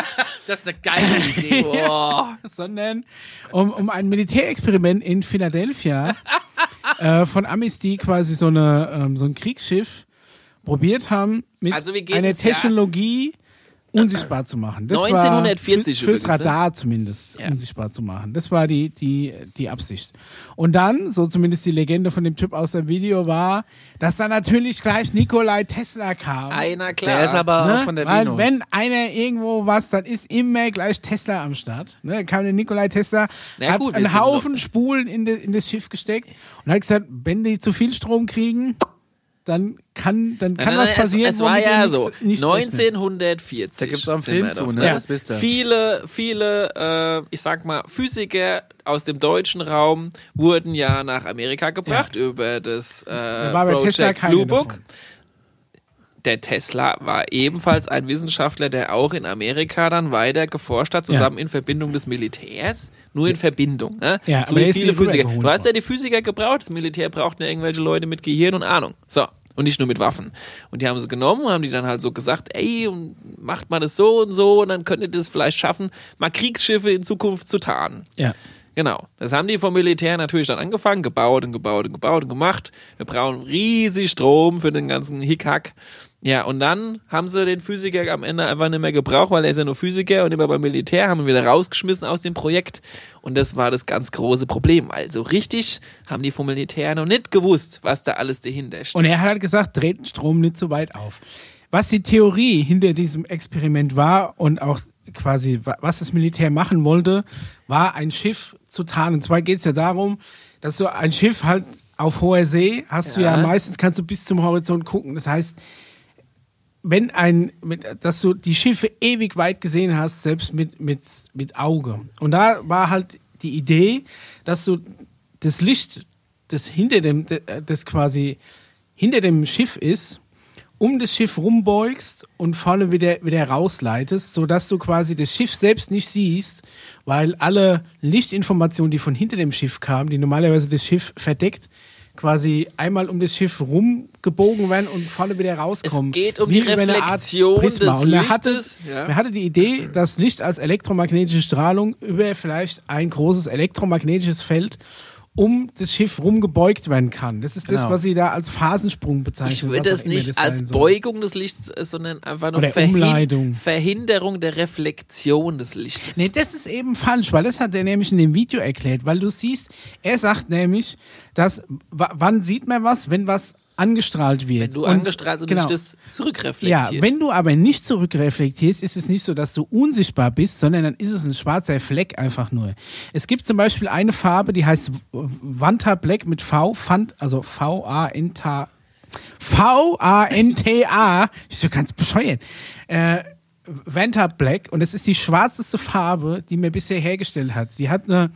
Das ist eine geile Idee.
Boah.
sondern um, um ein Militärexperiment in Philadelphia äh, von Amis, die quasi so, eine, ähm, so ein Kriegsschiff probiert haben, mit
Also wir gehen
einer
ins Jahr-
Technologie unsichtbar zu machen. Das war
1940
für, fürs
übrigens, ne?
Radar zumindest
Ja.
unsichtbar zu machen. Das war die, die, die Absicht. Und dann, so zumindest die Legende von dem Typ aus dem Video war, dass dann natürlich gleich Nikolai Tesla kam.
Einer klar.
Der ist aber
Ne?
auch von der
Weil
Venus.
wenn einer irgendwo was, dann ist immer gleich Tesla am Start. Ne? Dann kam der Nikolai Tesla,
Na
hat
gut, wir
einen
sind
Haufen Spulen in, de, in das Schiff gesteckt und hat gesagt, wenn die zu viel Strom kriegen, dann kann, dann kann
Nein,
was
nein,
passieren.
Es, es war
womit ihr
ja
nicht-
so,
nicht rechnet.
1940.
Da gibt's auch einen
sind
Film
wir
zu,
doch,
ne?
Ja.
Das wisst ihr.
Viele, viele, äh, ich sag mal, Physiker aus dem deutschen Raum wurden ja nach Amerika gebracht über das äh,
war aber Tesla
Project
keine
Blue Book.
davon.
Der Tesla war ebenfalls ein Wissenschaftler, der auch in Amerika dann weiter geforscht hat, zusammen in Verbindung des Militärs. Nur in Verbindung. Ne?
Ja,
so
aber er
wie
ist
viele
nicht
Physiker.
rübergeholt
Du hast ja die Physiker gebraucht. Das Militär braucht ja irgendwelche Leute mit Gehirn und Ahnung. So. Und nicht nur mit Waffen. Und die haben sie genommen, haben die dann halt so gesagt, ey, und macht mal das so und so und dann könnt ihr das vielleicht schaffen, mal Kriegsschiffe in Zukunft zu tarnen.
Ja.
Genau. Das haben die vom Militär natürlich dann angefangen, gebaut und gebaut und gebaut und gemacht. Wir brauchen riesig Strom für den ganzen Hickhack. Ja, und dann haben sie den Physiker am Ende einfach nicht mehr gebraucht, weil er ist ja nur Physiker und immer beim Militär haben ihn wieder rausgeschmissen aus dem Projekt. Und das war das ganz große Problem. Also richtig haben die vom Militär noch nicht gewusst, was da alles dahinter steht.
Und er hat halt gesagt, dreht den Strom nicht so weit auf. Was die Theorie hinter diesem Experiment war und auch quasi, wa- was das Militär machen wollte, war ein Schiff zu tarnen. Und zwar geht es ja darum, dass so ein Schiff halt auf hoher See hast du ja meistens kannst du bis zum Horizont gucken. Das heißt, wenn ein, mit, dass du die Schiffe ewig weit gesehen hast, selbst mit, mit, mit Auge. Und da war halt die Idee, dass du das Licht, das hinter dem, das quasi hinter dem Schiff ist, um das Schiff rumbeugst und vorne wieder, wieder rausleitest, sodass du quasi das Schiff selbst nicht siehst, weil alle Lichtinformationen, die von hinter dem Schiff kamen, die normalerweise das Schiff verdeckt, quasi einmal um das Schiff rumgebogen werden und vorne wieder rauskommen.
geht um
Wie
die
über eine Art
Reflexion
Prisma.
des
und er hatte,
Lichtes, ja.
er hatte die Idee, dass Licht als elektromagnetische Strahlung über vielleicht ein großes elektromagnetisches Feld um das Schiff rumgebeugt werden kann. Das ist das,
Genau.
was sie da als Phasensprung bezeichnen.
Ich würde
was auch
das
immer
nicht
sein
als
soll.
Beugung des Lichts, äh, sondern einfach nur
Oder
Verhin-
Umleitung.
Verhinderung der Reflexion des Lichtes.
Nee, das ist eben falsch, weil das hat er nämlich in dem Video erklärt, weil du siehst, er sagt nämlich, dass wa- wann sieht man was, wenn was angestrahlt wird.
wenn du
Und-
angestrahlt und
genau.
dich das
Ja,
zurückreflektiert.
wenn du aber nicht zurückreflektierst, ist es nicht so, dass du unsichtbar bist, sondern dann ist es ein schwarzer Fleck einfach nur. Es gibt zum Beispiel eine Farbe, die heißt Vanta Black mit V, Fant, also V-A-N-T-A. V-A-N-T-A. Ich so ganz bescheuert. Äh, Vanta Black und es ist die schwarzeste Farbe, die mir bisher hergestellt hat. Die hat eine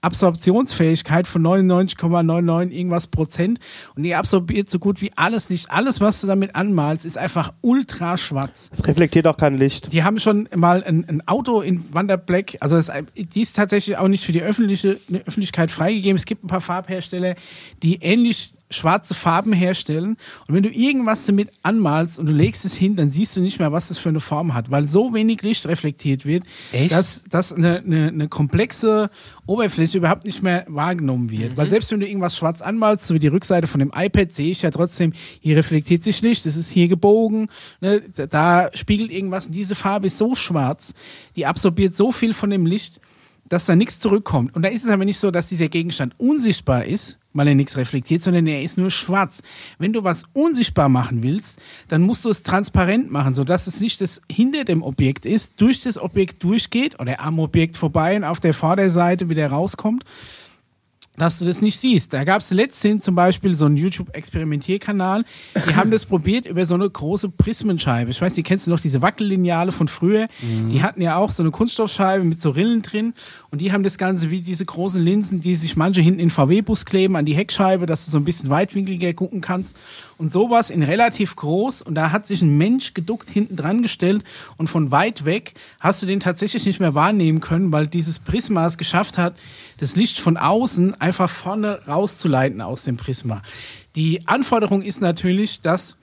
Absorptionsfähigkeit von 99,99 irgendwas Prozent und die absorbiert so gut wie alles nicht. Alles, was du damit anmalst, ist einfach ultra schwarz.
Es reflektiert auch kein Licht.
Die haben schon mal ein, ein Auto in Vanta Black, also es, die ist tatsächlich auch nicht für die öffentliche die Öffentlichkeit freigegeben. Es gibt ein paar Farbhersteller, die ähnlich schwarze Farben herstellen und wenn du irgendwas damit anmalst und du legst es hin, dann siehst du nicht mehr, was das für eine Form hat, weil so wenig Licht reflektiert wird,
Echt?
dass, dass eine, eine, eine komplexe Oberfläche überhaupt nicht mehr wahrgenommen wird. Weil selbst wenn du irgendwas schwarz anmalst, so wie die Rückseite von dem iPad, sehe ich ja trotzdem, hier reflektiert sich Licht, es ist hier gebogen, ne, da- da spiegelt irgendwas. Und diese Farbe ist so schwarz, die absorbiert so viel von dem Licht, dass da nichts zurückkommt. Und da ist es aber nicht so, dass dieser Gegenstand unsichtbar ist, weil er nichts reflektiert, sondern er ist nur schwarz. Wenn du was unsichtbar machen willst, dann musst du es transparent machen, sodass das Licht, das hinter dem Objekt ist, durch das Objekt durchgeht oder am Objekt vorbei und auf der Vorderseite wieder rauskommt dass du das nicht siehst. Da gab es letztens zum Beispiel so einen YouTube-Experimentierkanal, die haben das probiert über so eine große Prismenscheibe. Ich weiß nicht, kennst du noch diese Wackellineale von früher? Die hatten ja auch so eine Kunststoffscheibe mit so Rillen drin und die haben das Ganze wie diese großen Linsen, die sich manche hinten in VW-Bus kleben an die Heckscheibe, dass du so ein bisschen weitwinkliger gucken kannst und sowas in relativ groß und da hat sich ein Mensch geduckt hinten dran gestellt und von weit weg hast du den tatsächlich nicht mehr wahrnehmen können, weil dieses Prisma es geschafft hat, das Licht von außen einfach vorne rauszuleiten aus dem Prisma. Die Anforderung ist natürlich, dass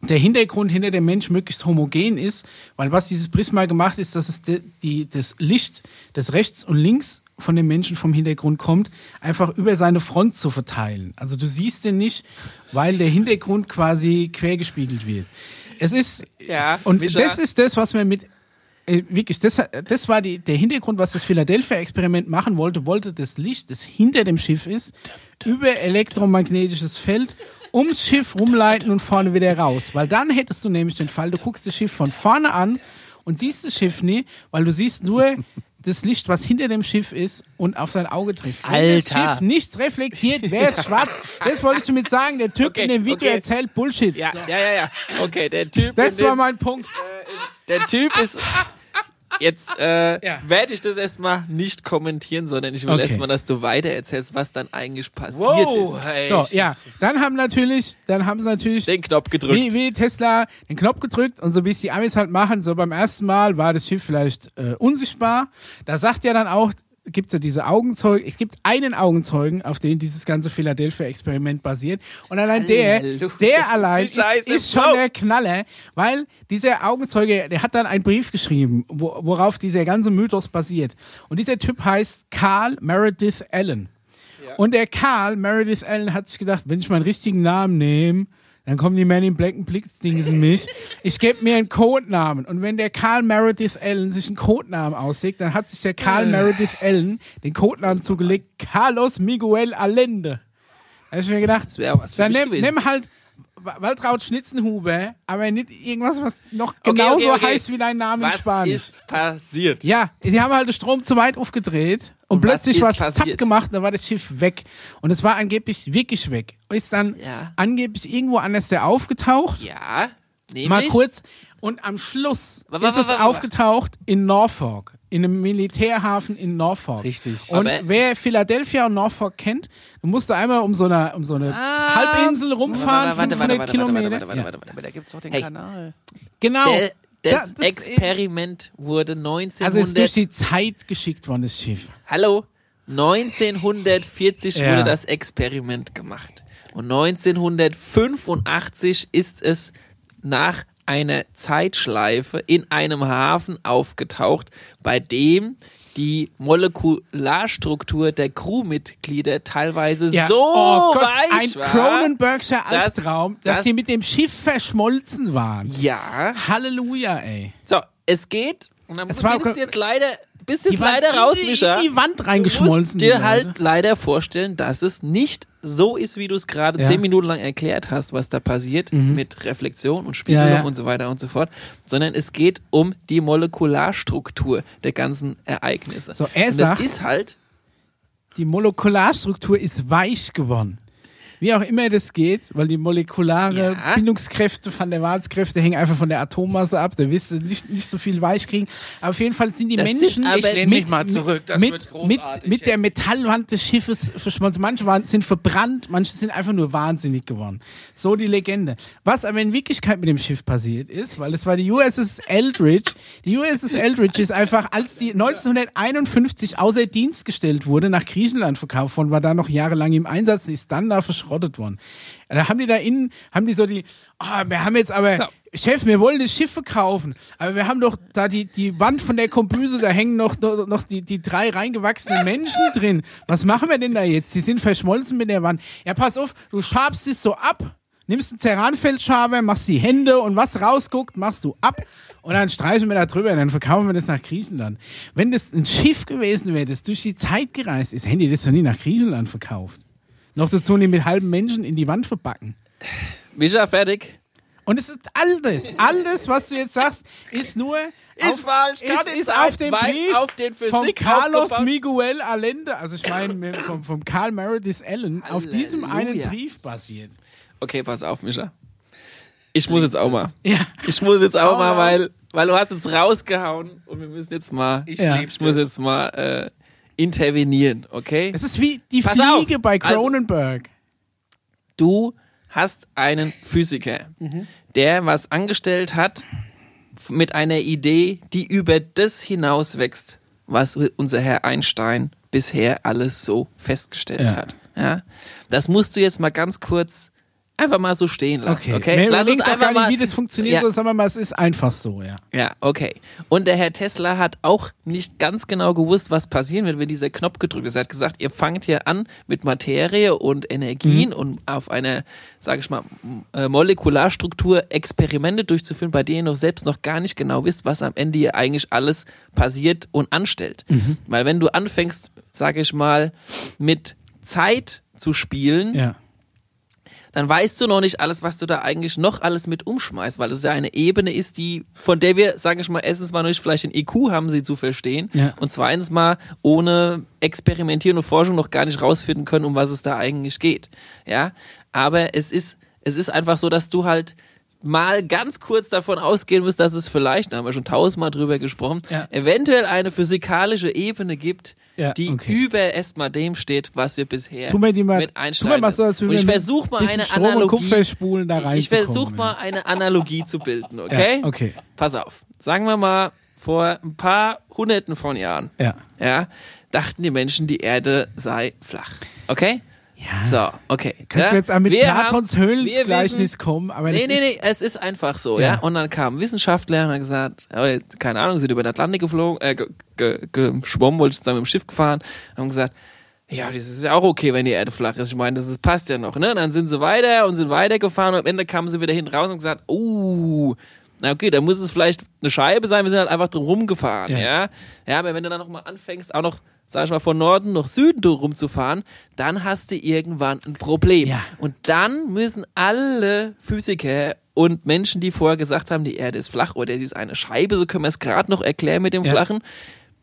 der Hintergrund hinter dem Mensch möglichst homogen ist, weil was dieses Prisma gemacht ist, dass es de, die, das Licht des rechts und links von dem Menschen vom Hintergrund kommt, einfach über seine Front zu verteilen. Also du siehst den nicht, weil der Hintergrund quasi quergespiegelt wird. Es ist
Ja,
und
Mischa.
das ist das, was wir mit äh, wirklich das, das war die, der Hintergrund, was das Philadelphia-Experiment machen wollte, wollte das Licht, das hinter dem Schiff ist, über elektromagnetisches Feld ums Schiff rumleiten und vorne wieder raus, weil dann hättest du nämlich den Fall, du guckst das Schiff von vorne an und siehst das Schiff nie, weil du siehst nur das Licht, was hinter dem Schiff ist und auf sein Auge trifft. Wenn
Alter.
das Schiff nichts reflektiert, wäre es schwarz. Das wollte ich damit sagen. Der Typ
Okay,
in dem Video
okay.
erzählt Bullshit.
Ja, ja, ja, ja. Okay, der Typ. in
Das
dem-
war mein Punkt.
Der Typ ist. Jetzt äh,
Ja.
werde ich das erstmal nicht kommentieren, sondern ich will
Okay.
erstmal, dass du weiter erzählst, was dann eigentlich passiert ist.
So, ja. Dann haben natürlich, dann haben sie natürlich
Den Knopf gedrückt.
wie, wie Tesla den Knopf gedrückt und so wie es die Amis halt machen, so beim ersten Mal war das Schiff vielleicht äh, unsichtbar. Da sagt ja dann auch, gibt's ja diese Augenzeugen, es gibt einen Augenzeugen, auf den dieses ganze Philadelphia-Experiment basiert. Und allein der,
Halleluja.
der allein ist,
Scheiße,
ist schon
Frau.
der Knaller, weil dieser Augenzeuge, der hat dann einen Brief geschrieben, wo, worauf dieser ganze Mythos basiert. Und dieser Typ heißt Carl Meredith Allen. Und der Karl, Meredith Allen, hat sich gedacht, wenn ich meinen richtigen Namen nehme, dann kommen die Men in Black und blitzdingsen mich. Ich gebe mir einen Codenamen. Und wenn der Karl Meredith Allen sich einen Codenamen auslegt, dann hat sich der Karl
Äh.
Meredith Allen den Codenamen zugelegt, Carlos Miguel Allende. Da habe ich mir gedacht,
wär aber was für
dann
mich
nimm,
gewesen.
nimm halt Wa- Waltraud Schnitzenhuber, aber nicht irgendwas, was noch
Okay,
genauso
okay, okay.
heißt wie dein Name
was
in Spanisch.
ist passiert?
Ja, sie haben halt den Strom zu weit aufgedreht und,
Und was
plötzlich
ist
war es zapp
passiert?
gemacht, da war das Schiff weg. Und es war angeblich wirklich weg. Ist dann
Ja.
angeblich irgendwo anders der aufgetaucht.
Ja, nämlich.
Mal kurz. Und am Schluss
Wa- wa-
ist
wa-
es
wa- wa-
aufgetaucht in Norfolk. In einem Militärhafen in Norfolk.
Richtig.
Und
Aber-
wer Philadelphia und Norfolk kennt, musste einmal um so eine, um so eine Halbinsel rumfahren,
Ah. Warte, warte,
500
warte, warte,
Kilometer.
warte, warte, warte,
Ja.
warte, warte.
Da gibt's doch den
Hey.
Kanal.
Genau.
Der,
Da-
das,
das-
Experiment wurde 1900.
also ist durch die Zeit geschickt worden, das Schiff.
Hallo, 1940
Ja.
wurde das Experiment gemacht. Und 1985 ist es nach einer Zeitschleife in einem Hafen aufgetaucht, bei dem die Molekularstruktur der Crewmitglieder teilweise so
oh Gott,
weich
ein
war.
Cronenbergscher
dass-
Albtraum, dass,
dass-
sie mit dem Schiff verschmolzen waren.
ja.
Halleluja, ey.
So, es geht. Und dann
Es war-
bist du jetzt leider, bist
Die
jetzt
waren
leider
in
raus,
die-
Mischa.
in die Wand
Du
reingeschmolzen,
musst
die
dir
Leute.
halt leider vorstellen, dass es nicht so ist, wie du es gerade
Ja. Mhm.
zehn Minuten lang erklärt hast, was da passiert mit Reflexion und Spiegelung
Ja, ja.
und so weiter und so fort, sondern es geht um die Molekularstruktur der ganzen Ereignisse.
So, er
und das
sagt-
ist halt
Die Molekularstruktur ist weich geworden. Wie auch immer das geht, weil die molekulare
Ja.
Bindungskräfte von der Wahlskräfte hängen einfach von der Atommasse ab. Da wirst du nicht, nicht so viel weich kriegen. Aber auf jeden Fall sind die
Das sind
Menschen
aber- Ich lehn
mich mal zurück. Das
mit,
wird
mit,
großartig
mit der
jetzt.
Metallwand des Schiffes verschmolzen. Manche waren, sind verbrannt, manche sind einfach nur wahnsinnig geworden. So die Legende. Was aber in Wirklichkeit mit dem Schiff passiert ist, weil es war die USS Eldridge. Die USS Eldridge ist einfach, als die 1951 außer Dienst gestellt wurde, nach Griechenland verkauft worden, war da noch jahrelang im Einsatz und ist dann da verschrottet worden. Da haben die da innen, haben die so die, ah, wir haben jetzt aber, Chef, wir wollen das Schiff verkaufen, aber wir haben doch da die, die Wand von der Kombüse, da hängen noch, noch, noch die, die drei reingewachsenen Menschen drin. Was machen wir denn da jetzt? Die sind verschmolzen mit der Wand. Ja, pass auf, du schabst es so ab, nimmst einen Terranfeldschaber, machst die Hände und was rausguckt, machst du ab und dann streichen wir da drüber und dann verkaufen wir das nach Griechenland. Wenn das ein Schiff gewesen wäre, das durch die Zeit gereist ist, hätten die das doch nie nach Griechenland verkauft. Noch dazu nicht mit halben Menschen in die Wand verbacken.
Mischa fertig.
Und es ist all das, all das, was du jetzt sagst, ist nur
Ist falsch,
ist,
gerade
ist
Zeit,
auf dem
weil
Brief
auf den
von
Physik
Carlos
aufgebaut-
Miguel Allende, also ich meine mit- vom, vom Carl Meredith Allen, auf diesem einen
Halleluja.
Brief basiert.
Okay, pass auf, Mischa. Ich muss jetzt auch mal.
Äh, Ja.
Ich muss jetzt auch mal,
Aua.
weil, weil du hast jetzt rausgehauen und wir müssen jetzt mal, ich,
Ja.
ich muss jetzt mal äh, intervenieren, okay?
Es ist wie die
Pass
Fliege
auf.
bei
Also-
Cronenberg.
du hast einen Physiker,
Mhm.
der was angestellt hat f- mit einer Idee, die über das hinaus wächst, was unser Herr Einstein bisher alles so festgestellt
Ja.
hat. Ja? Das musst du jetzt mal ganz kurz einfach mal so stehen lassen.
Okay,
Okay,
Wir
lass
überlegen
uns
doch
einfach
gar nicht,
mal.
wie das funktioniert,
Ja.
sondern sagen wir mal, es ist einfach so, ja.
Ja, okay. Und der Herr Tesla hat auch nicht ganz genau gewusst, was passieren wird, wenn dieser Knopf gedrückt ist. Er hat gesagt, ihr fangt hier an mit Materie und Energien und auf einer, sage ich mal, m- äh, Molekularstruktur Experimente durchzuführen, bei denen ihr noch selbst noch gar nicht genau wisst, was am Ende hier eigentlich alles passiert und anstellt. Weil wenn du anfängst, sage ich mal, mit Zeit zu spielen,
Ja.
dann weißt du noch nicht alles, was du da eigentlich noch alles mit umschmeißt, weil es ja eine Ebene ist, die, von der wir, sage ich mal, erstens mal noch nicht vielleicht den IQ haben, sie zu verstehen
Ja.
und zweitens mal ohne Experimentieren und Forschung noch gar nicht rausfinden können, um was es da eigentlich geht. Ja, aber es ist, es ist einfach so, dass du halt mal ganz kurz davon ausgehen musst, dass es vielleicht, da haben wir schon tausendmal drüber gesprochen,
Ja.
eventuell eine physikalische Ebene gibt,
Ja,
die
okay.
über erstmal dem steht, was wir bisher
Tu mir die mal,
mit
tu mir
einsteigen.
mal so, als
und
würden
ich
wir
versuche mal
ein bisschen
eine
Strom
Analogie.
und Kupferspulen da reinzukommen.
ich versuche mal eine Analogie zu bilden, okay?
Ja, okay.
Pass auf. Sagen wir mal, vor ein paar hunderten von Jahren,
Ja.
ja, dachten die Menschen, die Erde sei flach. Okay? Ja. So, okay.
Kannst
ja?
du jetzt auch mit
Wir
Platons
haben- wir
Höhlengleichnis
wissen-
kommen, aber
Nee,
das
nee,
ist,
nee, es ist einfach so, ja.
Ja.
Und dann kamen Wissenschaftler und haben gesagt, äh, keine Ahnung, sind über den Atlantik geflogen, äh, ge- ge- geschwommen, wollten zusammen im Schiff gefahren, haben gesagt, ja, das ist ja auch okay, wenn die Erde flach ist. Ich meine, das ist, passt ja noch, ne? Und dann sind sie weiter und sind weitergefahren und am Ende kamen sie wieder hinten raus und gesagt, oh, na okay, dann muss es vielleicht eine Scheibe sein, wir sind halt einfach drum rumgefahren, ja.
Ja.
ja. aber wenn du dann nochmal anfängst, auch noch, sag ich mal, von Norden nach Süden drum rumzufahren, dann hast du irgendwann ein Problem.
Ja.
Und dann müssen alle Physiker und Menschen, die vorher gesagt haben, die Erde ist flach oder sie ist eine Scheibe, so können wir es gerade noch erklären mit dem
Ja.
Flachen,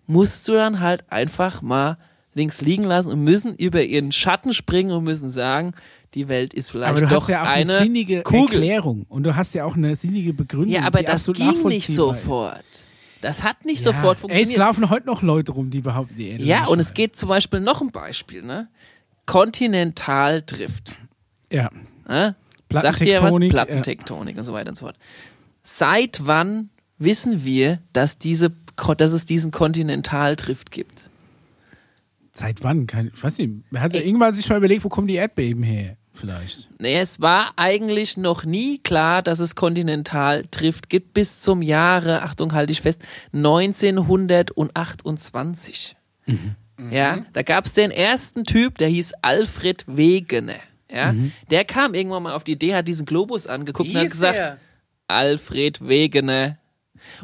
musst du dann halt einfach mal links liegen lassen und müssen über ihren Schatten springen und müssen sagen, die Welt ist vielleicht
aber du
doch
hast ja auch eine,
eine
sinnige
Kugel.
Erklärung und du hast ja auch eine sinnige Begründung.
Ja, aber
die
das
absolut
ging nicht
nachvollziehbar ist.
sofort. Das hat nicht
Ja.
sofort
Ey,
funktioniert.
es laufen heute noch Leute rum, die behaupten, die Erde
ja,
ist
und es
schmal.
geht zum Beispiel noch ein Beispiel, ne? Kontinentaldrift.
Ja.
Ne? Sagt ihr was?
Plattentektonik,
Plattentektonik und so weiter und so fort. Seit wann wissen wir, dass, diese, Ko- dass es diesen Kontinentaldrift gibt?
Seit wann? Kein, ich weiß nicht. Hat er irgendwann sich mal überlegt, wo kommen die Erdbeben her? Vielleicht.
Nee, es war eigentlich noch nie klar, dass es Kontinentaldrift gibt bis zum Jahre, Achtung, halte ich fest, 1928. Ja, da gab es den ersten Typ, der hieß Alfred Wegener. Ja, der kam irgendwann mal auf die Idee, hat diesen Globus angeguckt und hat gesagt, Alfred Wegener.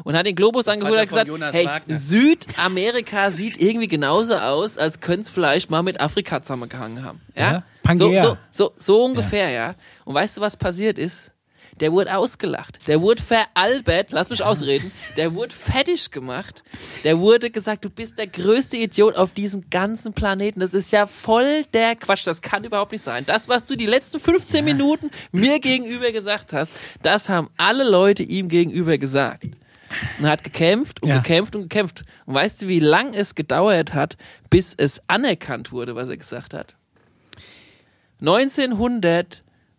Und hat den Globus angeholt und hat
Vater
gesagt,
von Jonas
hey,
Wagner.
Südamerika sieht irgendwie genauso aus, als könnte es vielleicht mal mit Afrika zusammengehangen haben. Ja?
Ja, Pangea.
So, so, so, so ungefähr, ja. Und weißt du, was passiert ist? Der wurde ausgelacht. Der wurde veralbert. Lass mich ausreden. Der wurde fertig gemacht. Der wurde gesagt, du bist der größte Idiot auf diesem ganzen Planeten. Das ist ja voll der Quatsch. Das kann überhaupt nicht sein. Das, was du die letzten 15 Minuten mir gegenüber gesagt hast, das haben alle Leute ihm gegenüber gesagt. Und hat gekämpft und
Ja.
gekämpft und gekämpft. Und weißt du, wie lang es gedauert hat, bis es anerkannt wurde, was er gesagt hat?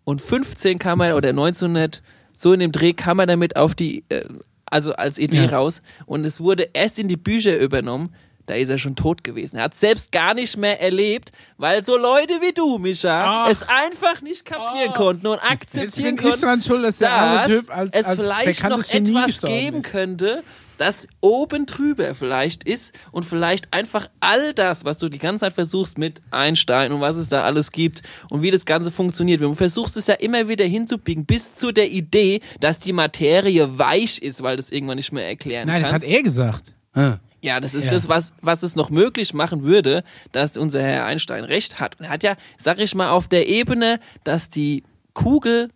1915 kam er oder 1900 so in dem Dreh kam er damit auf die äh, also als Idee
Ja.
raus und es wurde erst in die Bücher übernommen. Da ist er schon tot gewesen. Er hat selbst gar nicht mehr erlebt, weil so Leute wie du, Micha,
Ach.
es einfach nicht kapieren konnten und
Jetzt
akzeptieren
bin ich
konnten
dran schuld, dass der
dass
arme Typ als,
es
als
vielleicht noch
verkanntes Genie
etwas
gestorben
geben
ist.
könnte, das oben drüber vielleicht ist und vielleicht einfach all das, was du die ganze Zeit versuchst mit Einstein und was es da alles gibt und wie das Ganze funktioniert. Du versuchst es ja immer wieder hinzubiegen bis zu der Idee, dass die Materie weich ist, weil das irgendwann nicht mehr erklären
Nein, das
kannst.
hat er gesagt.
Ja, das ist
Ja.
das, was, was es noch möglich machen würde, dass unser Herr Einstein recht hat. Und er hat ja, sag ich mal, auf der Ebene, dass die Kugel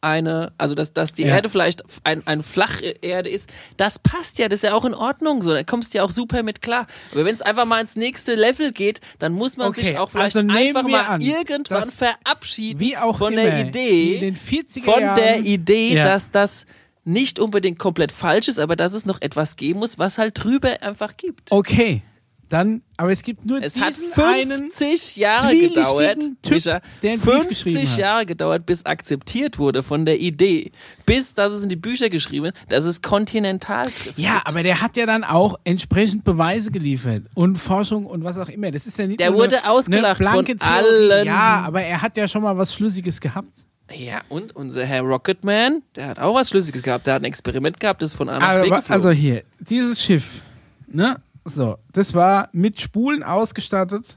eine, also dass, dass die
Ja.
Erde vielleicht ein, ein flache Erde ist, das passt ja, das ist ja auch in Ordnung so, da kommst du ja auch super mit klar. Aber wenn es einfach mal ins nächste Level geht, dann muss man
Okay,
sich auch vielleicht
also nehmen
einfach
wir
mal
an,
irgendwann
dass-
verabschieden
Wie auch
von
immer,
der
die
Idee,
in den 40er
von
Jahren,
der Idee,
Ja.
dass das nicht unbedingt komplett falsch ist, aber dass es noch etwas geben muss, was halt drüber einfach gibt.
Okay, dann, aber es gibt nur
es
Oh, diesen
hat
einen.
50 Jahre
zwielichtigen
gedauert,
Typ,
Micha,
der einen Brief geschrieben
50
hat.
Jahre gedauert, bis akzeptiert wurde von der Idee, bis dass es in die Bücher geschrieben wird, dass es kontinental trifft.
Ja, aber der hat ja dann auch entsprechend Beweise geliefert und Forschung und was auch immer. Das ist ja nicht
Der
nur
wurde
eine,
ausgelacht
eine blanke
von
Theorie.
allen.
Ja, aber er hat ja schon mal was Schlüssiges gehabt.
Ja, und unser Herr Rocketman, der hat auch was Schlüssiges gehabt. Der hat ein Experiment gehabt, das von A nach B
Aber,
geflogen.
also hier, dieses Schiff, ne? So, das war mit Spulen ausgestattet.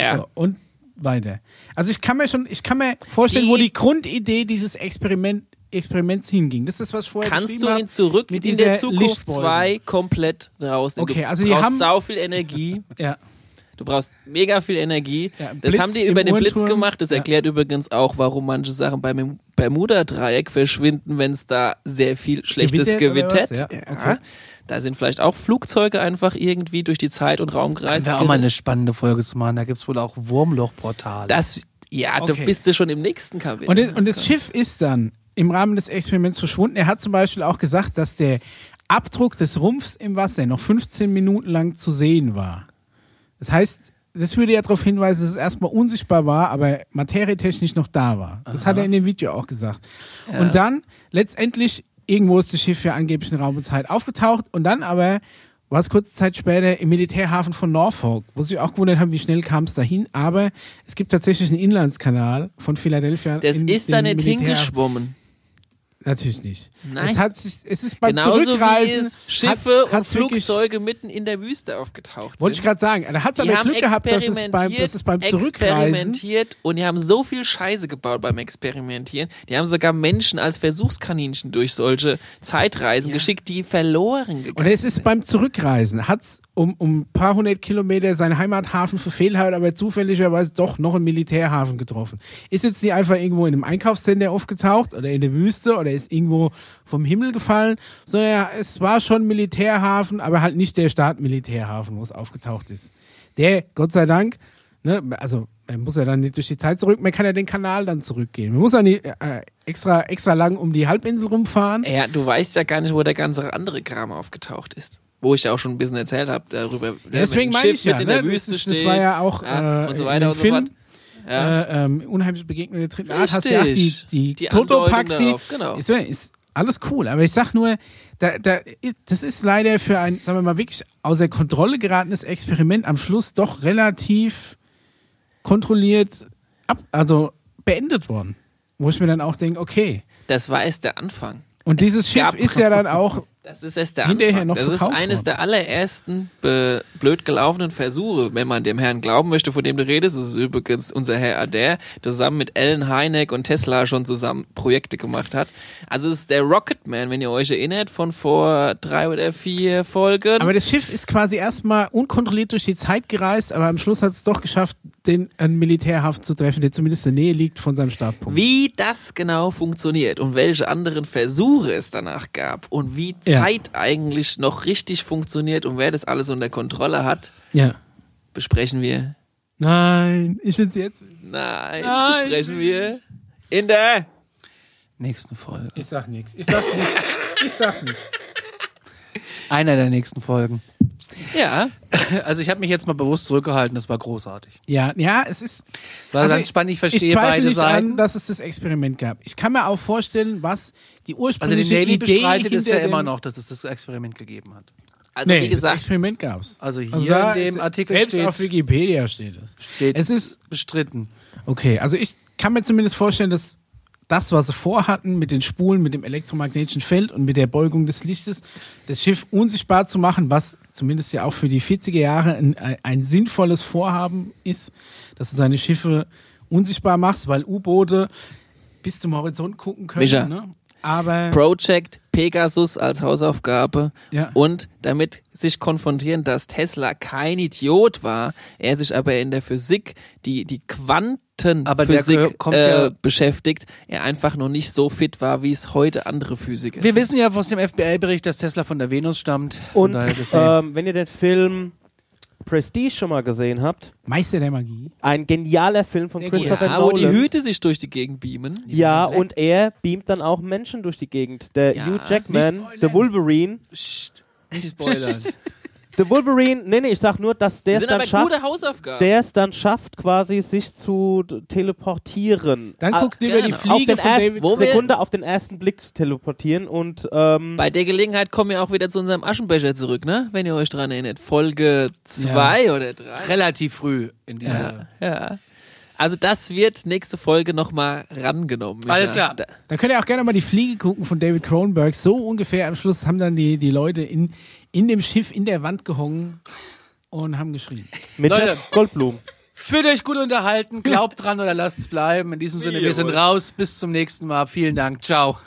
ja.
So, und weiter. Also ich kann mir schon, ich kann mir vorstellen,
Die-
wo die Grundidee dieses Experiment, Experiments hinging. Das ist, was ich vorher
Kannst
beschrieben
du
habe,
ihn zurück
mit
in der
dieser
Zukunft
Lichtwolke.
2 komplett raus?
Okay,
du
also die
brauchst
haben-
sau viel Energie.
Ja.
Du brauchst mega viel Energie.
Ja,
das
Blitz
haben die
im
über den Blitz
Uhrenturm.
gemacht. Das
Ja.
erklärt übrigens auch, warum manche Sachen beim Bermuda-Dreieck verschwinden, wenn es da sehr viel Schlechtes
Gewittert oder
gewittert.
was? Ja, okay.
Da sind vielleicht auch Flugzeuge einfach irgendwie durch die Zeit und Raum gereist.
Wäre auch mal eine spannende Folge zu machen. Da gibt es wohl auch Wurmlochportale.
Das, ja, da
Okay.
bist du schon im nächsten Kapitel.
Und, das- und das Schiff ist dann im Rahmen des Experiments verschwunden. Er hat zum Beispiel auch gesagt, dass der Abdruck des Rumpfs im Wasser noch 15 Minuten lang zu sehen war. Das heißt, das würde ja darauf hinweisen, dass es erstmal unsichtbar war, aber materietechnisch noch da war. Das hat er in dem Video auch gesagt. Und dann letztendlich, irgendwo ist das Schiff ja angeblich in Raum und Zeit aufgetaucht und dann aber war es kurze Zeit später im Militärhafen von Norfolk, wo sich auch gewundert haben, wie schnell kam es dahin. Aber es gibt tatsächlich einen Inlandskanal von Philadelphia.
das
in
ist da
den
nicht
Militärhafen.
hingeschwommen.
Natürlich nicht.
Nein.
Es, hat sich, es ist beim
Genauso wie
Zurückreisen.
es Schiffe
hat's, hat's
und
wirklich-
Flugzeuge mitten in der Wüste aufgetaucht
Wollte
sind.
ich gerade sagen. Da hat es
Die
aber
haben
Glück gehabt, dass es
experimentiert,
beim, dass es beim Zurückreisen
experimentiert und die haben so viel Scheiße gebaut beim Experimentieren. Die haben sogar Menschen als Versuchskaninchen durch solche Zeitreisen geschickt, die verloren
Und
gegangen
es ist beim Zurückreisen, hat es um, um ein paar hundert Kilometer seinen Heimathafen verfehlt, hat aber zufälligerweise doch noch einen Militärhafen getroffen. Ist jetzt nicht einfach irgendwo in einem Einkaufscenter aufgetaucht oder in der Wüste oder ist irgendwo vom Himmel gefallen, sondern ja, es war schon ein Militärhafen, aber halt nicht der Staat-Militärhafen, wo es aufgetaucht ist. Der, Gott sei Dank, ne, also man muss ja dann nicht durch die Zeit zurück, man kann ja den Kanal dann zurückgehen. Man muss ja nicht äh, extra, extra lang um die Halbinsel rumfahren.
Ja, du weißt ja gar nicht, wo der ganze andere Kram aufgetaucht ist. Wo ich ja auch schon ein bisschen erzählt habe darüber.
Ja, deswegen
wenn ein
meine
Schiff
ich ja,
mit in
ne?
der Wüste
das, das
steht.
war ja auch äh,
und so weiter
im
und so
Film,
fort. Ja.
Äh, ähm, unheimliche Begegnung der dritten Art, hast du ja auch die,
Richtig.
die,
Die Andeutung
Toto-Paxi.
darauf, genau.
Ist, ist alles cool, aber ich sag nur, da, da, das ist leider für ein, sagen wir mal, wirklich außer Kontrolle geratenes Experiment am Schluss doch relativ kontrolliert ab, also beendet worden. Wo ich mir dann auch denke, okay.
Das war erst der Anfang.
Und dieses Schiff
gab-
ist ja dann auch
Das ist erst der
Hinterher
Anfang.
noch
das ist
verkauft
eines
worden.
der allerersten be- blöd gelaufenen Versuche, wenn man dem Herrn glauben möchte, von dem du redest. Das ist übrigens unser Herr Adair, der zusammen mit Ellen Hynek und Tesla schon zusammen Projekte gemacht hat. Also es ist der Rocketman, wenn ihr euch erinnert, von vor drei oder vier Folgen.
Aber das Schiff ist quasi erstmal unkontrolliert durch die Zeit gereist, aber am Schluss hat es doch geschafft, den einen Militärhafen zu treffen, der zumindest in der Nähe liegt von seinem Startpunkt.
wie das genau funktioniert und welche anderen Versuche es danach gab und wie
Ja.
Zeit eigentlich noch richtig funktioniert und wer das alles unter Kontrolle hat,
Ja.
besprechen wir
Nein, ich will's jetzt.
Nein,
Nein,
sprechen
will
wir in der.
nächsten Folge.
Ich sag nichts. Ich sag's nicht. Ich sag's nicht.
Einer der nächsten Folgen.
Ja,
Also ich habe mich jetzt mal bewusst zurückgehalten, das war großartig.
Ja, ja, es ist.
War
also
ganz spannend, ich verstehe
ich zweifle
beide
nicht
Seiten.
An, dass es das Experiment gab. Ich kann mir auch vorstellen, was die
also
ursprüngliche
die Navy
Idee
bestreitet es ja
hinter dem-
immer noch, dass es das Experiment gegeben hat.
also
Nee,
wie
das
gesagt,
Experiment gab's.
Also hier
da
in dem
ist-
Artikel
selbst
steht-
auf Wikipedia steht es.
Steht-
es ist
Bestritten.
Okay, also ich kann mir zumindest vorstellen, dass das, was sie vorhatten, mit den Spulen, mit dem elektromagnetischen Feld und mit der Beugung des Lichtes, das Schiff unsichtbar zu machen, was zumindest ja auch für die 40er Jahre ein, ein sinnvolles Vorhaben ist, dass du deine Schiffe unsichtbar machst, weil U-Boote bis zum Horizont gucken können.
Micha.
Ne? Aber
Project Pegasus als Hausaufgabe
Ja.
und damit sich konfrontieren, dass Tesla kein Idiot war, er sich aber in der Physik, die die
Aber der
Quantenphysik
kommt
äh,
ja-
beschäftigt, er einfach noch nicht so fit war, wie es heute andere Physiker
Wir
sind.
wissen ja aus dem FBI-Bericht, dass Tesla von der Venus stammt. Von
Und
daher gesehen.
ähm, wenn ihr den Film Prestige schon mal gesehen habt,
Meister der Magie.
ein genialer Film von
Sehr gut.
Christopher
ja, wo die
Nolan.
Hüte sich durch die Gegend beamen.
ja, und er beamt dann auch Menschen durch die Gegend. Der
Ja.
Hugh Jackman, The Wolverine.
Nicht spoilern.
The Wolverine, nee, nee, ich sag nur, dass der
Das
es
sind
dann
aber
schafft.
gute Hausaufgaben.
Der es dann schafft, quasi sich zu d- teleportieren.
Dann
Ah,
guckt lieber die
gerne.
auf
Fliege
den
von
ersten,
David.
Wo wir-
Sekunde auf den ersten Blick teleportieren und ähm,
Bei der Gelegenheit kommen wir auch wieder zu unserem Aschenbecher zurück, ne? Wenn ihr euch dran erinnert. Folge 2 oder 3.
Relativ früh in dieser.
Ja. Also das wird nächste Folge nochmal rangenommen.
Alles
Micha.
klar.
Da-
Dann könnt ihr auch gerne mal die Fliege gucken von David Cronenberg. So ungefähr am Schluss haben dann die, die Leute in, in dem Schiff in der Wand gehongen und haben geschrien.
Mit
Leute.
Jeff Goldblum.
Fühlt euch gut unterhalten, glaubt dran oder lasst es bleiben. In diesem Sinne, wir sind raus. Bis zum nächsten Mal. Vielen Dank. Ciao.